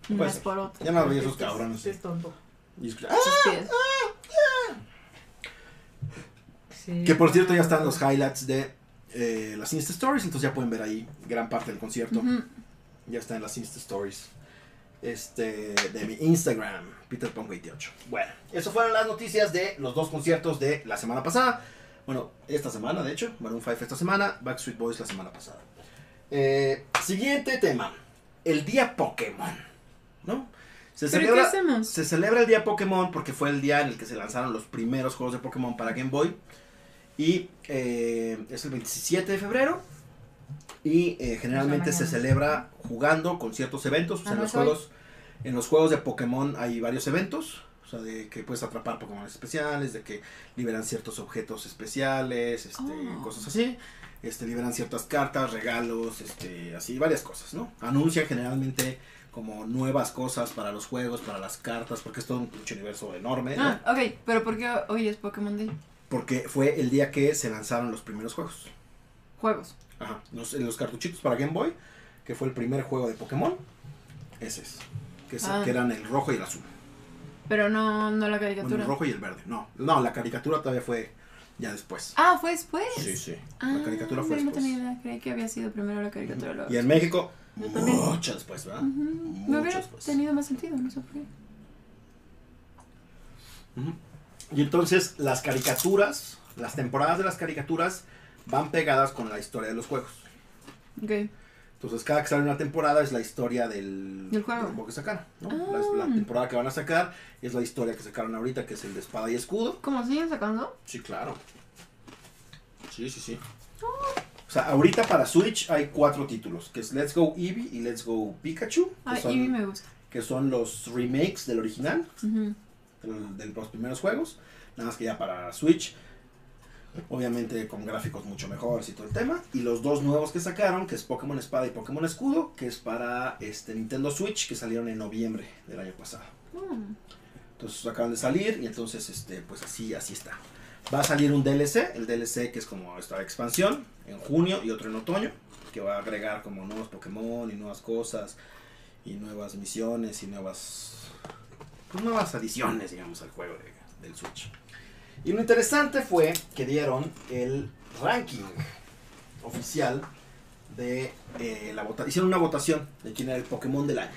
Speaker 1: puede
Speaker 2: unas
Speaker 1: ser.
Speaker 2: por otras.
Speaker 1: pues, Ya no veía esos
Speaker 3: Este es-
Speaker 1: cabrones.
Speaker 3: este es tonto.
Speaker 1: Y escucha- ¡Ah!
Speaker 2: Sus pies.
Speaker 3: Sí.
Speaker 1: Que por cierto ya están los highlights de eh, las Insta Stories, entonces ya pueden ver ahí gran parte del concierto.
Speaker 2: Ujú.
Speaker 1: Ya está en las Insta Stories. Este, de mi Instagram, PeterPunk28. Bueno, eso fueron las noticias de los dos conciertos de la semana pasada. Bueno, esta semana, de hecho, Maroon 5 esta semana, Backstreet Boys la semana pasada. Eh, siguiente tema, el día Pokémon, ¿no? Se
Speaker 2: ¿Pero qué hacemos?
Speaker 1: se celebra el día Pokémon porque fue el día en el que se lanzaron los primeros juegos de Pokémon para Game Boy. Y eh, es el 27 de febrero. Y eh, generalmente
Speaker 3: O
Speaker 1: se
Speaker 3: sea, Pues mañana.
Speaker 1: celebra jugando con ciertos eventos. O sea,
Speaker 3: Ah,
Speaker 1: en
Speaker 3: ¿no
Speaker 1: los
Speaker 3: es hoy?
Speaker 1: juegos. En los juegos de Pokémon hay varios eventos. O sea, de que puedes atrapar Pokémon especiales, de que liberan ciertos objetos especiales, este,
Speaker 2: Oh.
Speaker 1: cosas así. Este, liberan ciertas cartas, regalos, este, así, varias cosas, ¿no? Anuncian generalmente como nuevas cosas para los juegos, para las cartas, porque es todo un pinche universo enorme, Eh, ¿no?
Speaker 2: Ah, ok, pero ¿por qué hoy es Pokémon Day?
Speaker 1: Porque fue el día que se lanzaron los primeros juegos.
Speaker 2: Juegos.
Speaker 1: Ajá, los, los cartuchitos para Game Boy, que fue el primer juego de Pokémon. Ese es. Que, es-
Speaker 2: Ah.
Speaker 1: que eran el rojo y el azul.
Speaker 2: Pero no, no la
Speaker 1: Bueno,
Speaker 2: caricatura.
Speaker 1: el rojo y el verde. No, no, la caricatura todavía fue ya después.
Speaker 2: Ah, fue después.
Speaker 1: Sí, sí.
Speaker 2: Ah,
Speaker 1: La caricatura fue
Speaker 2: mira, no
Speaker 1: después.
Speaker 2: tenía idea. Creí que había sido primero la caricatura. luego.
Speaker 1: Y en México,
Speaker 3: Yo también.
Speaker 1: mucho después, ¿verdad?
Speaker 2: Ujú. Me
Speaker 1: Mucho
Speaker 2: hubiera
Speaker 1: después.
Speaker 2: tenido más sentido, no sé por qué.
Speaker 1: Y entonces las caricaturas, las temporadas de las caricaturas van pegadas con la historia de los juegos.
Speaker 2: Ok.
Speaker 1: Entonces cada que sale una temporada es la historia del,
Speaker 2: Del juego.
Speaker 1: del que sacaron. ¿no?
Speaker 2: Ah.
Speaker 1: La, la temporada que van a sacar es la historia que sacaron ahorita, que es el de espada y escudo.
Speaker 2: ¿Cómo siguen sacando?
Speaker 1: Sí, claro. Sí, sí, sí. O sea, ahorita para Switch hay cuatro títulos, que es Let's Go Eevee y Let's Go Pikachu, que,
Speaker 2: Ah,
Speaker 1: Pues son,
Speaker 2: Eevee me gusta.
Speaker 1: que son los remakes del original.
Speaker 2: Ujú.
Speaker 1: del- de los primeros juegos, nada más que ya para Switch, obviamente con gráficos mucho mejores y todo el tema, y los dos nuevos que sacaron, que es Pokémon Espada y Pokémon Escudo, que es para este Nintendo Switch, que salieron en noviembre del año pasado.
Speaker 2: Mm.
Speaker 1: Entonces acaban de salir y entonces este pues así así está. Va a salir un DLC, el DLC que es como esta expansión en junio y otro en otoño, que va a agregar como nuevos Pokémon y nuevas cosas y nuevas misiones y nuevas pues, nuevas adiciones, digamos, al juego de- del Switch. Y lo interesante fue que dieron el ranking oficial de eh, la votación. Hicieron una votación de quién era el Pokémon del año.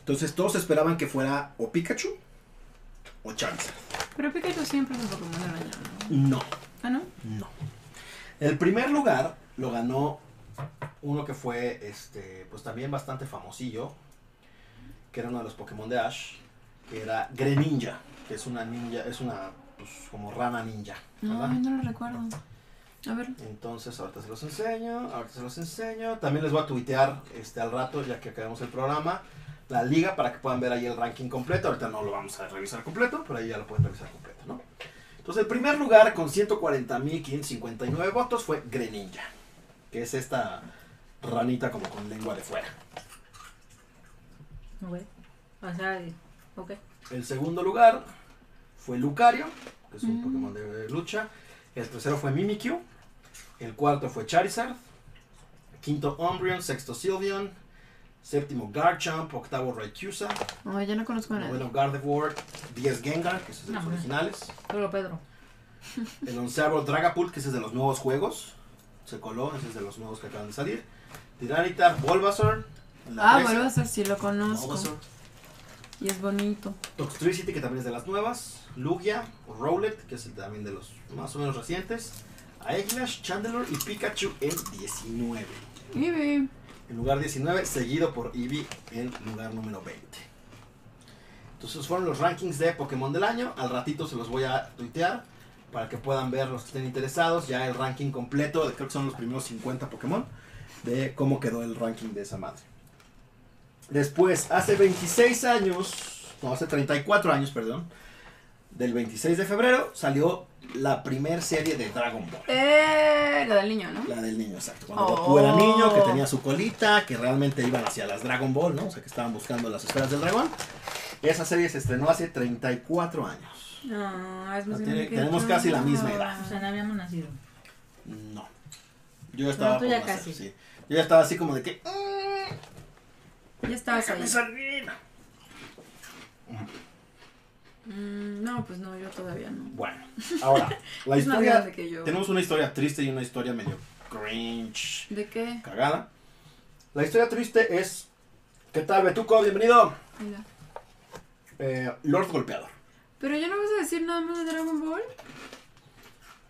Speaker 1: Entonces todos esperaban que fuera o Pikachu o Charizard.
Speaker 2: Pero Pikachu siempre es un Pokémon de año, ¿no?
Speaker 1: No,
Speaker 2: Ah, ¿no?
Speaker 1: no. El primer lugar lo ganó uno que fue este pues también bastante famosillo, que era uno de los Pokémon de Ash, que era Greninja, que es una ninja, es una pues como rana ninja,
Speaker 2: Ah, No,
Speaker 1: ¿verdad?
Speaker 2: yo no lo recuerdo. A ver.
Speaker 1: Entonces, ahorita se los enseño, ahorita se los enseño. También les voy a tuitear este, al rato, ya que acabemos el programa, la liga para que puedan ver ahí el ranking completo. Ahorita no lo vamos a revisar completo, pero ahí ya lo pueden revisar completo, ¿no? Entonces, el primer lugar con 140.559 votos fue Greninja, que es esta ranita como con lengua de fuera.
Speaker 3: Ok. O sea, eh, ok.
Speaker 1: El segundo lugar fue Lucario, que es un
Speaker 2: Mm.
Speaker 1: Pokémon de lucha. El tercero fue Mimikyu. El cuarto fue Charizard. Quinto Umbreon, sexto Sylveon. Séptimo Garchomp, octavo Rayquaza,
Speaker 2: No, ya no conozco a nadie.
Speaker 1: noveno Gardevoir, diez Gengar, que ese es de los
Speaker 3: Ajá.
Speaker 1: originales,
Speaker 3: Pero Pedro.
Speaker 1: el onceavo Dragapult, que ese es de los nuevos juegos, se coló, ese es de los nuevos que acaban de salir, Tiranitar, Bulbasaur, la
Speaker 2: Ah,
Speaker 1: trece,
Speaker 2: vuelvo a ser si lo conozco.
Speaker 1: pues, Bulbasaur,
Speaker 2: Y es bonito.
Speaker 1: Toxtricity, que también es de las nuevas. Lugia, Rowlet, que es también de los más o menos recientes. Aeglash, Chandelure y Pikachu en 19.
Speaker 2: Eevee.
Speaker 1: En lugar 19, seguido por Eevee en lugar número 20. Entonces fueron los rankings de Pokémon del año. Al ratito se los voy a tuitear para que puedan ver los que estén interesados. Ya el ranking completo, de, creo que son los primeros 50 Pokémon, de cómo quedó el ranking de esa madre. Después, hace 26 años, no, hace 34 años, perdón, del 26 de febrero salió la primer serie de Dragon Ball.
Speaker 2: Eh, la del niño, ¿no?
Speaker 1: La del niño, exacto. Cuando
Speaker 2: Oh.
Speaker 1: Goku era niño, que tenía su colita, que realmente iban hacia las Dragon Ball, ¿no? O sea, que estaban buscando las esferas del dragón. Esa serie se estrenó hace 34 años.
Speaker 2: No, es más
Speaker 1: Tiene-
Speaker 2: grande que Ah,
Speaker 1: tenemos
Speaker 2: yo.
Speaker 1: casi la misma edad.
Speaker 3: O sea, no habíamos nacido.
Speaker 1: No. Yo ya estaba.
Speaker 3: No, tú
Speaker 1: por
Speaker 3: ya
Speaker 1: nacer,
Speaker 3: casi.
Speaker 1: sí. Yo ya estaba así como de que. "Mm,
Speaker 2: Ya estabas ahí.
Speaker 1: déjame salir".
Speaker 2: Mm, no, pues no, yo todavía no.
Speaker 1: Bueno, ahora, la
Speaker 2: es más
Speaker 1: historia.
Speaker 2: grande que yo.
Speaker 1: Tenemos una historia triste y una historia medio cringe,
Speaker 2: ¿De qué?
Speaker 1: cagada. La historia triste es. ¿Qué tal, Betuco? Bienvenido.
Speaker 2: Mira.
Speaker 1: Eh, Lord Golpeador.
Speaker 2: Pero ya no vas a decir nada más de Dragon Ball.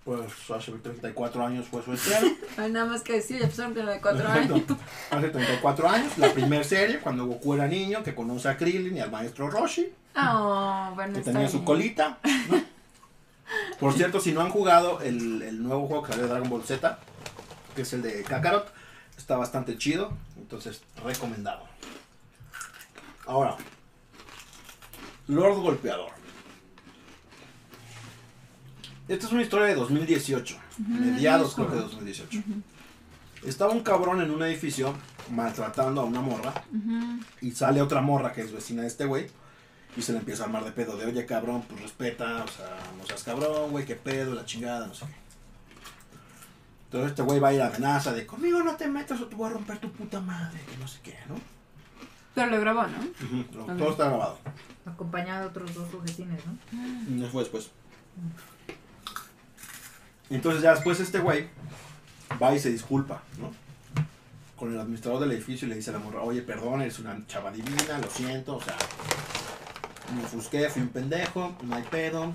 Speaker 1: Pues hace 34 años fue su estreno.
Speaker 2: Hay nada más que decir, ya pasaron que la de cuatro años.
Speaker 1: Hace 34 años, la primera serie, cuando Goku era niño, que conoce a Krillin y al maestro Roshi,
Speaker 2: Ah, bueno,
Speaker 1: que
Speaker 2: está
Speaker 1: tenía
Speaker 2: bien.
Speaker 1: su colita. ¿no? Por cierto, si no han jugado el, el nuevo juego que salió de Dragon Ball Z, que es el de Kakarot, está bastante chido, entonces recomendado. Ahora, Lord Golpeador. Esta es una historia de 2018, mediados creo que de 2018. Estaba un cabrón en un edificio maltratando a una morra
Speaker 2: Ujú.
Speaker 1: y sale otra morra que es vecina de este güey y se le empieza a armar de pedo de oye cabrón, pues respeta, o sea, no seas cabrón, güey, qué pedo, la chingada, no sé qué. Entonces este güey va a ir a amenaza de conmigo no te metas o te voy a romper tu puta madre, que no sé qué, ¿no?
Speaker 2: Pero lo grabó, ¿no?
Speaker 1: Todo está grabado.
Speaker 3: acompañado de otros dos sujetines, ¿no?
Speaker 1: No fue después. Entonces ya después este güey va y se disculpa, ¿no? Con el administrador del edificio y le dice a la morra, oye, perdón, eres una chava divina, lo siento, o sea, me ofusqué, fui un pendejo, no hay pedo,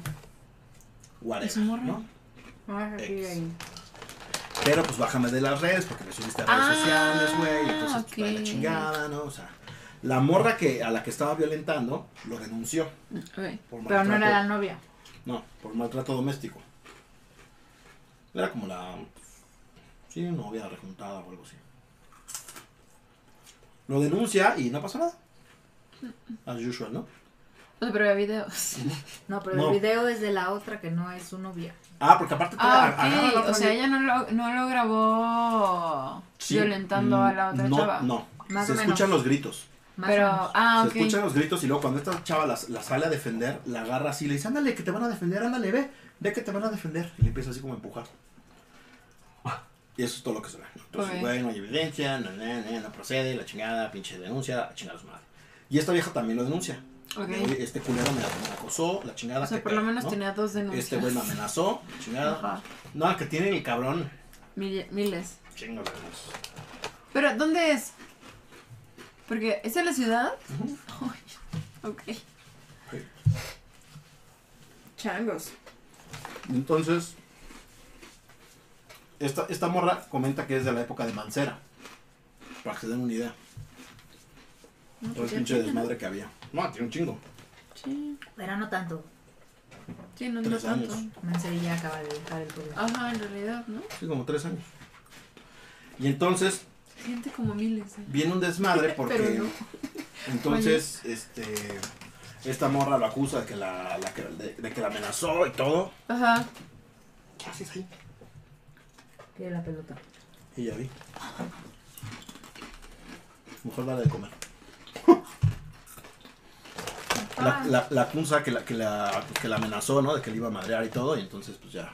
Speaker 2: ¿Es
Speaker 1: whatever,
Speaker 2: morra?
Speaker 1: ¿no?
Speaker 3: Ah, sí,
Speaker 1: Ex.
Speaker 3: ahí.
Speaker 1: Pero pues bájame de las redes porque me subiste a redes
Speaker 2: Ah,
Speaker 1: sociales, güey, y entonces pues, vaya
Speaker 2: ok.
Speaker 1: la chingada, ¿no? O sea, la morra que, a la que estaba violentando lo denunció
Speaker 2: Ok.
Speaker 1: por
Speaker 3: Pero no
Speaker 1: maltrato.
Speaker 3: era la novia.
Speaker 1: No, por maltrato doméstico. Era como la. Sí, novia rejuntada o algo así. Lo denuncia y no pasa nada. As usual, ¿no?
Speaker 2: O sea, pero había videos.
Speaker 3: No, pero
Speaker 1: No.
Speaker 3: el video es de la otra que no es su novia.
Speaker 1: Ah, porque aparte.
Speaker 2: Ah,
Speaker 1: te- agarra a la
Speaker 2: ok.
Speaker 1: otra
Speaker 2: O sea,
Speaker 1: y-
Speaker 2: ella no lo, no lo grabó
Speaker 1: Sí. Mm,
Speaker 2: violentando a la otra
Speaker 1: no,
Speaker 2: chava.
Speaker 1: No,
Speaker 3: Más
Speaker 1: se
Speaker 3: o menos.
Speaker 1: escuchan los gritos.
Speaker 3: Más
Speaker 2: Pero,
Speaker 3: o menos.
Speaker 2: ah,
Speaker 1: se
Speaker 2: ok.
Speaker 1: escuchan los gritos y luego cuando esta chava la, la sale a defender, la agarra así y le dice: Ándale, que te van a defender, ándale, ve, ve que te van a defender. Y le empieza así como a empujar. Y eso es todo lo que se ve. Entonces,
Speaker 2: Ok.
Speaker 1: güey, no hay evidencia, no, no, no, no procede, la chingada, pinche denuncia, a chingar a su madre. Y esta vieja también lo denuncia.
Speaker 2: Ok.
Speaker 1: Oye, Este culero me, me acosó, la chingada.
Speaker 2: O sea,
Speaker 1: qué
Speaker 2: por
Speaker 1: pedo,
Speaker 2: lo menos
Speaker 1: ¿no?
Speaker 2: tenía dos denuncias.
Speaker 1: Este güey me amenazó, la chingada.
Speaker 2: Ajá.
Speaker 1: No, que tiene el cabrón.
Speaker 2: Mille- miles.
Speaker 1: Chingos.
Speaker 2: Pero, ¿dónde es? Porque, ¿es en la ciudad? Ay, ok.
Speaker 1: Sí.
Speaker 2: Changos.
Speaker 1: Entonces, esta, esta morra comenta que es de la época de Mancera. Para que se den una idea. Todo
Speaker 2: No,
Speaker 1: el
Speaker 2: pues ya
Speaker 1: pinche
Speaker 2: tiene, ¿no?
Speaker 1: desmadre que había. No, tiene un chingo.
Speaker 2: Sí,
Speaker 3: Pero no tanto.
Speaker 2: sí, no, no
Speaker 1: Tres
Speaker 2: tanto.
Speaker 1: años.
Speaker 3: Mancerilla acaba de dejar el pueblo.
Speaker 2: Ajá, en realidad, ¿no?
Speaker 1: Sí, como tres años. Y entonces,
Speaker 2: Gente como miles. ¿eh?
Speaker 1: viene un desmadre porque.
Speaker 2: Pero no.
Speaker 1: Entonces, este. Esta morra lo acusa de que la, la que- de, de que la amenazó y todo.
Speaker 2: Ajá.
Speaker 1: ¿Qué haces ahí?
Speaker 3: Tiene la pelota.
Speaker 1: Y ya vi. Mejor dale de comer. La, la, la acusa que la, que, la, que la amenazó, ¿no? De que le iba a madrear y todo, y entonces pues ya.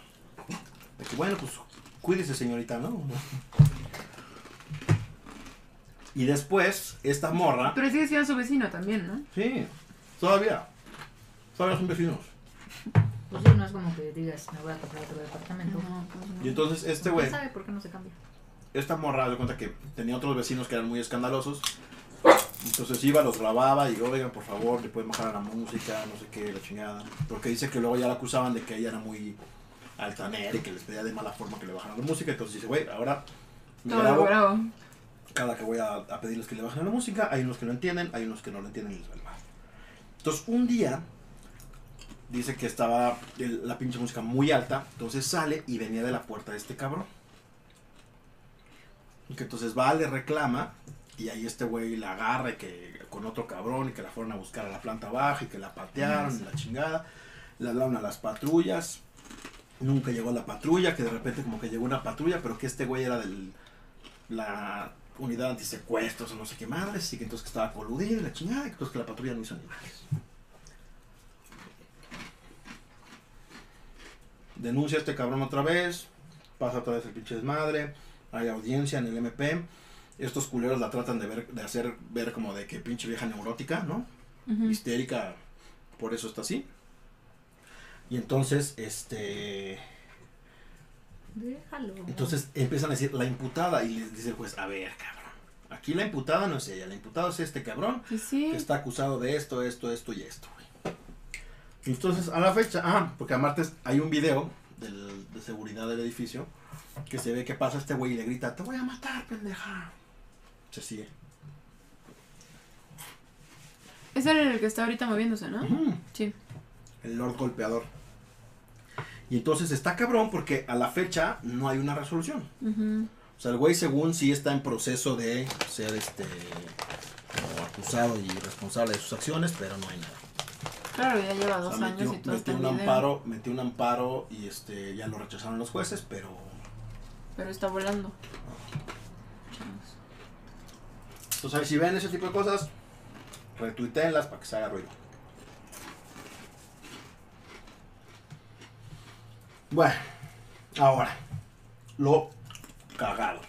Speaker 1: De que, bueno, pues cuídese señorita, ¿no? Y después, esta morra.
Speaker 2: Pero sigue siendo su vecino también, ¿no?
Speaker 1: Sí, todavía. Todavía son vecinos.
Speaker 3: Pues sí, no es como que digas, me voy a comprar otro departamento.
Speaker 2: pues no.
Speaker 1: Y entonces este güey,
Speaker 3: ¿Quién sabe por qué no se cambia?
Speaker 1: esta morra de cuenta que tenía otros vecinos que eran muy escandalosos. Entonces iba, los grababa y oigan, por favor, le pueden bajar a la música, no sé qué, la chingada. Porque dice que luego ya la acusaban de que ella era muy altanera y que les pedía de mala forma que le bajaran la música. Entonces dice, güey, ahora me
Speaker 2: Todo lo
Speaker 1: grabo
Speaker 2: grabo.
Speaker 1: cada que voy a, a pedirles que le bajen la música. Hay unos que no entienden, hay unos que no lo entienden y les vale madre. Entonces un día dice que estaba el- la pinche música muy alta, entonces sale y venía de la puerta de este cabrón. Y que entonces va, le reclama, y ahí este güey la agarra y que con otro cabrón y que la fueron a buscar a la planta baja y que la patearon y la chingada. Le hablaron a las patrullas. Nunca llegó la patrulla, que de repente como que llegó una patrulla, pero que este güey era de la unidad antisecuestros o no sé qué madres, y que entonces que estaba coludido y la chingada, y que entonces que la patrulla no hizo ni madres. denuncia a este cabrón otra vez, pasa otra vez el pinche desmadre, hay audiencia en el MP, estos culeros la tratan de ver, de hacer ver como de que pinche vieja neurótica, ¿no?
Speaker 2: Ujú.
Speaker 1: Histérica, por eso está así. Y entonces, este,
Speaker 3: Déjalo.
Speaker 1: entonces empiezan a decir la imputada y les dice el juez, a ver, cabrón, aquí la imputada no es ella, la imputada es este cabrón
Speaker 2: Pues sí.
Speaker 1: que está acusado de esto, esto, esto y esto, güey. Entonces, a la fecha, ah, porque a martes hay un video del- de seguridad del edificio que se ve que pasa este güey y le grita, te voy a matar, pendeja. Se sigue.
Speaker 2: Es el que está ahorita moviéndose, ¿no?
Speaker 1: Ujú.
Speaker 2: Sí.
Speaker 1: El Lord Golpeador. Y entonces está cabrón porque a la fecha no hay una resolución.
Speaker 2: Ujú.
Speaker 1: O sea, el güey según sí está en proceso de ser este como acusado y responsable de sus acciones, pero no hay nada.
Speaker 2: Claro, ya lleva
Speaker 1: O
Speaker 2: dos
Speaker 1: sea,
Speaker 2: años
Speaker 1: metió,
Speaker 2: y todo está
Speaker 1: metió
Speaker 2: en
Speaker 1: un
Speaker 2: video.
Speaker 1: amparo, metió un amparo y este ya lo rechazaron los jueces, pero
Speaker 2: Pero está volando.
Speaker 1: entonces si ven ese tipo de cosas, retuiteenlas para que se haga ruido. Bueno, ahora lo cagado,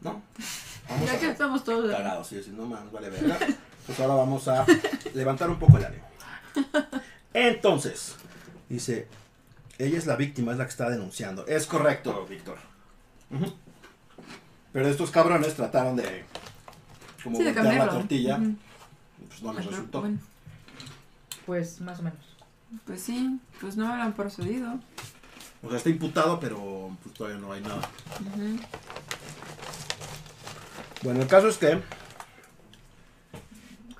Speaker 1: ¿no? Vamos
Speaker 2: Ya
Speaker 1: a-
Speaker 2: que estamos todos.
Speaker 1: cagados, sí, sí, no mames, vale verga. Pues ahora vamos a levantar un poco el ánimo. Entonces, dice, ella es la víctima, es la que está denunciando. Es correcto, Víctor. Ujú. Pero estos cabrones trataron de como
Speaker 2: Sí, de
Speaker 1: voltear la
Speaker 2: cambiarlo.
Speaker 1: tortilla,
Speaker 2: Ujú.
Speaker 1: y pues no les
Speaker 2: Pero,
Speaker 1: resultó.
Speaker 2: bueno,
Speaker 3: Pues más o menos.
Speaker 2: pues sí, pues no lo han procedido.
Speaker 1: O sea, está imputado, pero pues, todavía no hay nada.
Speaker 2: Ujú.
Speaker 1: Bueno, el caso es que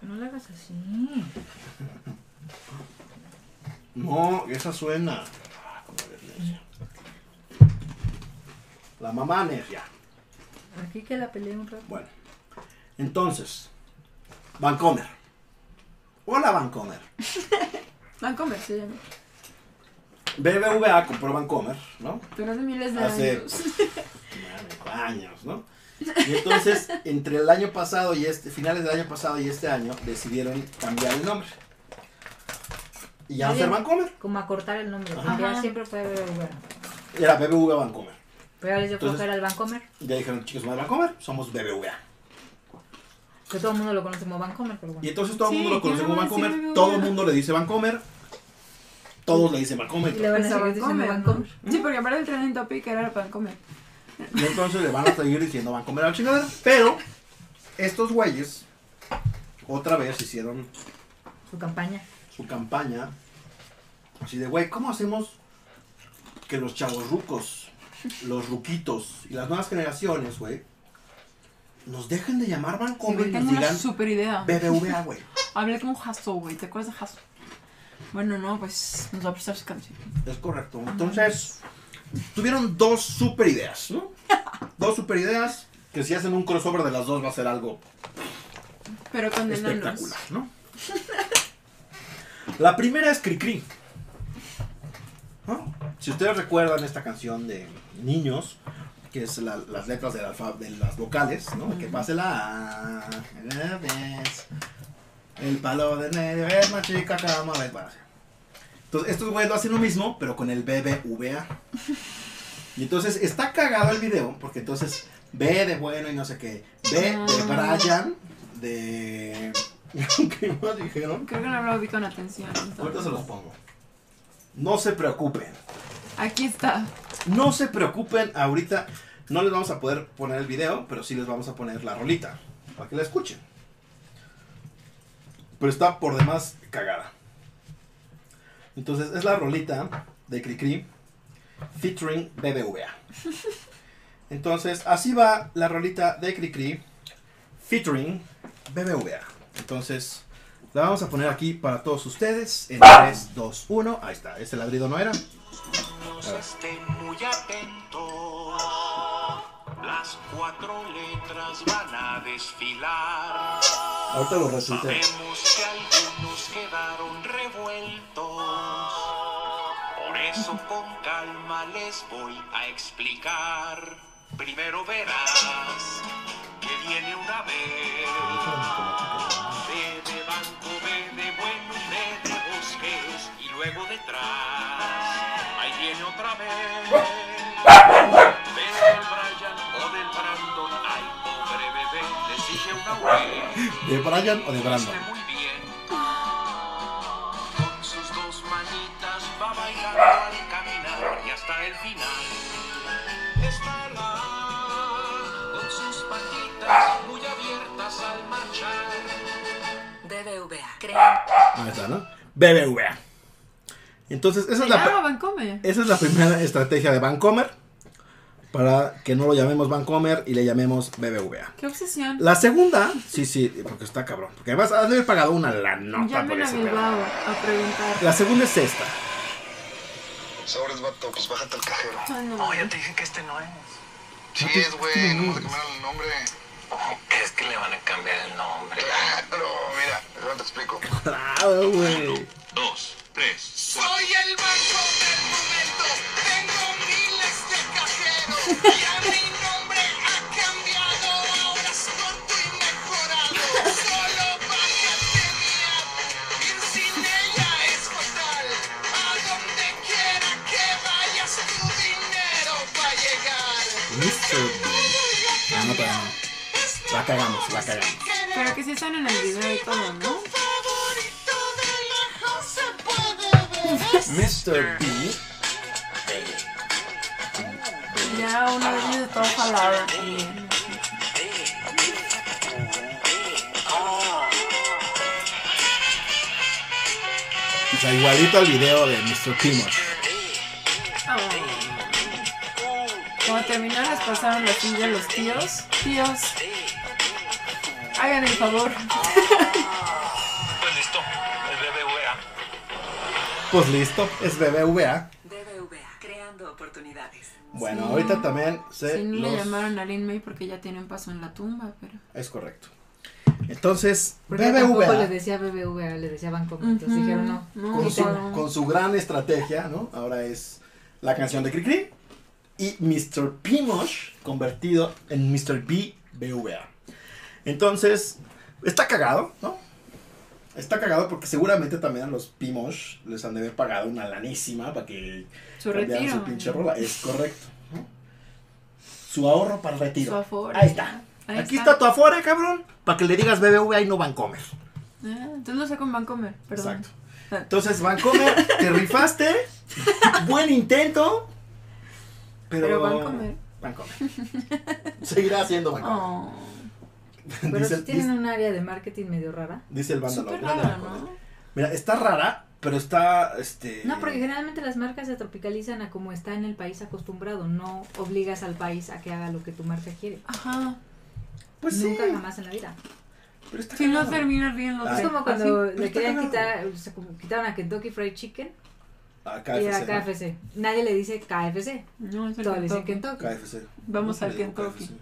Speaker 3: Que no le hagas así.
Speaker 1: No, esa suena. Ah, como de violencia. La mamá necia.
Speaker 3: Aquí que la peleé un rato.
Speaker 1: Bueno. Entonces, Vancomer. Hola Vancomer.
Speaker 2: Vancomer se llama.
Speaker 1: BBVA compró Vancomer, ¿no?
Speaker 2: Pero hace miles de
Speaker 1: Hace-
Speaker 2: años.
Speaker 1: años, ¿no? Y entonces, entre el año pasado y este, finales del año pasado y este año, decidieron cambiar el nombre. Y ya no
Speaker 3: Bien.
Speaker 1: ser Vancomer,
Speaker 3: Como acortar el nombre.
Speaker 1: Ajá.
Speaker 3: Cambiar siempre fue BBVA.
Speaker 1: era BBVA Vancomer.
Speaker 3: Pero ahora les dio
Speaker 1: Entonces-
Speaker 3: flojera al Bancomer.
Speaker 1: Ya dijeron, chicos, no es Vancomer, somos BBVA.
Speaker 3: Que todo el mundo lo conoce como Bancomer, pero
Speaker 1: Y
Speaker 3: bueno.
Speaker 1: entonces todo el
Speaker 2: Sí,
Speaker 1: mundo lo
Speaker 2: tiene
Speaker 1: conoce como
Speaker 2: nombre,
Speaker 1: Vancomer,
Speaker 2: sí, muy
Speaker 1: todo el
Speaker 2: bueno.
Speaker 1: mundo le dice Vancomer, todos le dicen Vancomer.
Speaker 3: Y le van a
Speaker 2: Pues a
Speaker 3: seguir diciendo
Speaker 2: Vancomer, ¿no?
Speaker 3: Bancomer.
Speaker 2: Sí, porque aparte el trending topic era Vancomer.
Speaker 1: Y entonces le van a seguir diciendo Vancomer a la chingadera. Pero estos güeyes otra vez hicieron
Speaker 3: Su campaña.
Speaker 1: su campaña así de, güey, ¿cómo hacemos que los chavos rucos, los ruquitos y las nuevas generaciones, güey, nos dejen de llamar Vancomer y
Speaker 2: Güey,
Speaker 1: nos
Speaker 2: tengo una
Speaker 1: digan
Speaker 2: super idea.
Speaker 1: BBVA, güey?
Speaker 2: Hablé con Hasso, güey. ¿Te acuerdas de Hasso? Bueno, no, pues nos va a prestar su canción.
Speaker 1: Es correcto. Entonces, tuvieron dos super ideas, ¿no? Dos super ideas que si hacen un crossover de las dos va a ser algo
Speaker 2: Pero con enanos.
Speaker 1: espectacular, ¿no? La primera es Cricri. ¿No? Si ustedes recuerdan esta canción de niños, que es la- las letras del alfa- de las vocales, ¿no? Que pase la A, la B, el palo de medio es más chica que la madre, para hacer. Entonces, estos güeyes lo hacen lo mismo, pero con el BBVA. Y entonces está cagado el video, porque entonces B de bueno y no sé qué, B de
Speaker 2: Ah.
Speaker 1: Brian, de. ¿Qué más dijeron?
Speaker 2: Creo que no lo vi con atención.
Speaker 1: Ahorita
Speaker 2: entonces.
Speaker 1: se los pongo. No se preocupen.
Speaker 2: Aquí está.
Speaker 1: No se preocupen, ahorita no les vamos a poder poner el video, pero sí les vamos a poner la rolita para que la escuchen. Pero está por demás cagada. Entonces es la rolita de Cricri featuring BBVA. Entonces así va la rolita de Cricri featuring BBVA. Entonces la vamos a poner aquí para todos ustedes en 3, 2, 1. Ahí está, ese ladrido no era.
Speaker 4: Estén muy atentos. Las cuatro letras van a desfilar.
Speaker 1: Ahorita lo resuelto.
Speaker 4: Sabemos que algunos quedaron revueltos. Por eso con calma les voy a explicar. Primero verás que viene una vez. B de banco, B de bueno y B de bosques. Y luego detrás, ahí viene otra vez. B del Brian o del Brandon. Ay, pobre bebé, le sigue una web.
Speaker 1: ¿De Brian o de Brandon?
Speaker 4: Muy bien. Con sus dos manitas va bailando al caminar y hasta el final. Está la A, con sus patitas muy abiertas al marchar.
Speaker 5: BBVA.
Speaker 1: Ahí está, ¿no? BBVA. Entonces, esa es
Speaker 2: Ah,
Speaker 1: la,
Speaker 2: Vancomer.
Speaker 1: esa es la primera estrategia de Vancomer para que no lo llamemos Vancomer y le llamemos BBVA.
Speaker 2: Qué obsesión.
Speaker 1: La segunda, sí, sí, porque está cabrón. Porque además has de haber pagado una lanota por
Speaker 2: Llamen a
Speaker 1: ese pedo.
Speaker 2: Bilbao a preguntar.
Speaker 1: La segunda es esta.
Speaker 6: Sobres, vato, pues bájate al cajero.
Speaker 2: Ay, no, mames.
Speaker 4: te dije que este no es.
Speaker 6: Sí es, güey, no me cambiaron el nombre.
Speaker 4: ¿Crees que le van a cambiar el nombre?
Speaker 6: Claro, mira, ahora te explico.
Speaker 1: Claro, güey.
Speaker 4: Dos, tres.
Speaker 6: Soy el banco del momento, tengo miles de cajeros y a mi nombre ha cambiado, ahora es corto y mejorado. Solo bájate mi app, ir sin ella es fatal. A donde quiera que vayas, tu dinero va a llegar.
Speaker 1: Listo, güey. Ah, no, pero no.
Speaker 6: este
Speaker 1: La cagamos, la cagamos.
Speaker 2: Pero que sí están en el video y todo, ¿no?
Speaker 6: favorito de lejos
Speaker 1: Mr. B.
Speaker 2: Ya uno de ellos está jalado aquí.
Speaker 1: O sea, igualito al video de Mr. Timos.
Speaker 2: Oh. Cuando terminó les pasaron la silla a los tíos. Tíos, hagan el favor.
Speaker 4: Pues listo, el BBVA.
Speaker 1: Pues listo, es BBVA.
Speaker 5: BBVA, creando oportunidades.
Speaker 1: Bueno,
Speaker 2: Sí.
Speaker 1: ahorita también se
Speaker 2: Sí, no le
Speaker 1: los-
Speaker 2: llamaron a Lin May porque ya tiene un paso en la tumba, pero...
Speaker 1: Es correcto. Entonces,
Speaker 3: Porque tampoco le
Speaker 1: BBVA,
Speaker 3: decía BBVA, le decía Banco. Entonces dijeron no.
Speaker 1: con su,
Speaker 2: claro.
Speaker 1: con su gran estrategia, ¿no? Ahora es la canción de Cricri y Mr. Pimosh convertido en Mr. B BVA. Entonces, está cagado, ¿no? Está cagado porque seguramente también a los Pimosh les han de haber pagado una lanísima para que
Speaker 2: Su
Speaker 1: cambiaran
Speaker 2: retiro.
Speaker 1: su pinche rola. Es correcto. ¿no? Su ahorro para el retiro.
Speaker 2: Su afore.
Speaker 1: Ahí está.
Speaker 2: Ahí
Speaker 1: Aquí está. tu afore, cabrón, para que le digas BBVA y no Bancomer.
Speaker 2: Ah, entonces lo saco en Bancomer, perdón. Ah.
Speaker 1: Exacto. Entonces, Vancomer, te rifaste. Buen intento. Pero,
Speaker 2: Pero Vancomer.
Speaker 1: Vancomer. Seguirá siendo Vancomer.
Speaker 2: Oh,
Speaker 3: Pero
Speaker 1: dice,
Speaker 3: sí tienen
Speaker 1: dice-
Speaker 3: un área de marketing medio rara.
Speaker 1: dice el banda
Speaker 2: súper
Speaker 1: local de
Speaker 2: raro,
Speaker 1: Vancomer.
Speaker 2: ¿no?
Speaker 1: Mira, está rara, pero está. Este,
Speaker 3: No, porque generalmente las marcas se tropicalizan a como está en el país acostumbrado. No obligas al país a que haga lo que tu marca quiere.
Speaker 2: Ajá.
Speaker 1: Pues sí.
Speaker 3: Nunca jamás en la vida.
Speaker 1: Pero está
Speaker 2: Si no
Speaker 1: cagado.
Speaker 2: terminas bien lo
Speaker 1: Ah.
Speaker 3: Es
Speaker 2: que-
Speaker 3: como cuando
Speaker 1: pero
Speaker 3: le
Speaker 1: está
Speaker 3: querían
Speaker 1: cagado.
Speaker 3: quitar, o sea, como quitaron a Kentucky Fried Chicken
Speaker 1: Ah,
Speaker 3: y Eh, a
Speaker 1: KFC. ¿no?
Speaker 3: KFC. Nadie le dice KFC,
Speaker 2: No, es Pues el
Speaker 3: todos le dicen
Speaker 2: Kentucky.
Speaker 3: Kentucky.
Speaker 1: KFC.
Speaker 2: Vamos
Speaker 1: Yo
Speaker 2: al
Speaker 1: le digo
Speaker 2: Kentucky.
Speaker 1: KFC.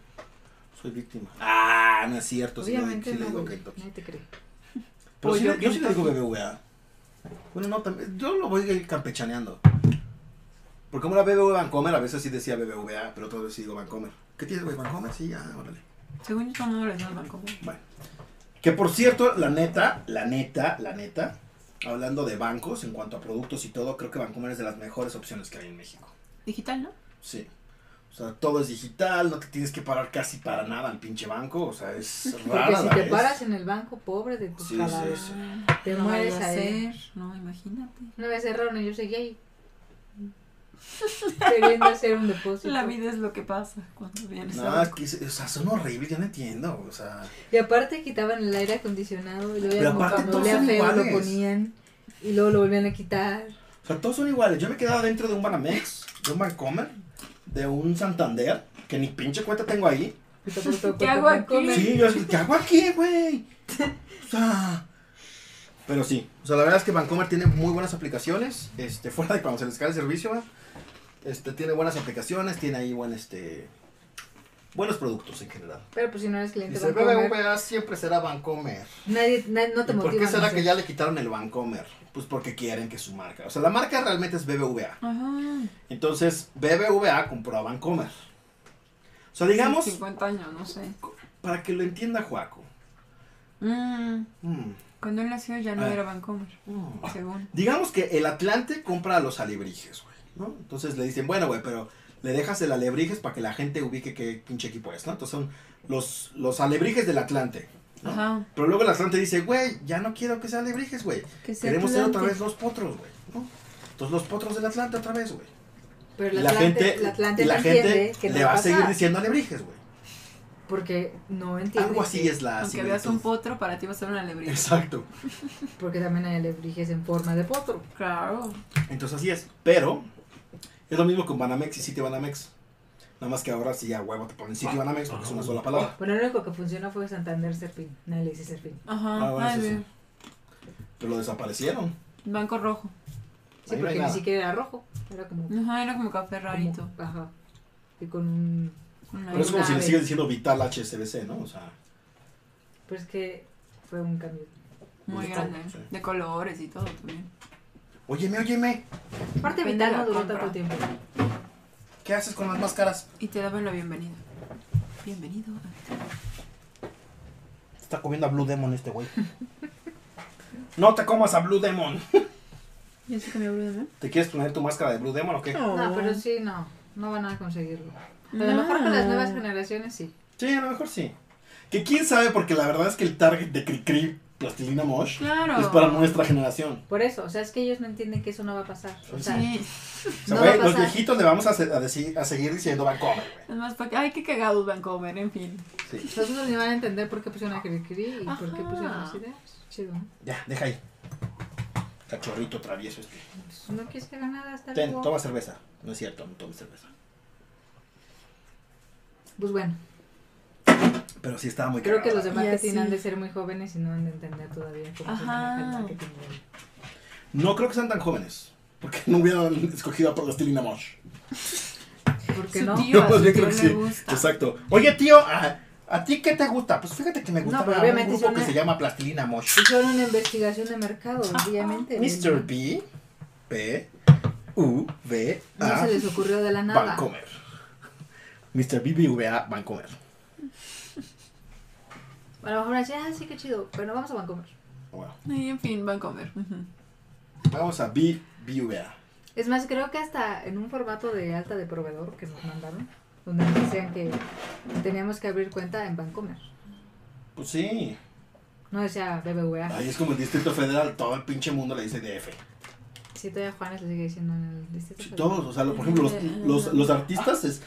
Speaker 1: Soy víctima. Ah, no es cierto. sí le-
Speaker 3: Obviamente
Speaker 1: sí le
Speaker 3: no,
Speaker 1: digo
Speaker 3: güey,
Speaker 1: Kentucky.
Speaker 3: nadie te cree.
Speaker 1: Pero sí
Speaker 2: Pollo
Speaker 1: le- Pues yo sí le digo
Speaker 2: Kentucky.
Speaker 1: BBVA. Bueno, no, también, yo lo voy a ir campechaneando. Porque como era BBVA Vancomer, a veces sí decía BBVA, pero otras veces sí digo Vancomer. ¿Qué tienes, güey? Vancomer, sí, ya, órale.
Speaker 2: Según yo, no les dan Bancomer.
Speaker 1: Bueno. Que por cierto, la neta, la neta, la neta, hablando de bancos, en cuanto a productos y todo, creo que Vancomer es de las mejores opciones que hay en México.
Speaker 2: Digital, ¿no?
Speaker 1: Sí. O sea, todo es digital, no te tienes que parar casi para nada al pinche banco. O sea, es rara
Speaker 3: Porque si
Speaker 1: la
Speaker 3: te
Speaker 1: vez.
Speaker 3: paras en el banco, pobre de tu
Speaker 1: Sí,
Speaker 3: jalada.
Speaker 1: sí,
Speaker 3: Te
Speaker 2: no
Speaker 3: mueres
Speaker 2: vaya a
Speaker 3: ahí.
Speaker 2: ser, no, imagínate.
Speaker 3: Una vez cerraron y yo seguí ahí. Queriendo hacer un depósito.
Speaker 2: La vida es lo que pasa cuando vienes
Speaker 1: No,
Speaker 2: a
Speaker 1: es que, o sea, son horribles, yo no entiendo. O sea.
Speaker 3: Y aparte quitaban el aire acondicionado y luego
Speaker 1: Pero
Speaker 3: ya como
Speaker 1: aparte
Speaker 3: cuando
Speaker 1: todos
Speaker 3: olía
Speaker 1: son
Speaker 3: feo lo
Speaker 1: iguales.
Speaker 3: ponían y luego lo volvían a quitar.
Speaker 1: O sea, todos son iguales. Yo me quedaba dentro de un Banamex, de un Bancomer, de un Santander, que ni pinche cuenta tengo ahí.
Speaker 3: Y todo, todo, todo,
Speaker 2: ¿Qué
Speaker 3: todo,
Speaker 2: hago
Speaker 3: todo,
Speaker 2: aquí?
Speaker 3: comer.
Speaker 1: Sí, yo así, ¿qué hago aquí, güey? O sea. Pero sí, o sea, la verdad es que Bancomer tiene muy buenas aplicaciones. Este, fuera de cuando se les cae el servicio, ¿va? este, tiene buenas aplicaciones, tiene ahí buen, este, buenos productos en general.
Speaker 3: Pero pues si no eres cliente,
Speaker 1: Dice,
Speaker 3: van a comer.
Speaker 1: BBVA siempre será Bancomer.
Speaker 3: Nadie, nadie- no te
Speaker 1: ¿Y
Speaker 3: motiva.
Speaker 1: ¿Por qué será que ya le quitaron el Bancomer? Pues porque quieren que su marca. O sea, la marca realmente es BBVA.
Speaker 2: Ajá.
Speaker 1: Entonces, BBVA compró a Vancomer. O sea, digamos,
Speaker 2: 50 años, no sé.
Speaker 1: para que lo entienda Juaco.
Speaker 2: Mm,
Speaker 1: mm,
Speaker 2: cuando él nació ya no
Speaker 1: Ah.
Speaker 2: era Bancomer,
Speaker 1: mm.
Speaker 2: según.
Speaker 1: Digamos que el Atlante compra a los alebrijes, güey, ¿no? Entonces le dicen, bueno, güey, pero le dejas el alebrijes para que la gente ubique qué pinche equipo es, ¿no? Entonces son los, los alebrijes del Atlante. ¿no?
Speaker 2: Ajá.
Speaker 1: Pero luego el Atlante dice, güey, ya no quiero que sea alebrijes, güey.
Speaker 2: Que se
Speaker 1: Queremos ser otra
Speaker 2: plante.
Speaker 1: vez los potros, güey, ¿no? Entonces los potros del Atlante otra vez, güey.
Speaker 3: Pero
Speaker 1: Y
Speaker 3: el
Speaker 1: la
Speaker 3: Atlante-
Speaker 1: gente,
Speaker 3: el Atlante
Speaker 1: y la
Speaker 3: no
Speaker 1: gente
Speaker 3: entiende que no
Speaker 1: le va a
Speaker 3: pasa,
Speaker 1: seguir diciendo alebrijes, güey.
Speaker 3: Porque no entiende.
Speaker 1: Algo así
Speaker 3: que-
Speaker 1: es la
Speaker 2: Aunque veas un
Speaker 1: similitud.
Speaker 2: potro, para ti va a ser una alegría.
Speaker 1: Exacto.
Speaker 3: Porque también hay alebrijes en forma de potro.
Speaker 2: Claro.
Speaker 1: Entonces así es. Pero es lo mismo con Banamex y City Banamex. Nada más que ahora sí ya huevo te ponen City Banamex porque es una sola palabra.
Speaker 3: Bueno, lo único que funcionó fue Santander Serpín. Nadie le dice Serpín.
Speaker 2: Ajá.
Speaker 1: Ah, bueno,
Speaker 2: ay,
Speaker 1: eso sí.
Speaker 2: ve.
Speaker 1: Pero lo desaparecieron.
Speaker 2: Banco rojo.
Speaker 3: Sí,
Speaker 1: Ahí no hay
Speaker 3: porque ni
Speaker 1: nada.
Speaker 3: siquiera era rojo. Era como.
Speaker 2: Ajá, era como café
Speaker 3: como-
Speaker 2: rarito.
Speaker 3: ajá. Y con un.
Speaker 2: Una-
Speaker 1: Pero es como si le
Speaker 3: Nave.
Speaker 1: sigues diciendo Vital HSBC, ¿no? O sea,
Speaker 3: Pero pues es que fue un cambio.
Speaker 2: Muy
Speaker 1: Sí.
Speaker 2: grande. De colores y todo también.
Speaker 1: óyeme, óyeme,
Speaker 3: Aparte,
Speaker 2: Depende de
Speaker 3: Vital
Speaker 2: la
Speaker 3: no duró
Speaker 2: compra.
Speaker 3: tanto tiempo.
Speaker 1: ¿qué haces con las máscaras?
Speaker 2: Y te daban la bienvenida. Bienvenido.
Speaker 1: Está comiendo a Blue Demon este güey. No te comas a Blue Demon.
Speaker 2: ¿Ya se cambió de
Speaker 1: ¿Te quieres poner tu máscara de Blue Demon o qué?
Speaker 3: No, pero sí, no. No van a conseguirlo. Pero a lo mejor con las nuevas generaciones sí.
Speaker 1: Sí, a lo mejor sí. Que quién sabe, porque la verdad es que el target de Cricri Plastilina Mosh
Speaker 2: Claro.
Speaker 1: es para nuestra generación.
Speaker 3: Por eso, o sea, es que ellos no entienden que eso no va a pasar. O sea,
Speaker 2: Sí.
Speaker 1: O sea,
Speaker 3: No
Speaker 1: güey,
Speaker 3: va a
Speaker 1: los
Speaker 3: pasar.
Speaker 1: viejitos le vamos a, se- a decir, a seguir diciendo Vancouver, güey.
Speaker 2: Es más, porque, ay, qué cagado Vancouver, en fin.
Speaker 1: Sí,
Speaker 3: nosotros ni van a entender por qué pusieron a Kirikiri y por qué
Speaker 2: Ajá.
Speaker 3: pusieron las ideas. Chido, ¿no?
Speaker 1: ya, deja ahí. Cachorrito travieso este.
Speaker 3: Pues, no quieres que haga nada hasta
Speaker 1: Ten,
Speaker 3: luego.
Speaker 1: toma cerveza. No es cierto, no tomes cerveza.
Speaker 3: Pues bueno,
Speaker 1: Pero sí estaba muy
Speaker 3: creo que
Speaker 1: cagada.
Speaker 3: los de marketing
Speaker 2: así.
Speaker 3: han de ser muy jóvenes y no han de entender todavía cómo se
Speaker 2: Ajá.
Speaker 3: maneja el marketing.
Speaker 1: No creo que sean tan jóvenes. Porque no hubieran escogido a Plastilina Mosh.
Speaker 3: ¿Por qué
Speaker 2: Su
Speaker 3: no?
Speaker 2: tío.
Speaker 1: Yo
Speaker 2: a
Speaker 1: más
Speaker 2: su
Speaker 1: bien
Speaker 2: tío
Speaker 1: creo que
Speaker 2: le
Speaker 1: sí.
Speaker 2: gusta.
Speaker 1: Exacto. Oye, tío, ¿a, a ti qué te gusta? Pues fíjate que me gusta
Speaker 3: pero
Speaker 1: un
Speaker 3: obviamente
Speaker 1: grupo
Speaker 3: es una-
Speaker 1: que se llama Plastilina Mosh.
Speaker 3: Hicieron una investigación de mercado, obviamente.
Speaker 1: Mr. B, P, U, V,
Speaker 3: No
Speaker 1: A,
Speaker 3: se les ocurrió de la nada.
Speaker 1: Vancomer. Mr. B, B, V, A, Vancomer.
Speaker 3: A lo mejor decían, ah, sí, qué chido, pero no vamos a Vancouver.
Speaker 1: Bueno,
Speaker 2: Y en fin, Vancouver. ujú.
Speaker 1: vamos a B, B, V, A.
Speaker 3: Es más, creo que hasta en un formato de alta de proveedor que nos mandaron, donde nos decían que teníamos que abrir cuenta en Vancomer.
Speaker 1: Pues sí.
Speaker 3: No decía BBVA.
Speaker 1: Ahí es como el Distrito Federal, todo el pinche mundo le dice DF.
Speaker 3: Sí, todavía Juanes le sigue diciendo en el distrito.
Speaker 1: Sí,
Speaker 3: Federal.
Speaker 1: todos, o sea, lo- por ejemplo, los, los, los artistas es.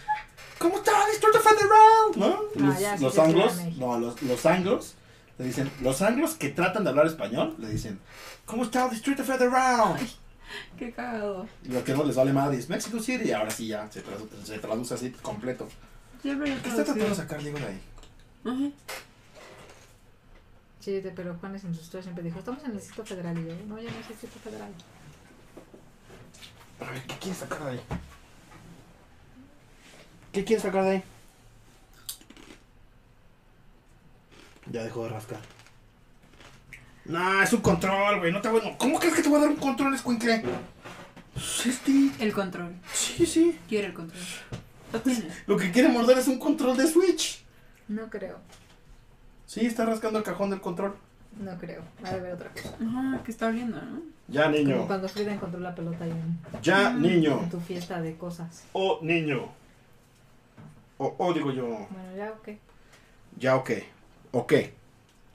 Speaker 1: ¿Cómo está el Distrito Federal? ¿No?
Speaker 3: No,
Speaker 1: Los,
Speaker 3: Ah, ya, sí,
Speaker 1: los
Speaker 3: sí, sí,
Speaker 1: anglos,
Speaker 3: era México.
Speaker 1: no, los, los anglos le dicen. Los anglos que tratan de hablar español le dicen. ¿Cómo está el Distrito Federal?
Speaker 2: Qué cagado.
Speaker 1: Y lo que no les vale madre es Mexico City. Y ahora sí ya se, tradu- se traduce así completo.
Speaker 2: Siempre yo
Speaker 3: Ah,
Speaker 1: ¿Qué está tratando de
Speaker 2: traducido.
Speaker 1: sacar Diego de ahí?
Speaker 2: Ajá.
Speaker 3: Sí, de- pero Juanes en sus historias siempre dijo, estamos en el distrito federal. Y yo, no, ya no es distrito federal.
Speaker 1: A ver, ¿qué quieres sacar de ahí? ¿Qué quieres sacar de ahí? Ya dejó de rascar. Nah, es un control, güey. No te voy a... ¿Cómo crees que te voy a dar un control, escuincle? Pues este...
Speaker 2: El control.
Speaker 1: Sí, sí.
Speaker 2: Quiere el control. Lo tiene.
Speaker 1: Lo que quiere morder es un control de Switch.
Speaker 3: No creo,
Speaker 1: Sí, está rascando el cajón del control.
Speaker 3: no creo. Va a haber otra cosa.
Speaker 2: Ajá, que está oliendo, ¿no?
Speaker 1: Ya,
Speaker 3: Como
Speaker 1: niño.
Speaker 3: cuando Frida encontró la pelota ahí en,
Speaker 1: Ya,
Speaker 3: en
Speaker 1: niño.
Speaker 3: tu fiesta de cosas.
Speaker 1: Oh, niño. O, oh, digo yo.
Speaker 3: Bueno, ya, ok.
Speaker 1: Ya, ok. Ok.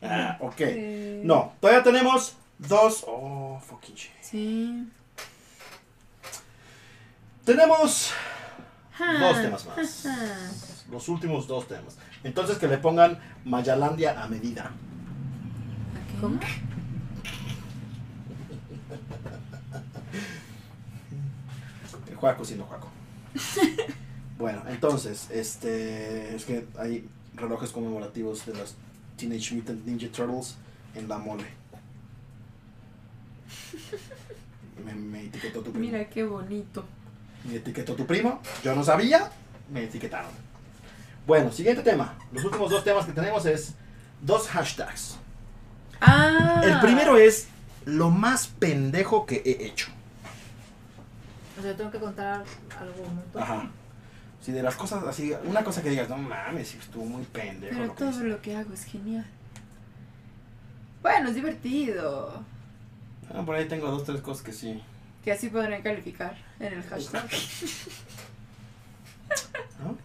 Speaker 1: Ah, ok.
Speaker 2: Eh,
Speaker 1: No, todavía tenemos dos. Oh, fucking shit.
Speaker 2: Sí.
Speaker 1: Tenemos
Speaker 2: Ja.
Speaker 1: dos temas más. Los últimos dos temas. Entonces que le pongan Mayalandia a medida.
Speaker 2: Ok.
Speaker 3: ¿Cómo?
Speaker 1: El Juaco siendo Juaco. bueno, entonces, este. Es que hay relojes conmemorativos de los Teenage Mutant Ninja Turtles en la mole. Me, me etiquetó tu primo.
Speaker 2: Mira qué bonito.
Speaker 1: Me etiquetó tu primo. Yo no sabía. Me etiquetaron. Bueno, siguiente tema. Los últimos dos temas que tenemos es dos hashtags.
Speaker 2: Ah.
Speaker 1: El primero es lo más pendejo que he hecho.
Speaker 3: O sea, tengo que contar algo momento.
Speaker 1: Ajá. Si de las cosas así, una cosa que digas, no mames, estuvo muy pendejo.
Speaker 2: Pero
Speaker 1: lo que
Speaker 2: todo
Speaker 1: hice".
Speaker 2: lo que hago es genial. Bueno, es divertido.
Speaker 1: Ah, por ahí tengo dos, tres cosas que sí.
Speaker 2: Que así podrán calificar en el hashtag.
Speaker 1: ¿no?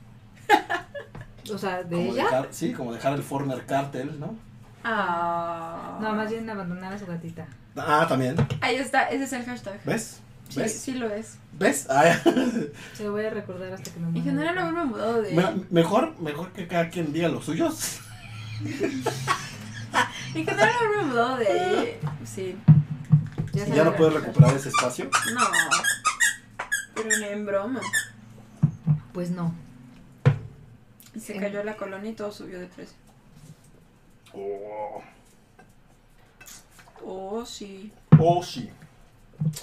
Speaker 3: O sea, de
Speaker 1: Como
Speaker 3: ella.
Speaker 1: dejar, sí, como dejar el former cartel, ¿no?
Speaker 2: Ah.
Speaker 3: No, más bien abandonar a su gatita.
Speaker 1: Ah, también.
Speaker 2: Ahí está, ese es el hashtag.
Speaker 1: ¿Ves?
Speaker 2: Sí,
Speaker 1: ¿Ves?
Speaker 2: sí lo es.
Speaker 1: ¿Ves? Ah,
Speaker 3: Se lo voy a recordar hasta que me muera.
Speaker 2: En general no me he mudado de...
Speaker 1: me- mejor, mejor que cada quien diga los suyos.
Speaker 2: En general no me he mudado de... Sí.
Speaker 3: Ya
Speaker 1: Y
Speaker 3: se
Speaker 1: ya
Speaker 3: lo
Speaker 1: no puedes recuperar ese espacio.
Speaker 2: No. Pero ni en broma.
Speaker 3: Pues no.
Speaker 2: Y se cayó la colonia y todo subió de precio.
Speaker 1: Oh,
Speaker 2: Oh, sí.
Speaker 1: oh sí.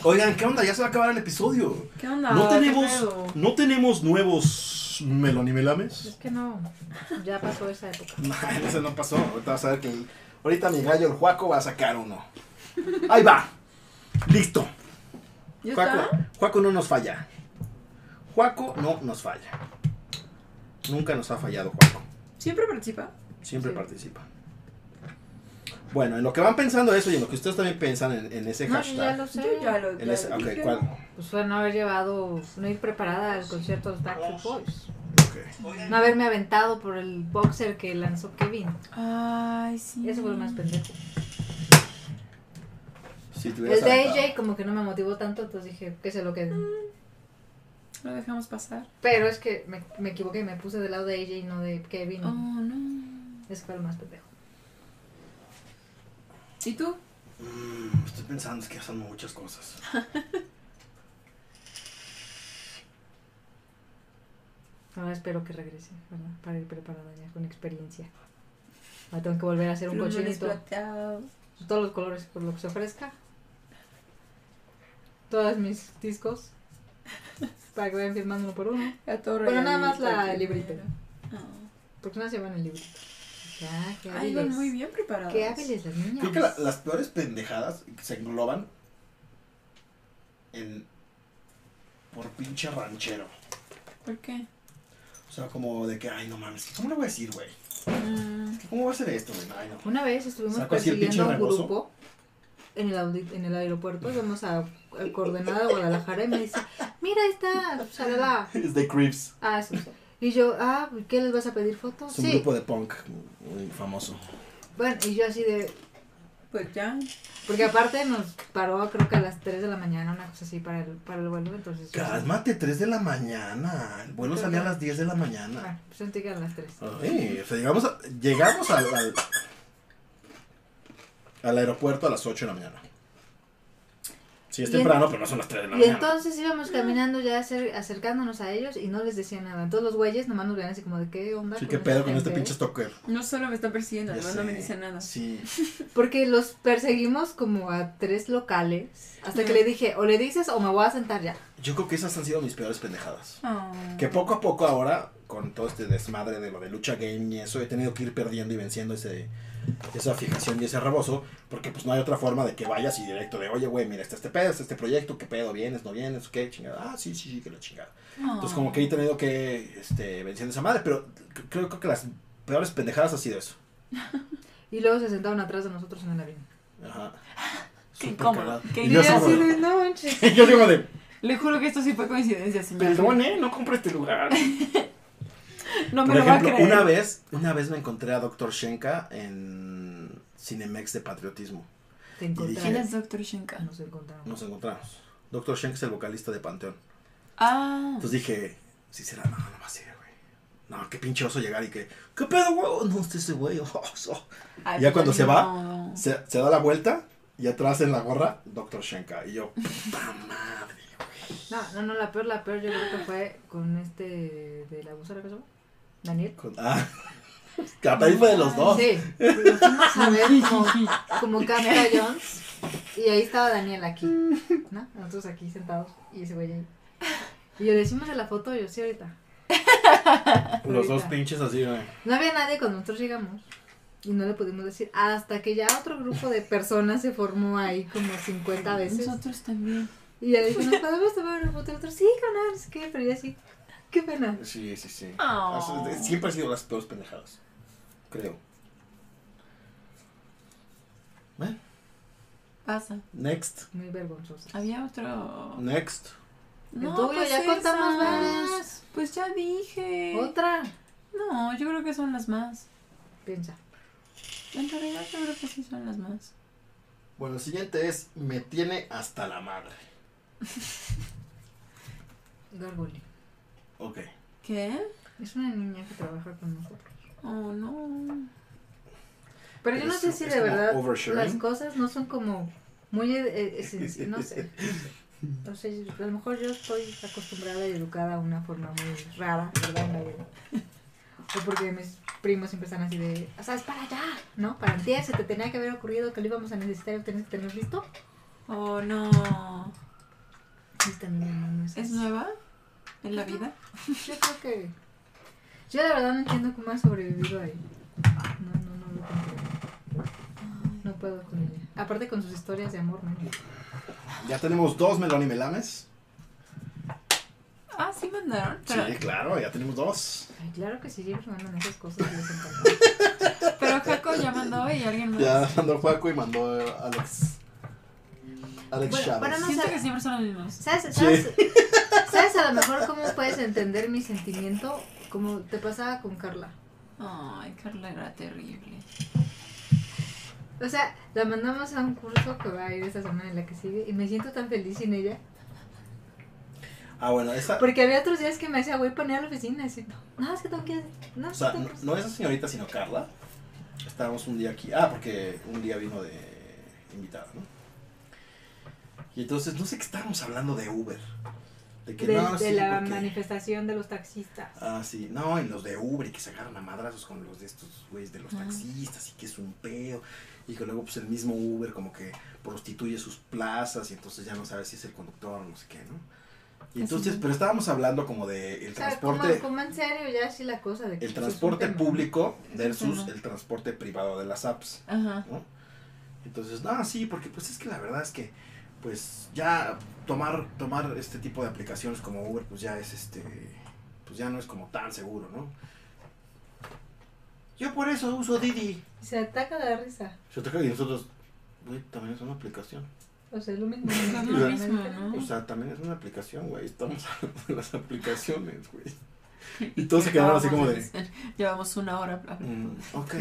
Speaker 1: Oigan, ¿qué onda? Ya se va a acabar el episodio.
Speaker 2: ¿Qué onda?
Speaker 1: No
Speaker 2: Ah, ¿Qué pedo?
Speaker 1: tenemos, no tenemos nuevos
Speaker 3: Es
Speaker 1: melonimelames.
Speaker 3: que no. Ya pasó esa época.
Speaker 1: No, ese no pasó. Ahorita vas a ver que el- ahorita mi gallo el Juaco va a sacar uno. Ahí va. Listo.
Speaker 2: ¿Ya
Speaker 1: Juaco,
Speaker 2: está?
Speaker 1: Juaco no nos falla. Juaco no nos falla. Nunca nos ha fallado Juaco.
Speaker 2: ¿Siempre participa?
Speaker 1: Siempre
Speaker 3: Sí.
Speaker 1: participa. Bueno, en lo que van pensando eso y en lo que ustedes también piensan en, en ese
Speaker 3: No, yo ya
Speaker 1: hashtag.
Speaker 3: lo sé.
Speaker 2: Yo ya lo...
Speaker 1: en
Speaker 2: ya
Speaker 1: ese-
Speaker 2: lo
Speaker 1: ok,
Speaker 2: dije.
Speaker 1: ¿cuál?
Speaker 3: Pues fue no haber llevado, no ir preparada al concierto de los Backstreet Boys.
Speaker 1: Ok.
Speaker 3: No haberme aventado por el boxer que lanzó Kevin.
Speaker 2: Ay, sí.
Speaker 3: Eso fue lo más pendejo.
Speaker 1: Si te hubieras
Speaker 3: El de
Speaker 1: aventado.
Speaker 3: AJ como que no me motivó tanto, entonces dije que se lo queden.
Speaker 2: Lo dejamos pasar.
Speaker 3: Pero es que me, me equivoqué, me puse del lado de AJ y no de
Speaker 1: Mm.
Speaker 3: Kevin.
Speaker 2: Oh, no.
Speaker 3: Ese fue lo más pendejo.
Speaker 2: ¿Y tú?
Speaker 1: Mm, estoy pensando, es que son muchas cosas.
Speaker 3: Ahora espero que regrese, ¿verdad? Para ir preparada ya con experiencia. Ahora tengo que volver a hacer un
Speaker 2: Plumones
Speaker 3: cochinito. Pues
Speaker 2: plateados.
Speaker 3: Todos los colores por lo que se ofrezca. Todos mis discos. Para que vayan firmando uno por uno. Pero nada más la libreta.
Speaker 1: Ah,
Speaker 2: Ah,
Speaker 3: Porque no se van el librito. Ya, qué
Speaker 2: Ay, van
Speaker 3: hábiles.
Speaker 2: muy bien preparados.
Speaker 3: Qué hábiles las niñas.
Speaker 1: Creo que la- las peores pendejadas se engloban en. por pinche ranchero.
Speaker 2: ¿Por qué?
Speaker 1: O sea, como de que, ay, no mames, ¿cómo le voy a decir, güey?
Speaker 2: Mm,
Speaker 1: ¿Cómo va a ser esto, güey? Ay, no.
Speaker 3: Una vez estuvimos
Speaker 1: Saco así el
Speaker 3: persiguiendo a un
Speaker 1: pinche rebozo.
Speaker 3: grupo en el, audi- en el aeropuerto. Vamos a, a coordenada de Guadalajara y me dice: Mira, esta shalala.
Speaker 1: Es The Creeps.
Speaker 3: Ah, eso. Y yo, ah, ¿qué les vas a pedir fotos?
Speaker 1: Es un
Speaker 3: Sí.
Speaker 1: grupo de punk muy famoso.
Speaker 3: Bueno, y yo así de.
Speaker 2: pues ya.
Speaker 3: Porque aparte nos paró, creo que a las 3 de la mañana, una cosa así, para el, para el vuelo. Entonces, yo,
Speaker 1: Cálmate, 3 de la mañana. El vuelo salía a las 10 de la mañana.
Speaker 3: Bueno, pues sentí que eran las 3.
Speaker 1: Ay, o sea, llegamos, a- llegamos al, al, al aeropuerto a las 8 de la mañana. Sí, es
Speaker 3: Y
Speaker 1: temprano, pero no son las 3 de la
Speaker 3: Y
Speaker 1: mañana.
Speaker 3: entonces íbamos caminando ya acer- acercándonos a ellos y no les decía nada. Entonces los güeyes nomás nos veían así como de qué onda.
Speaker 1: sí, qué
Speaker 3: esta
Speaker 1: pedo con este
Speaker 3: gente,
Speaker 1: pinche
Speaker 3: eh?"
Speaker 1: stalker.
Speaker 2: No solo me están persiguiendo,
Speaker 1: Ya
Speaker 2: además no me
Speaker 1: sé.
Speaker 2: dicen nada.
Speaker 1: Sí.
Speaker 3: Porque los perseguimos como a tres locales hasta que
Speaker 2: Ujú.
Speaker 3: le dije, o le dices o me voy a sentar ya.
Speaker 1: Yo creo que esas han sido mis peores pendejadas.
Speaker 2: Oh.
Speaker 1: Que poco a poco ahora, con todo este desmadre de lo de lucha game y eso, he tenido que ir perdiendo y venciendo ese, esa fijación y ese rebozo, porque pues no hay otra forma de que vayas y directo de, oye, güey, mira, está este pedo, está este proyecto, qué pedo, vienes, no vienes, qué chingada. Ah, sí, sí, sí, que la chingada. Entonces pues
Speaker 2: Ah.
Speaker 1: como que he tenido que este, venciendo esa madre, pero c- creo, creo que las peores pendejadas ha sido eso.
Speaker 3: Y luego se sentaron atrás de nosotros en el avión.
Speaker 1: Ajá.
Speaker 2: Ah, Qué
Speaker 1: Súper
Speaker 2: incómodo.
Speaker 1: cagado.
Speaker 2: Qué
Speaker 1: Y yo así
Speaker 2: incómodo.
Speaker 1: como de-
Speaker 3: no manches.
Speaker 1: yo digo de,
Speaker 2: Le juro que esto sí fue coincidencia, señor.
Speaker 1: perdón, ¿eh? No compré este lugar.
Speaker 2: No me
Speaker 1: Por
Speaker 2: lo
Speaker 1: ejemplo,
Speaker 2: va a creer.
Speaker 1: una vez, una vez me encontré a Dr. Shenka en Cinemex de Patriotismo.
Speaker 3: Te
Speaker 2: Él
Speaker 3: encontraron.
Speaker 2: es Dr. Shinka.
Speaker 3: Nos encontraron.
Speaker 1: Nos encontramos. Dr. Shenka es el vocalista de Panteón.
Speaker 2: Ah.
Speaker 1: Entonces dije, si será, no, no más serio, güey. No, qué pinche oso llegar y que, ¿qué pedo, güey? No, este ese güey, oso.
Speaker 2: Ay,
Speaker 1: ya
Speaker 2: pues,
Speaker 1: cuando se
Speaker 2: no.
Speaker 1: va, Se, se da la vuelta y atrás en la gorra, Dr. Shenka. Y yo, puta madre.
Speaker 3: No, no, no, la peor, la peor yo creo que fue con este de la abusora que se llama, Daniel.
Speaker 1: Con- ah, que a tarifa de los dos.
Speaker 3: Sí, lo fuimos a ver como, como Capra Jones. Y ahí estaba Daniel aquí, ¿no? Nosotros aquí sentados y ese güey ahí. Y yo le decimos a la foto, yo sí ahorita.
Speaker 1: Los dos
Speaker 3: Ahorita.
Speaker 1: pinches así, güey.
Speaker 3: No había nadie cuando nosotros llegamos. Y no le pudimos decir. Hasta que ya otro grupo de personas se formó ahí como 50 veces.
Speaker 2: Nosotros también.
Speaker 3: Y ya dijo, ¿nos podemos tomar una foto? Y Nosotros, sí, con nada, no sé qué, pero ya sí. Qué pena.
Speaker 1: Sí, sí, sí.
Speaker 2: Oh.
Speaker 1: Eso es de- Siempre han sido las peores pendejadas. Creo. Bueno,
Speaker 2: Pasa.
Speaker 1: ¿Eh? next.
Speaker 3: Muy vergonzosa.
Speaker 2: Había otro.
Speaker 1: Next.
Speaker 3: El tuyo, ya contamos varias.
Speaker 2: Pues ya dije.
Speaker 3: Otra.
Speaker 2: No, yo creo que son las más.
Speaker 3: Piensa.
Speaker 2: En realidad yo creo que sí son las más.
Speaker 1: Bueno, el siguiente es Me tiene hasta la madre.
Speaker 3: Gargoli.
Speaker 1: Ok.
Speaker 2: ¿Qué?
Speaker 3: Es una niña que trabaja con nosotros.
Speaker 2: Oh, no.
Speaker 3: Pero yo no
Speaker 1: Es-
Speaker 3: sé si
Speaker 1: es
Speaker 3: de
Speaker 1: como
Speaker 3: verdad
Speaker 1: oversharing.
Speaker 3: las cosas no son como muy eh, esenci- no sé. No sé, a lo mejor yo estoy acostumbrada y educada a una forma muy rara, ¿verdad? En la vida. O porque mis primos siempre están así de, o sea, es para allá, ¿no? Para antier se te tenía que haber ocurrido que lo íbamos a necesitar y lo tienes que tener listo.
Speaker 2: Oh, no.
Speaker 3: Esta niña no, no es
Speaker 2: ¿Es
Speaker 3: así.
Speaker 2: nueva? ¿En la vida?
Speaker 3: Yo creo que... Yo la verdad no entiendo cómo ha sobrevivido ahí. Ah, No, no, no lo comprendo. No puedo con ella. Aparte con sus historias de amor, ¿no?
Speaker 1: Ya tenemos dos melón y melames.
Speaker 2: Ah, sí mandaron. Pero,
Speaker 1: Sí, claro, ya tenemos dos.
Speaker 3: Ay, claro que sí, ellos mandan esas cosas y les encanta.
Speaker 2: pero Jaco ya mandó y alguien más.
Speaker 1: Ya mandó Juaco y mandó Alex. Alex
Speaker 3: Bueno,
Speaker 1: Chávez.
Speaker 3: para no-
Speaker 2: Siento
Speaker 3: sé.
Speaker 2: que siempre son los mismos.
Speaker 3: ¿Sabes, sabes, sabes a lo mejor cómo puedes entender mi sentimiento? Como te pasaba con Carla.
Speaker 2: Ay, Carla era terrible.
Speaker 3: O sea, la mandamos a un curso que va a ir esta semana y la que sigue y me siento tan feliz sin ella.
Speaker 1: Ah, bueno, esa.
Speaker 3: Porque había otros días que me decía, voy a poner a la oficina. Y así, no, es que tengo que. No,
Speaker 1: O
Speaker 3: es
Speaker 1: sea,
Speaker 3: que
Speaker 1: no,
Speaker 3: tengo que-
Speaker 1: no esa señorita, sino Carla. Estábamos un día aquí. Ah, porque un día vino de invitada, ¿no? Y entonces, no sé qué estábamos hablando de Uber. De que
Speaker 3: de,
Speaker 1: no,
Speaker 3: de
Speaker 1: sí,
Speaker 3: la
Speaker 1: porque-
Speaker 3: manifestación de los taxistas.
Speaker 1: Ah, sí. No, en los de Uber y que se agarran a madrazos con los de estos güeyes de los
Speaker 3: Ah.
Speaker 1: taxistas y que es un pedo. Y que luego, pues el mismo Uber como que prostituye sus plazas y entonces ya no sabes si es el conductor o no sé qué, ¿no? Y entonces, pero estábamos hablando como de el
Speaker 3: O sea,
Speaker 1: transporte.
Speaker 3: como, como en serio, ya así la cosa de que
Speaker 1: el
Speaker 3: eso es un
Speaker 1: transporte
Speaker 3: tema.
Speaker 1: público versus
Speaker 2: Ajá.
Speaker 1: el transporte privado de las apps,
Speaker 2: Ajá.
Speaker 1: ¿no? Entonces, no, sí, porque pues es que la verdad es que pues ya tomar tomar este tipo de aplicaciones como Uber pues ya es este pues ya no es como tan seguro, ¿no? Yo por eso uso Didi.
Speaker 3: Se ataca la risa.
Speaker 1: Se toca y nosotros güey, también es una aplicación.
Speaker 3: O sea, es lo mismo.
Speaker 2: Es lo mismo, ¿no?
Speaker 1: O sea, también es una aplicación, güey. Estamos hablando de las aplicaciones, güey. Y todos se quedaron así como de
Speaker 2: Llevamos una hora.
Speaker 1: Mm, ok,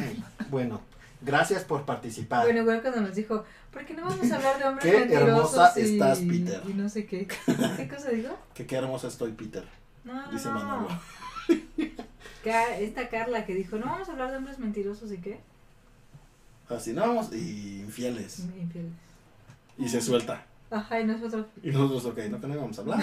Speaker 1: bueno. Gracias por participar.
Speaker 3: Bueno, igual cuando nos dijo, ¿por qué no vamos a hablar de hombres
Speaker 1: Ah. Qué
Speaker 3: mentirosos
Speaker 1: hermosa
Speaker 3: y,
Speaker 1: estás, Peter.
Speaker 3: y no sé qué? ¿Qué cosa digo?
Speaker 1: que qué hermosa estoy, Peter.
Speaker 3: No,
Speaker 1: Dice
Speaker 3: no.
Speaker 1: Manolo.
Speaker 3: Ca- esta Carla que dijo, no vamos a hablar de hombres mentirosos y qué?
Speaker 1: Así no vamos. Y infieles.
Speaker 3: Infieles.
Speaker 1: Y se suelta.
Speaker 3: Ajá, y nosotros.
Speaker 1: Y nosotros, ok, no que no íbamos a hablar.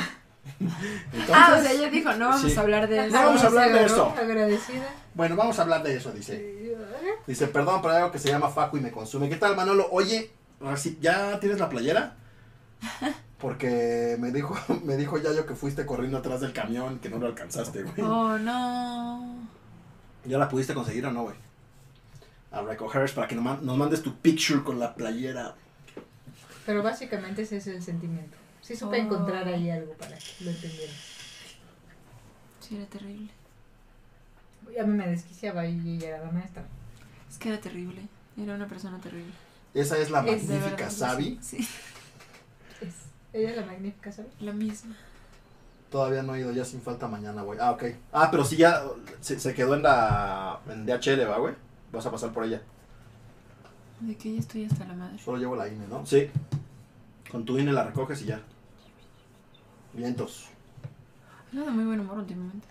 Speaker 1: Entonces,
Speaker 2: Ah, o sea, ella dijo, no vamos
Speaker 1: Sí.
Speaker 2: a hablar de eso.
Speaker 1: No vamos a hablar de
Speaker 3: agarró,
Speaker 1: eso.
Speaker 3: Agradecida.
Speaker 1: bueno, vamos a hablar de eso, dice.
Speaker 3: Y yo, "Ah".
Speaker 1: Dice, perdón, pero hay algo que se llama Facu y me consume. ¿Qué tal, Manolo? Oye, reci- ¿ya tienes la playera? Porque me dijo, me dijo Yayo que fuiste corriendo atrás del camión, que no lo alcanzaste, güey.
Speaker 2: Oh, no.
Speaker 1: ¿Ya la pudiste conseguir o no, güey? A recoger para que nos man- nos mandes tu picture con la playera.
Speaker 3: Pero básicamente ese es el sentimiento. Sí supe
Speaker 2: Oh.
Speaker 3: encontrar ahí algo para que lo entendieran.
Speaker 2: Sí, era terrible.
Speaker 3: Y A mí me desquiciaba y ella era la maestra.
Speaker 2: Es que era terrible. Era una persona terrible.
Speaker 1: Esa es la
Speaker 3: Es de
Speaker 1: magnífica Sabi.
Speaker 2: Sí, sí,
Speaker 3: Es, ella es la magnífica, ¿sabes?
Speaker 2: la misma.
Speaker 1: Todavía no ha ido, ya sin falta mañana, güey. Ah, ok. Ah, pero sí ya se, se quedó en la. en DHL, ¿va, güey? Vas a pasar por ella.
Speaker 2: De que ella estoy hasta la madre.
Speaker 1: Solo llevo la INE, ¿no? Sí. Con tu INE la recoges y ya. Vientos.
Speaker 2: Era de muy buen humor últimamente.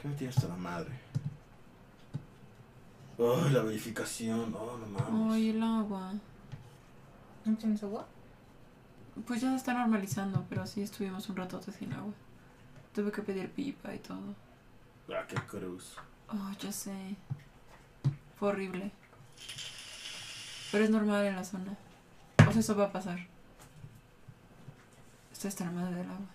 Speaker 1: ¿Qué me tienes hasta la madre? Oh, la verificación. Oh, no mames.
Speaker 2: Ay, el agua.
Speaker 3: ¿No tienes agua?
Speaker 2: Pues ya se está normalizando, pero sí estuvimos un ratote sin agua. Tuve que pedir pipa y todo.
Speaker 1: Ah, qué cruz.
Speaker 2: Oh, ya sé. Fue horrible. Pero es normal en la zona. O sea, eso va a pasar. Estoy hasta la madre del agua.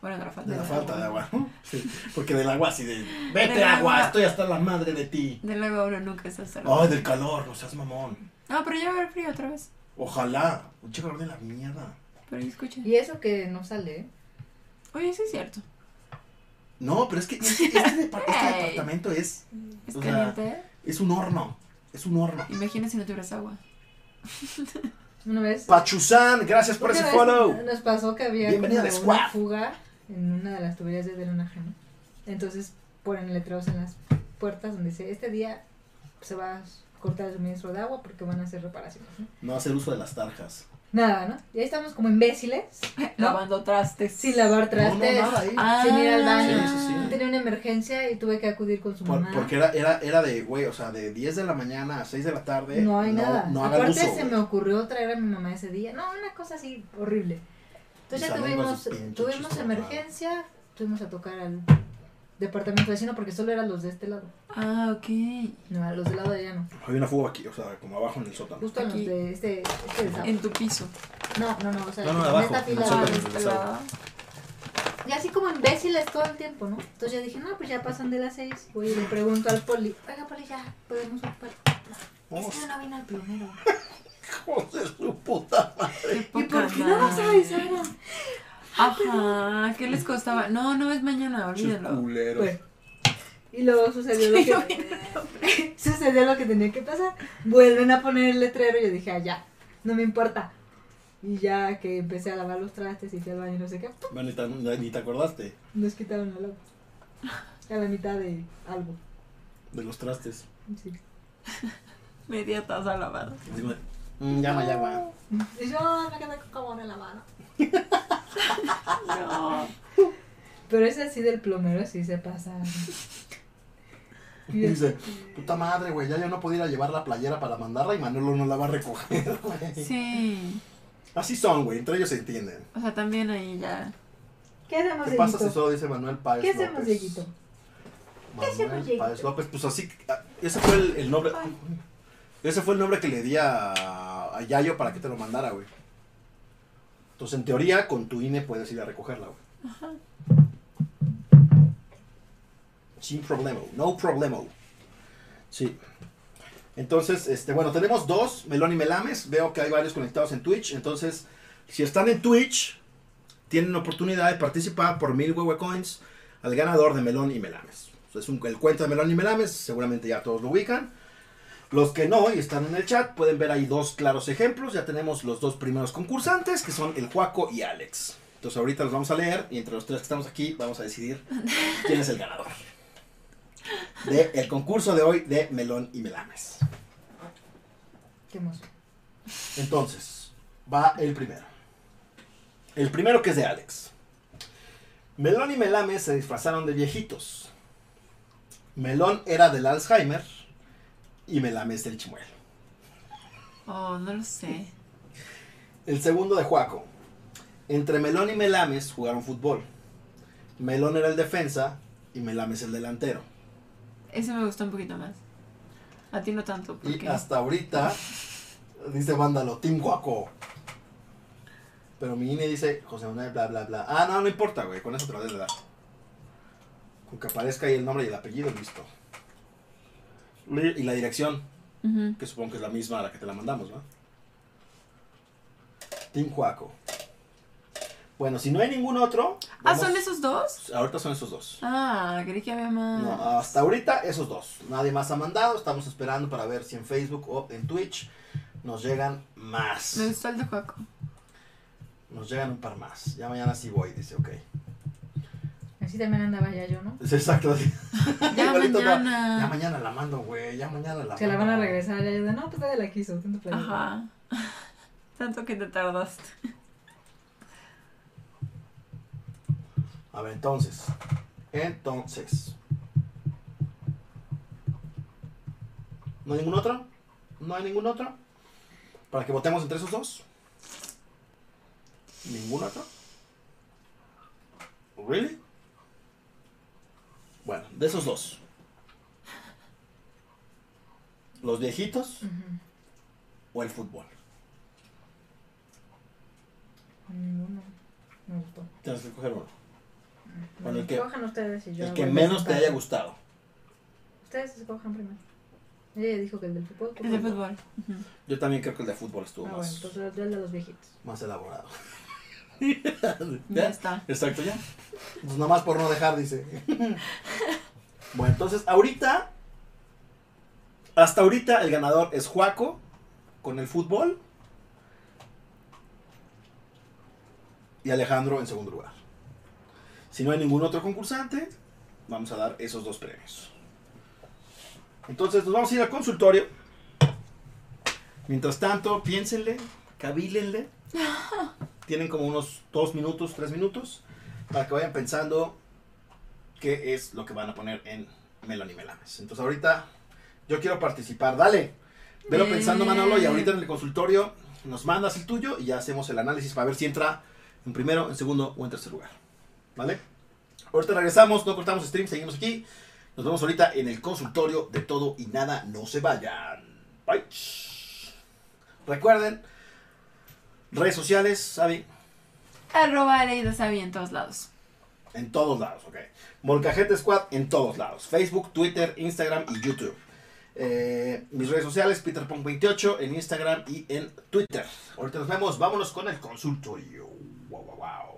Speaker 2: Bueno, de la falta
Speaker 1: De
Speaker 2: de,
Speaker 1: la
Speaker 2: agua.
Speaker 1: falta de agua. Sí, porque del agua así de.
Speaker 2: Del
Speaker 1: ¡Vete
Speaker 2: agua.
Speaker 1: agua! Estoy hasta la madre de ti.
Speaker 2: Del agua uno nunca está hasta la
Speaker 1: Ay, del calor, no seas mamón.
Speaker 2: No, Ah, pero ya va a haber frío otra vez.
Speaker 1: Ojalá. Un calor de la mierda.
Speaker 2: Pero ahí escucha.
Speaker 3: Y eso que no sale, ¿eh?
Speaker 2: Oye, sí es cierto.
Speaker 1: No, pero es que este, este depar- este
Speaker 2: Ey.
Speaker 1: departamento es,
Speaker 2: Es
Speaker 1: O sea-
Speaker 2: caliente. ¿eh?
Speaker 1: es un horno. Es un horno.
Speaker 2: Imagina si no tuvieras agua.
Speaker 3: Una vez.
Speaker 1: Pachuzán, gracias por
Speaker 3: una
Speaker 1: ese
Speaker 3: vez
Speaker 1: follow.
Speaker 3: Nos pasó que había
Speaker 1: Bienvenida
Speaker 3: como
Speaker 1: al
Speaker 3: una
Speaker 1: squad.
Speaker 3: fuga en una de las tuberías de Delona Ajena. Entonces ponen letreros en las puertas donde dice: Este día se va a cortar el suministro de agua porque van a hacer reparaciones. ¿no?
Speaker 1: No hacer uso de las tarjas.
Speaker 3: Nada, ¿no? Y ahí estamos como imbéciles. ¿no?
Speaker 2: Lavando trastes.
Speaker 3: Sin lavar
Speaker 1: No, no,
Speaker 3: trastes.
Speaker 1: nada ahí.
Speaker 2: Ah,
Speaker 3: Sin ir al
Speaker 1: Sí,
Speaker 3: baño.
Speaker 1: sí, sí.
Speaker 3: Tenía una emergencia y tuve que acudir con su
Speaker 1: Por-
Speaker 3: mamá.
Speaker 1: porque era, era, era de, güey, o sea, de 10 de la mañana a 6 de la tarde.
Speaker 3: No hay nada.
Speaker 1: No hagan
Speaker 3: Aparte
Speaker 1: uso. güey.
Speaker 3: se me ocurrió traer a mi mamá ese día. No, una cosa así horrible. Entonces
Speaker 1: Y
Speaker 3: ya
Speaker 1: salen con
Speaker 3: tuvimos,
Speaker 1: sus pinches
Speaker 3: tuvimos
Speaker 1: chistes,
Speaker 3: emergencia, tuvimos a tocar al departamento vecino porque solo eran los de este lado.
Speaker 2: Ah, ok.
Speaker 3: No, a los del lado de allá no.
Speaker 1: Hay una fuga aquí, o sea, como abajo en el sótano.
Speaker 3: Justo a los
Speaker 2: Aquí.
Speaker 3: de este, este de
Speaker 2: En tu piso.
Speaker 3: No, no, no, o sea,
Speaker 1: No, no,
Speaker 3: en
Speaker 1: abajo,
Speaker 3: esta
Speaker 1: en el
Speaker 3: fila.
Speaker 2: Ah,
Speaker 1: sótano.
Speaker 2: de este lado.
Speaker 3: Y así como imbéciles todo el tiempo, ¿no? Entonces yo dije, no, pues ya pasan de las seis. Voy y le pregunto al poli, oiga poli, ya podemos ocupar.
Speaker 1: Oh,
Speaker 3: Es que no vino el plomero.
Speaker 1: hijo de su puta madre.
Speaker 2: Qué
Speaker 3: ¿Y
Speaker 2: poca
Speaker 3: por qué no nos
Speaker 2: madre.
Speaker 3: avisaron?
Speaker 2: Ajá, ¿qué les costaba? No, no es mañana,
Speaker 1: Chis
Speaker 2: olvídalo.
Speaker 1: culero.
Speaker 3: Bueno, y luego sucedió lo que sucedió lo que tenía que pasar. Vuelven a poner el letrero y yo dije, ah, ya, no me importa. Y ya que empecé a lavar los trastes y fui al baño y no sé qué, ¡pum!
Speaker 1: Bueno, ni tan- ni te acordaste
Speaker 3: nos quitaron la loca. A la mitad de algo.
Speaker 1: de los trastes.
Speaker 3: Sí.
Speaker 2: Media taza lavada.
Speaker 1: Así como de, "Mm, llama, llama.
Speaker 3: Y yo "Ah, me quedé con jabón en la mano.
Speaker 2: No.
Speaker 3: Pero es así del plomero, sí se pasa.
Speaker 1: Y dice, puta madre, güey, ya yo no podía ir a llevar la playera para mandarla y Manolo no la va a recoger, güey.
Speaker 2: Sí.
Speaker 1: Así son, güey, entre ellos se entienden.
Speaker 2: O sea, también ahí ya.
Speaker 3: ¿Qué hacemos,
Speaker 1: ¿Qué pasa si
Speaker 3: Dieguito?
Speaker 1: solo dice Manuel Páez
Speaker 3: ¿Qué
Speaker 1: López?
Speaker 3: hacemos, Dieguito? hacemos,
Speaker 1: Manuel
Speaker 3: Dieguito?
Speaker 1: Páez López, pues así, ah, ese fue el, el nombre, ese fue el nombre que le di a, a Yayo para que te lo mandara, güey. Entonces, en teoría, con tu INE puedes ir a recogerla, güey. Sin problemo, no problemo. Sí. Entonces, este, bueno, tenemos dos, Melón y Melames. Veo que hay varios conectados en Twitch. Entonces, si están en Twitch, tienen oportunidad de participar por mil huevo coins al ganador de Melón y Melames. Es un- el cuento de Melón y Melames, seguramente ya todos lo ubican. Los que no y están en el chat pueden ver ahí dos claros ejemplos. Ya tenemos los dos primeros concursantes, que son el Juaco y Alex. Entonces ahorita los vamos a leer y entre los tres que estamos aquí vamos a decidir quién es el ganador del el concurso de hoy de Melón y Melames.
Speaker 3: Qué hermoso.
Speaker 1: Entonces, va el primero. El primero que es de Alex. Melón y Melame se disfrazaron de viejitos. Melón era del Alzheimer y Melame es del chimuelo.
Speaker 2: Oh, no lo sé.
Speaker 1: El segundo de Juaco. Entre Melón y Melames jugaron fútbol. Melón era el defensa y Melames el delantero.
Speaker 2: Ese me gustó un poquito más. A ti no tanto,
Speaker 1: Y
Speaker 2: porque.
Speaker 1: hasta ahorita dice Vándalo, Team Guaco. Pero mi INE dice José Manuel, bla, bla, bla. Ah, no, no importa, güey. Con eso te lo debes de dar. Con que aparezca ahí el nombre y el apellido, listo. Li- Y la dirección,
Speaker 2: Ujú.
Speaker 1: que supongo que es la misma a la que te la mandamos, ¿no? Team Guaco. Bueno, si no hay ningún otro.
Speaker 2: Ah,
Speaker 1: vamos-
Speaker 2: ¿son esos dos?
Speaker 1: Ahorita son esos dos.
Speaker 2: Ah, creí que había más.
Speaker 3: Ah.
Speaker 1: No, hasta ahorita esos dos. Nadie más ha mandado. Estamos esperando para ver si en Facebook o en Twitch nos llegan más.
Speaker 2: Me gustó el de Juaco.
Speaker 1: Nos llegan un par más. Ya mañana sí voy, dice, ok.
Speaker 3: Así también andaba ya yo, ¿no?
Speaker 1: Es exacto. así.
Speaker 2: Ya
Speaker 1: Igualito, no.
Speaker 2: mañana.
Speaker 1: Ya mañana la mando, güey. Ya mañana la
Speaker 3: Se la van
Speaker 1: mando.
Speaker 3: a regresar ya yo de, no, pues nadie la quiso, tanto plan.
Speaker 2: Ajá. Tanto que te tardaste.
Speaker 1: A ver, entonces. Entonces. ¿No hay ningún otro? ¿No hay ningún otro? ¿Para que votemos entre esos dos? ¿Ningún otro? ¿Really? Bueno, de esos dos. ¿Los viejitos
Speaker 3: Ujú.
Speaker 1: o el fútbol?
Speaker 3: Pues Ninguno. Me gustó.
Speaker 1: Tienes que coger uno. Bueno,
Speaker 3: Bueno,
Speaker 1: el que-
Speaker 3: escojan ustedes y yo.
Speaker 1: El que
Speaker 3: voy a
Speaker 1: menos te
Speaker 3: buscar.
Speaker 1: haya gustado.
Speaker 3: Ustedes escojan primero. Ella dijo que el del fútbol.
Speaker 2: El de fútbol. Ujú.
Speaker 1: Yo también creo que el de fútbol
Speaker 3: Ah,
Speaker 1: estuvo
Speaker 3: bueno,
Speaker 1: más,
Speaker 3: entonces yo el de los viejitos.
Speaker 1: más elaborado.
Speaker 2: Ya está.
Speaker 1: Exacto, ya. Pues nada más por no dejar, dice. bueno, entonces ahorita. Hasta ahorita el ganador es Juaco con el fútbol. Y Alejandro en segundo lugar. Si no hay ningún otro concursante, vamos a dar esos dos premios. Entonces nos vamos a ir al consultorio. Mientras tanto, piénsenle, cavílenle. Tienen como unos dos minutos, tres minutos para que vayan pensando qué es lo que van a poner en Melanie Melames. Entonces ahorita yo quiero participar, dale. Velo pensando
Speaker 2: Bien.
Speaker 1: Manolo y ahorita en el consultorio nos mandas el tuyo y ya hacemos el análisis para ver si entra en primero, en segundo o en tercer lugar. ¿Vale? Ahorita regresamos, no cortamos stream, seguimos aquí. Nos vemos ahorita en el consultorio de todo y nada, no se vayan. Bye. Recuerden, redes sociales, Sabi,
Speaker 2: Arroba Leida Sabi en todos lados.
Speaker 1: en todos lados, ok. Molcajete Squad en todos lados. Facebook, Twitter, Instagram y YouTube. Eh, mis redes sociales, PeterPunk28 en Instagram y en Twitter. Ahorita nos vemos, vámonos con el consultorio. Wow, wow, wow.